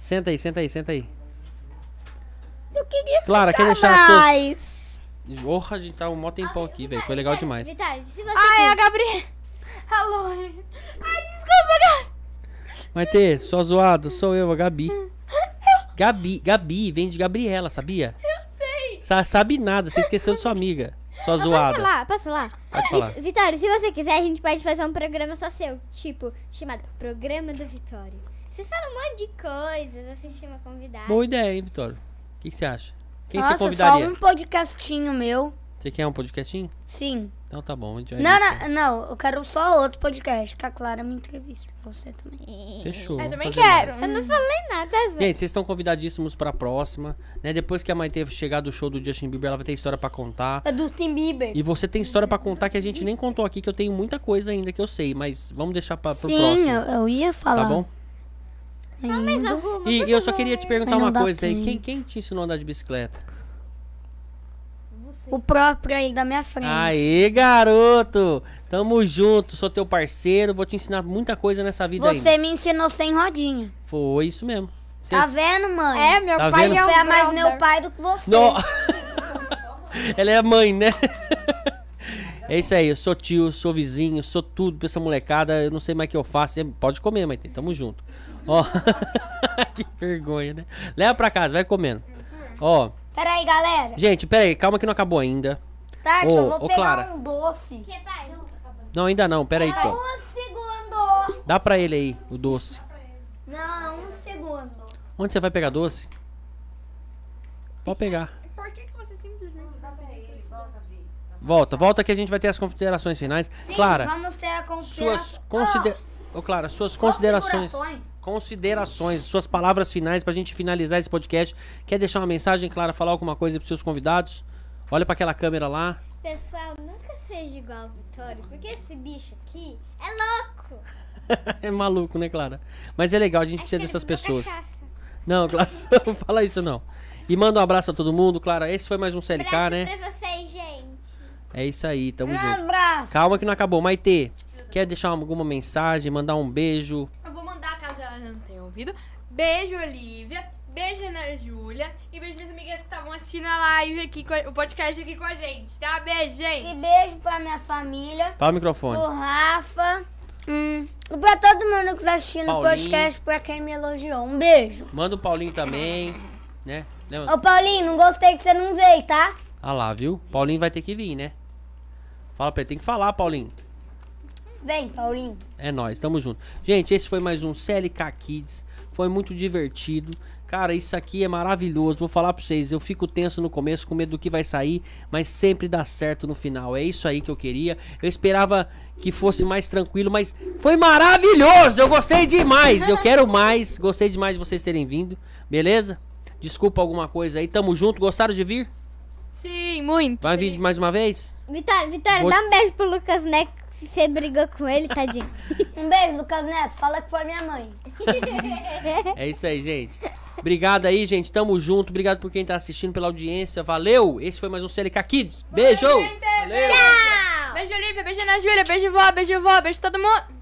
Speaker 2: Senta aí, senta aí, senta aí.
Speaker 4: Eu queria
Speaker 2: Clara, quer
Speaker 4: ficar
Speaker 2: deixar as suas
Speaker 4: mais.
Speaker 2: Porra, a gente tá um mó tempão aqui, velho. Foi legal demais.
Speaker 1: Vitória, se você
Speaker 3: Ah, é a Gabriela. Alô. Ai, desculpa, Gabi.
Speaker 2: Maite, só zoado, sou eu, a Gabi. Gabi, Gabi vem de Gabriela, sabia?
Speaker 3: Eu sei.
Speaker 2: Sa- sabe nada, você esqueceu de sua amiga. Só
Speaker 1: Posso
Speaker 2: zoada.
Speaker 1: falar? Posso falar?
Speaker 2: Pode
Speaker 1: Vi-
Speaker 2: falar.
Speaker 1: Vitória, se você quiser, a gente pode fazer um programa só seu. Tipo, chamado Programa do Vitória. Você fala um monte de coisas, você chama convidado.
Speaker 2: Boa ideia, hein, Vitória? O que que você acha? Quem
Speaker 4: Nossa,
Speaker 2: você convidaria?
Speaker 4: só um podcastinho meu.
Speaker 2: Você quer um podcastinho?
Speaker 4: Sim.
Speaker 2: Então tá bom, a gente vai.
Speaker 4: Não, não, não, eu quero só outro podcast. Que a Clara me entrevista. Você também.
Speaker 2: Fechou.
Speaker 3: Eu
Speaker 2: vamos
Speaker 3: também
Speaker 2: fazer
Speaker 3: quero.
Speaker 2: mais.
Speaker 1: Eu não falei nada,
Speaker 4: é.
Speaker 1: Zé.
Speaker 2: Gente, vocês estão convidadíssimos pra próxima. Né? Depois que a Maite chegar do show do Justin Bieber, ela vai ter história pra contar.
Speaker 4: É do Tim Bieber.
Speaker 2: E você tem história pra contar que a gente nem contou aqui, que eu tenho muita coisa ainda que eu sei, mas vamos deixar pra, pro
Speaker 4: Sim,
Speaker 2: próximo.
Speaker 4: eu, eu ia falar.
Speaker 2: Tá bom?
Speaker 1: Fala mais alguma.
Speaker 2: E eu só queria te perguntar
Speaker 4: Mas não
Speaker 2: uma
Speaker 4: dá
Speaker 2: coisa aí.
Speaker 4: tempo.
Speaker 2: Quem, quem te ensinou a andar de bicicleta?
Speaker 4: O próprio aí da minha frente.
Speaker 2: Aê, garoto! Tamo junto, sou teu parceiro, vou te ensinar muita coisa nessa vida aí.
Speaker 4: Você me ensinou sem rodinha.
Speaker 2: Foi isso mesmo. Cê-
Speaker 4: Tá vendo, mãe?
Speaker 3: É, meu
Speaker 2: Tá
Speaker 3: pai
Speaker 2: vendo?
Speaker 3: é um
Speaker 4: Você é mais
Speaker 3: brother.
Speaker 4: meu pai do que você.
Speaker 2: No- Ela é a mãe, né? É isso aí, eu sou tio, sou vizinho, sou tudo pra essa molecada, eu não sei mais o que eu faço. Você Pode comer, Maite, tamo junto. Ó, que vergonha, né? Leva pra casa, vai comendo. Ó,
Speaker 4: Peraí, galera.
Speaker 2: gente, pera aí, calma que não acabou ainda.
Speaker 4: Tati,
Speaker 2: Ô,
Speaker 4: eu vou
Speaker 2: ô,
Speaker 4: pegar
Speaker 2: Clara.
Speaker 4: um doce.
Speaker 1: Que vai?
Speaker 2: Não, ainda não, pera aí, Tom.
Speaker 4: Um segundo.
Speaker 2: Dá pra ele aí, o doce.
Speaker 4: Não, um segundo.
Speaker 2: Onde você vai pegar doce? Pode pegar.
Speaker 3: Por que, que você simplesmente dá pra ele?
Speaker 2: Volta, volta que a gente vai ter as considerações finais.
Speaker 4: Sim,
Speaker 2: Clara,
Speaker 4: vamos ter a considera...
Speaker 2: suas considera...
Speaker 1: Ah!
Speaker 2: Ô, Clara, suas considerações.
Speaker 4: configurações.
Speaker 2: Considerações, suas palavras finais pra gente finalizar esse podcast. Quer deixar uma mensagem, Clara, falar alguma coisa pros seus convidados? Olha pra aquela câmera lá.
Speaker 1: Pessoal, nunca seja igual ao Vitório, porque esse bicho aqui é louco.
Speaker 2: é maluco, né, Clara? Mas é legal, a gente
Speaker 1: Acho que
Speaker 2: precisa
Speaker 1: ele
Speaker 2: dessas
Speaker 1: bebeu
Speaker 2: pessoas.
Speaker 1: cachaça.
Speaker 2: Não, Clara, não fala isso não. E manda um abraço a todo mundo, Clara. Esse foi mais um CLK,
Speaker 1: Abraço
Speaker 2: né?
Speaker 1: pra vocês, gente.
Speaker 2: É isso aí, tamo
Speaker 4: Um
Speaker 2: junto.
Speaker 4: abraço.
Speaker 2: Calma que não acabou. Maite, quer deixar alguma mensagem, mandar um beijo?
Speaker 3: Eu vou mandar caso ela não tenha ouvido. Beijo, Olivia. Beijo, Ana Júlia. E beijo, minhas amigas que estavam assistindo a live aqui, com a- o podcast aqui com a gente, tá? Beijo,
Speaker 4: E
Speaker 3: gente.
Speaker 4: beijo pra minha família,
Speaker 2: Fala o microfone.
Speaker 4: pro Rafa. Hum, e pra todo mundo que tá assistindo o
Speaker 2: Paulinho.
Speaker 4: podcast, pra quem me elogiou. Um beijo.
Speaker 2: Manda o Paulinho também, né? Lembra?
Speaker 4: Ô, Paulinho, não gostei que você não veio, tá?
Speaker 2: Ah lá, viu? Paulinho vai ter que vir, né? Fala pra ele, tem que falar, Paulinho.
Speaker 4: Vem, Paulinho.
Speaker 2: É nóis, tamo junto. Gente, esse foi mais um CLK Kids. Foi muito divertido. Cara, isso aqui é maravilhoso. Vou falar pra vocês, eu fico tenso no começo, com medo do que vai sair, mas sempre dá certo no final. É isso aí que eu queria. Eu esperava que fosse mais tranquilo, mas foi maravilhoso! Eu gostei demais! Eu quero mais. Gostei demais de vocês terem vindo, beleza? Desculpa alguma coisa aí, tamo junto. Gostaram de vir?
Speaker 3: Sim, muito.
Speaker 2: Vai vir mais uma vez?
Speaker 1: Vitória, Vitória,
Speaker 2: Vou-
Speaker 1: dá um beijo pro Lucas Neco, se você brigou com ele, tadinho.
Speaker 4: Um beijo, Lucas Neto. Fala que foi minha mãe.
Speaker 2: É isso aí, gente. Obrigado aí, gente. Tamo junto. Obrigado por quem tá assistindo, pela audiência. Valeu. Esse foi mais um CLK Kids. Beijo.
Speaker 3: Beijo, gente.
Speaker 2: Valeu.
Speaker 3: Beijo, Olivia. Beijo, Ana Júlia. Beijo, vó. Beijo, vó. Beijo, todo mundo.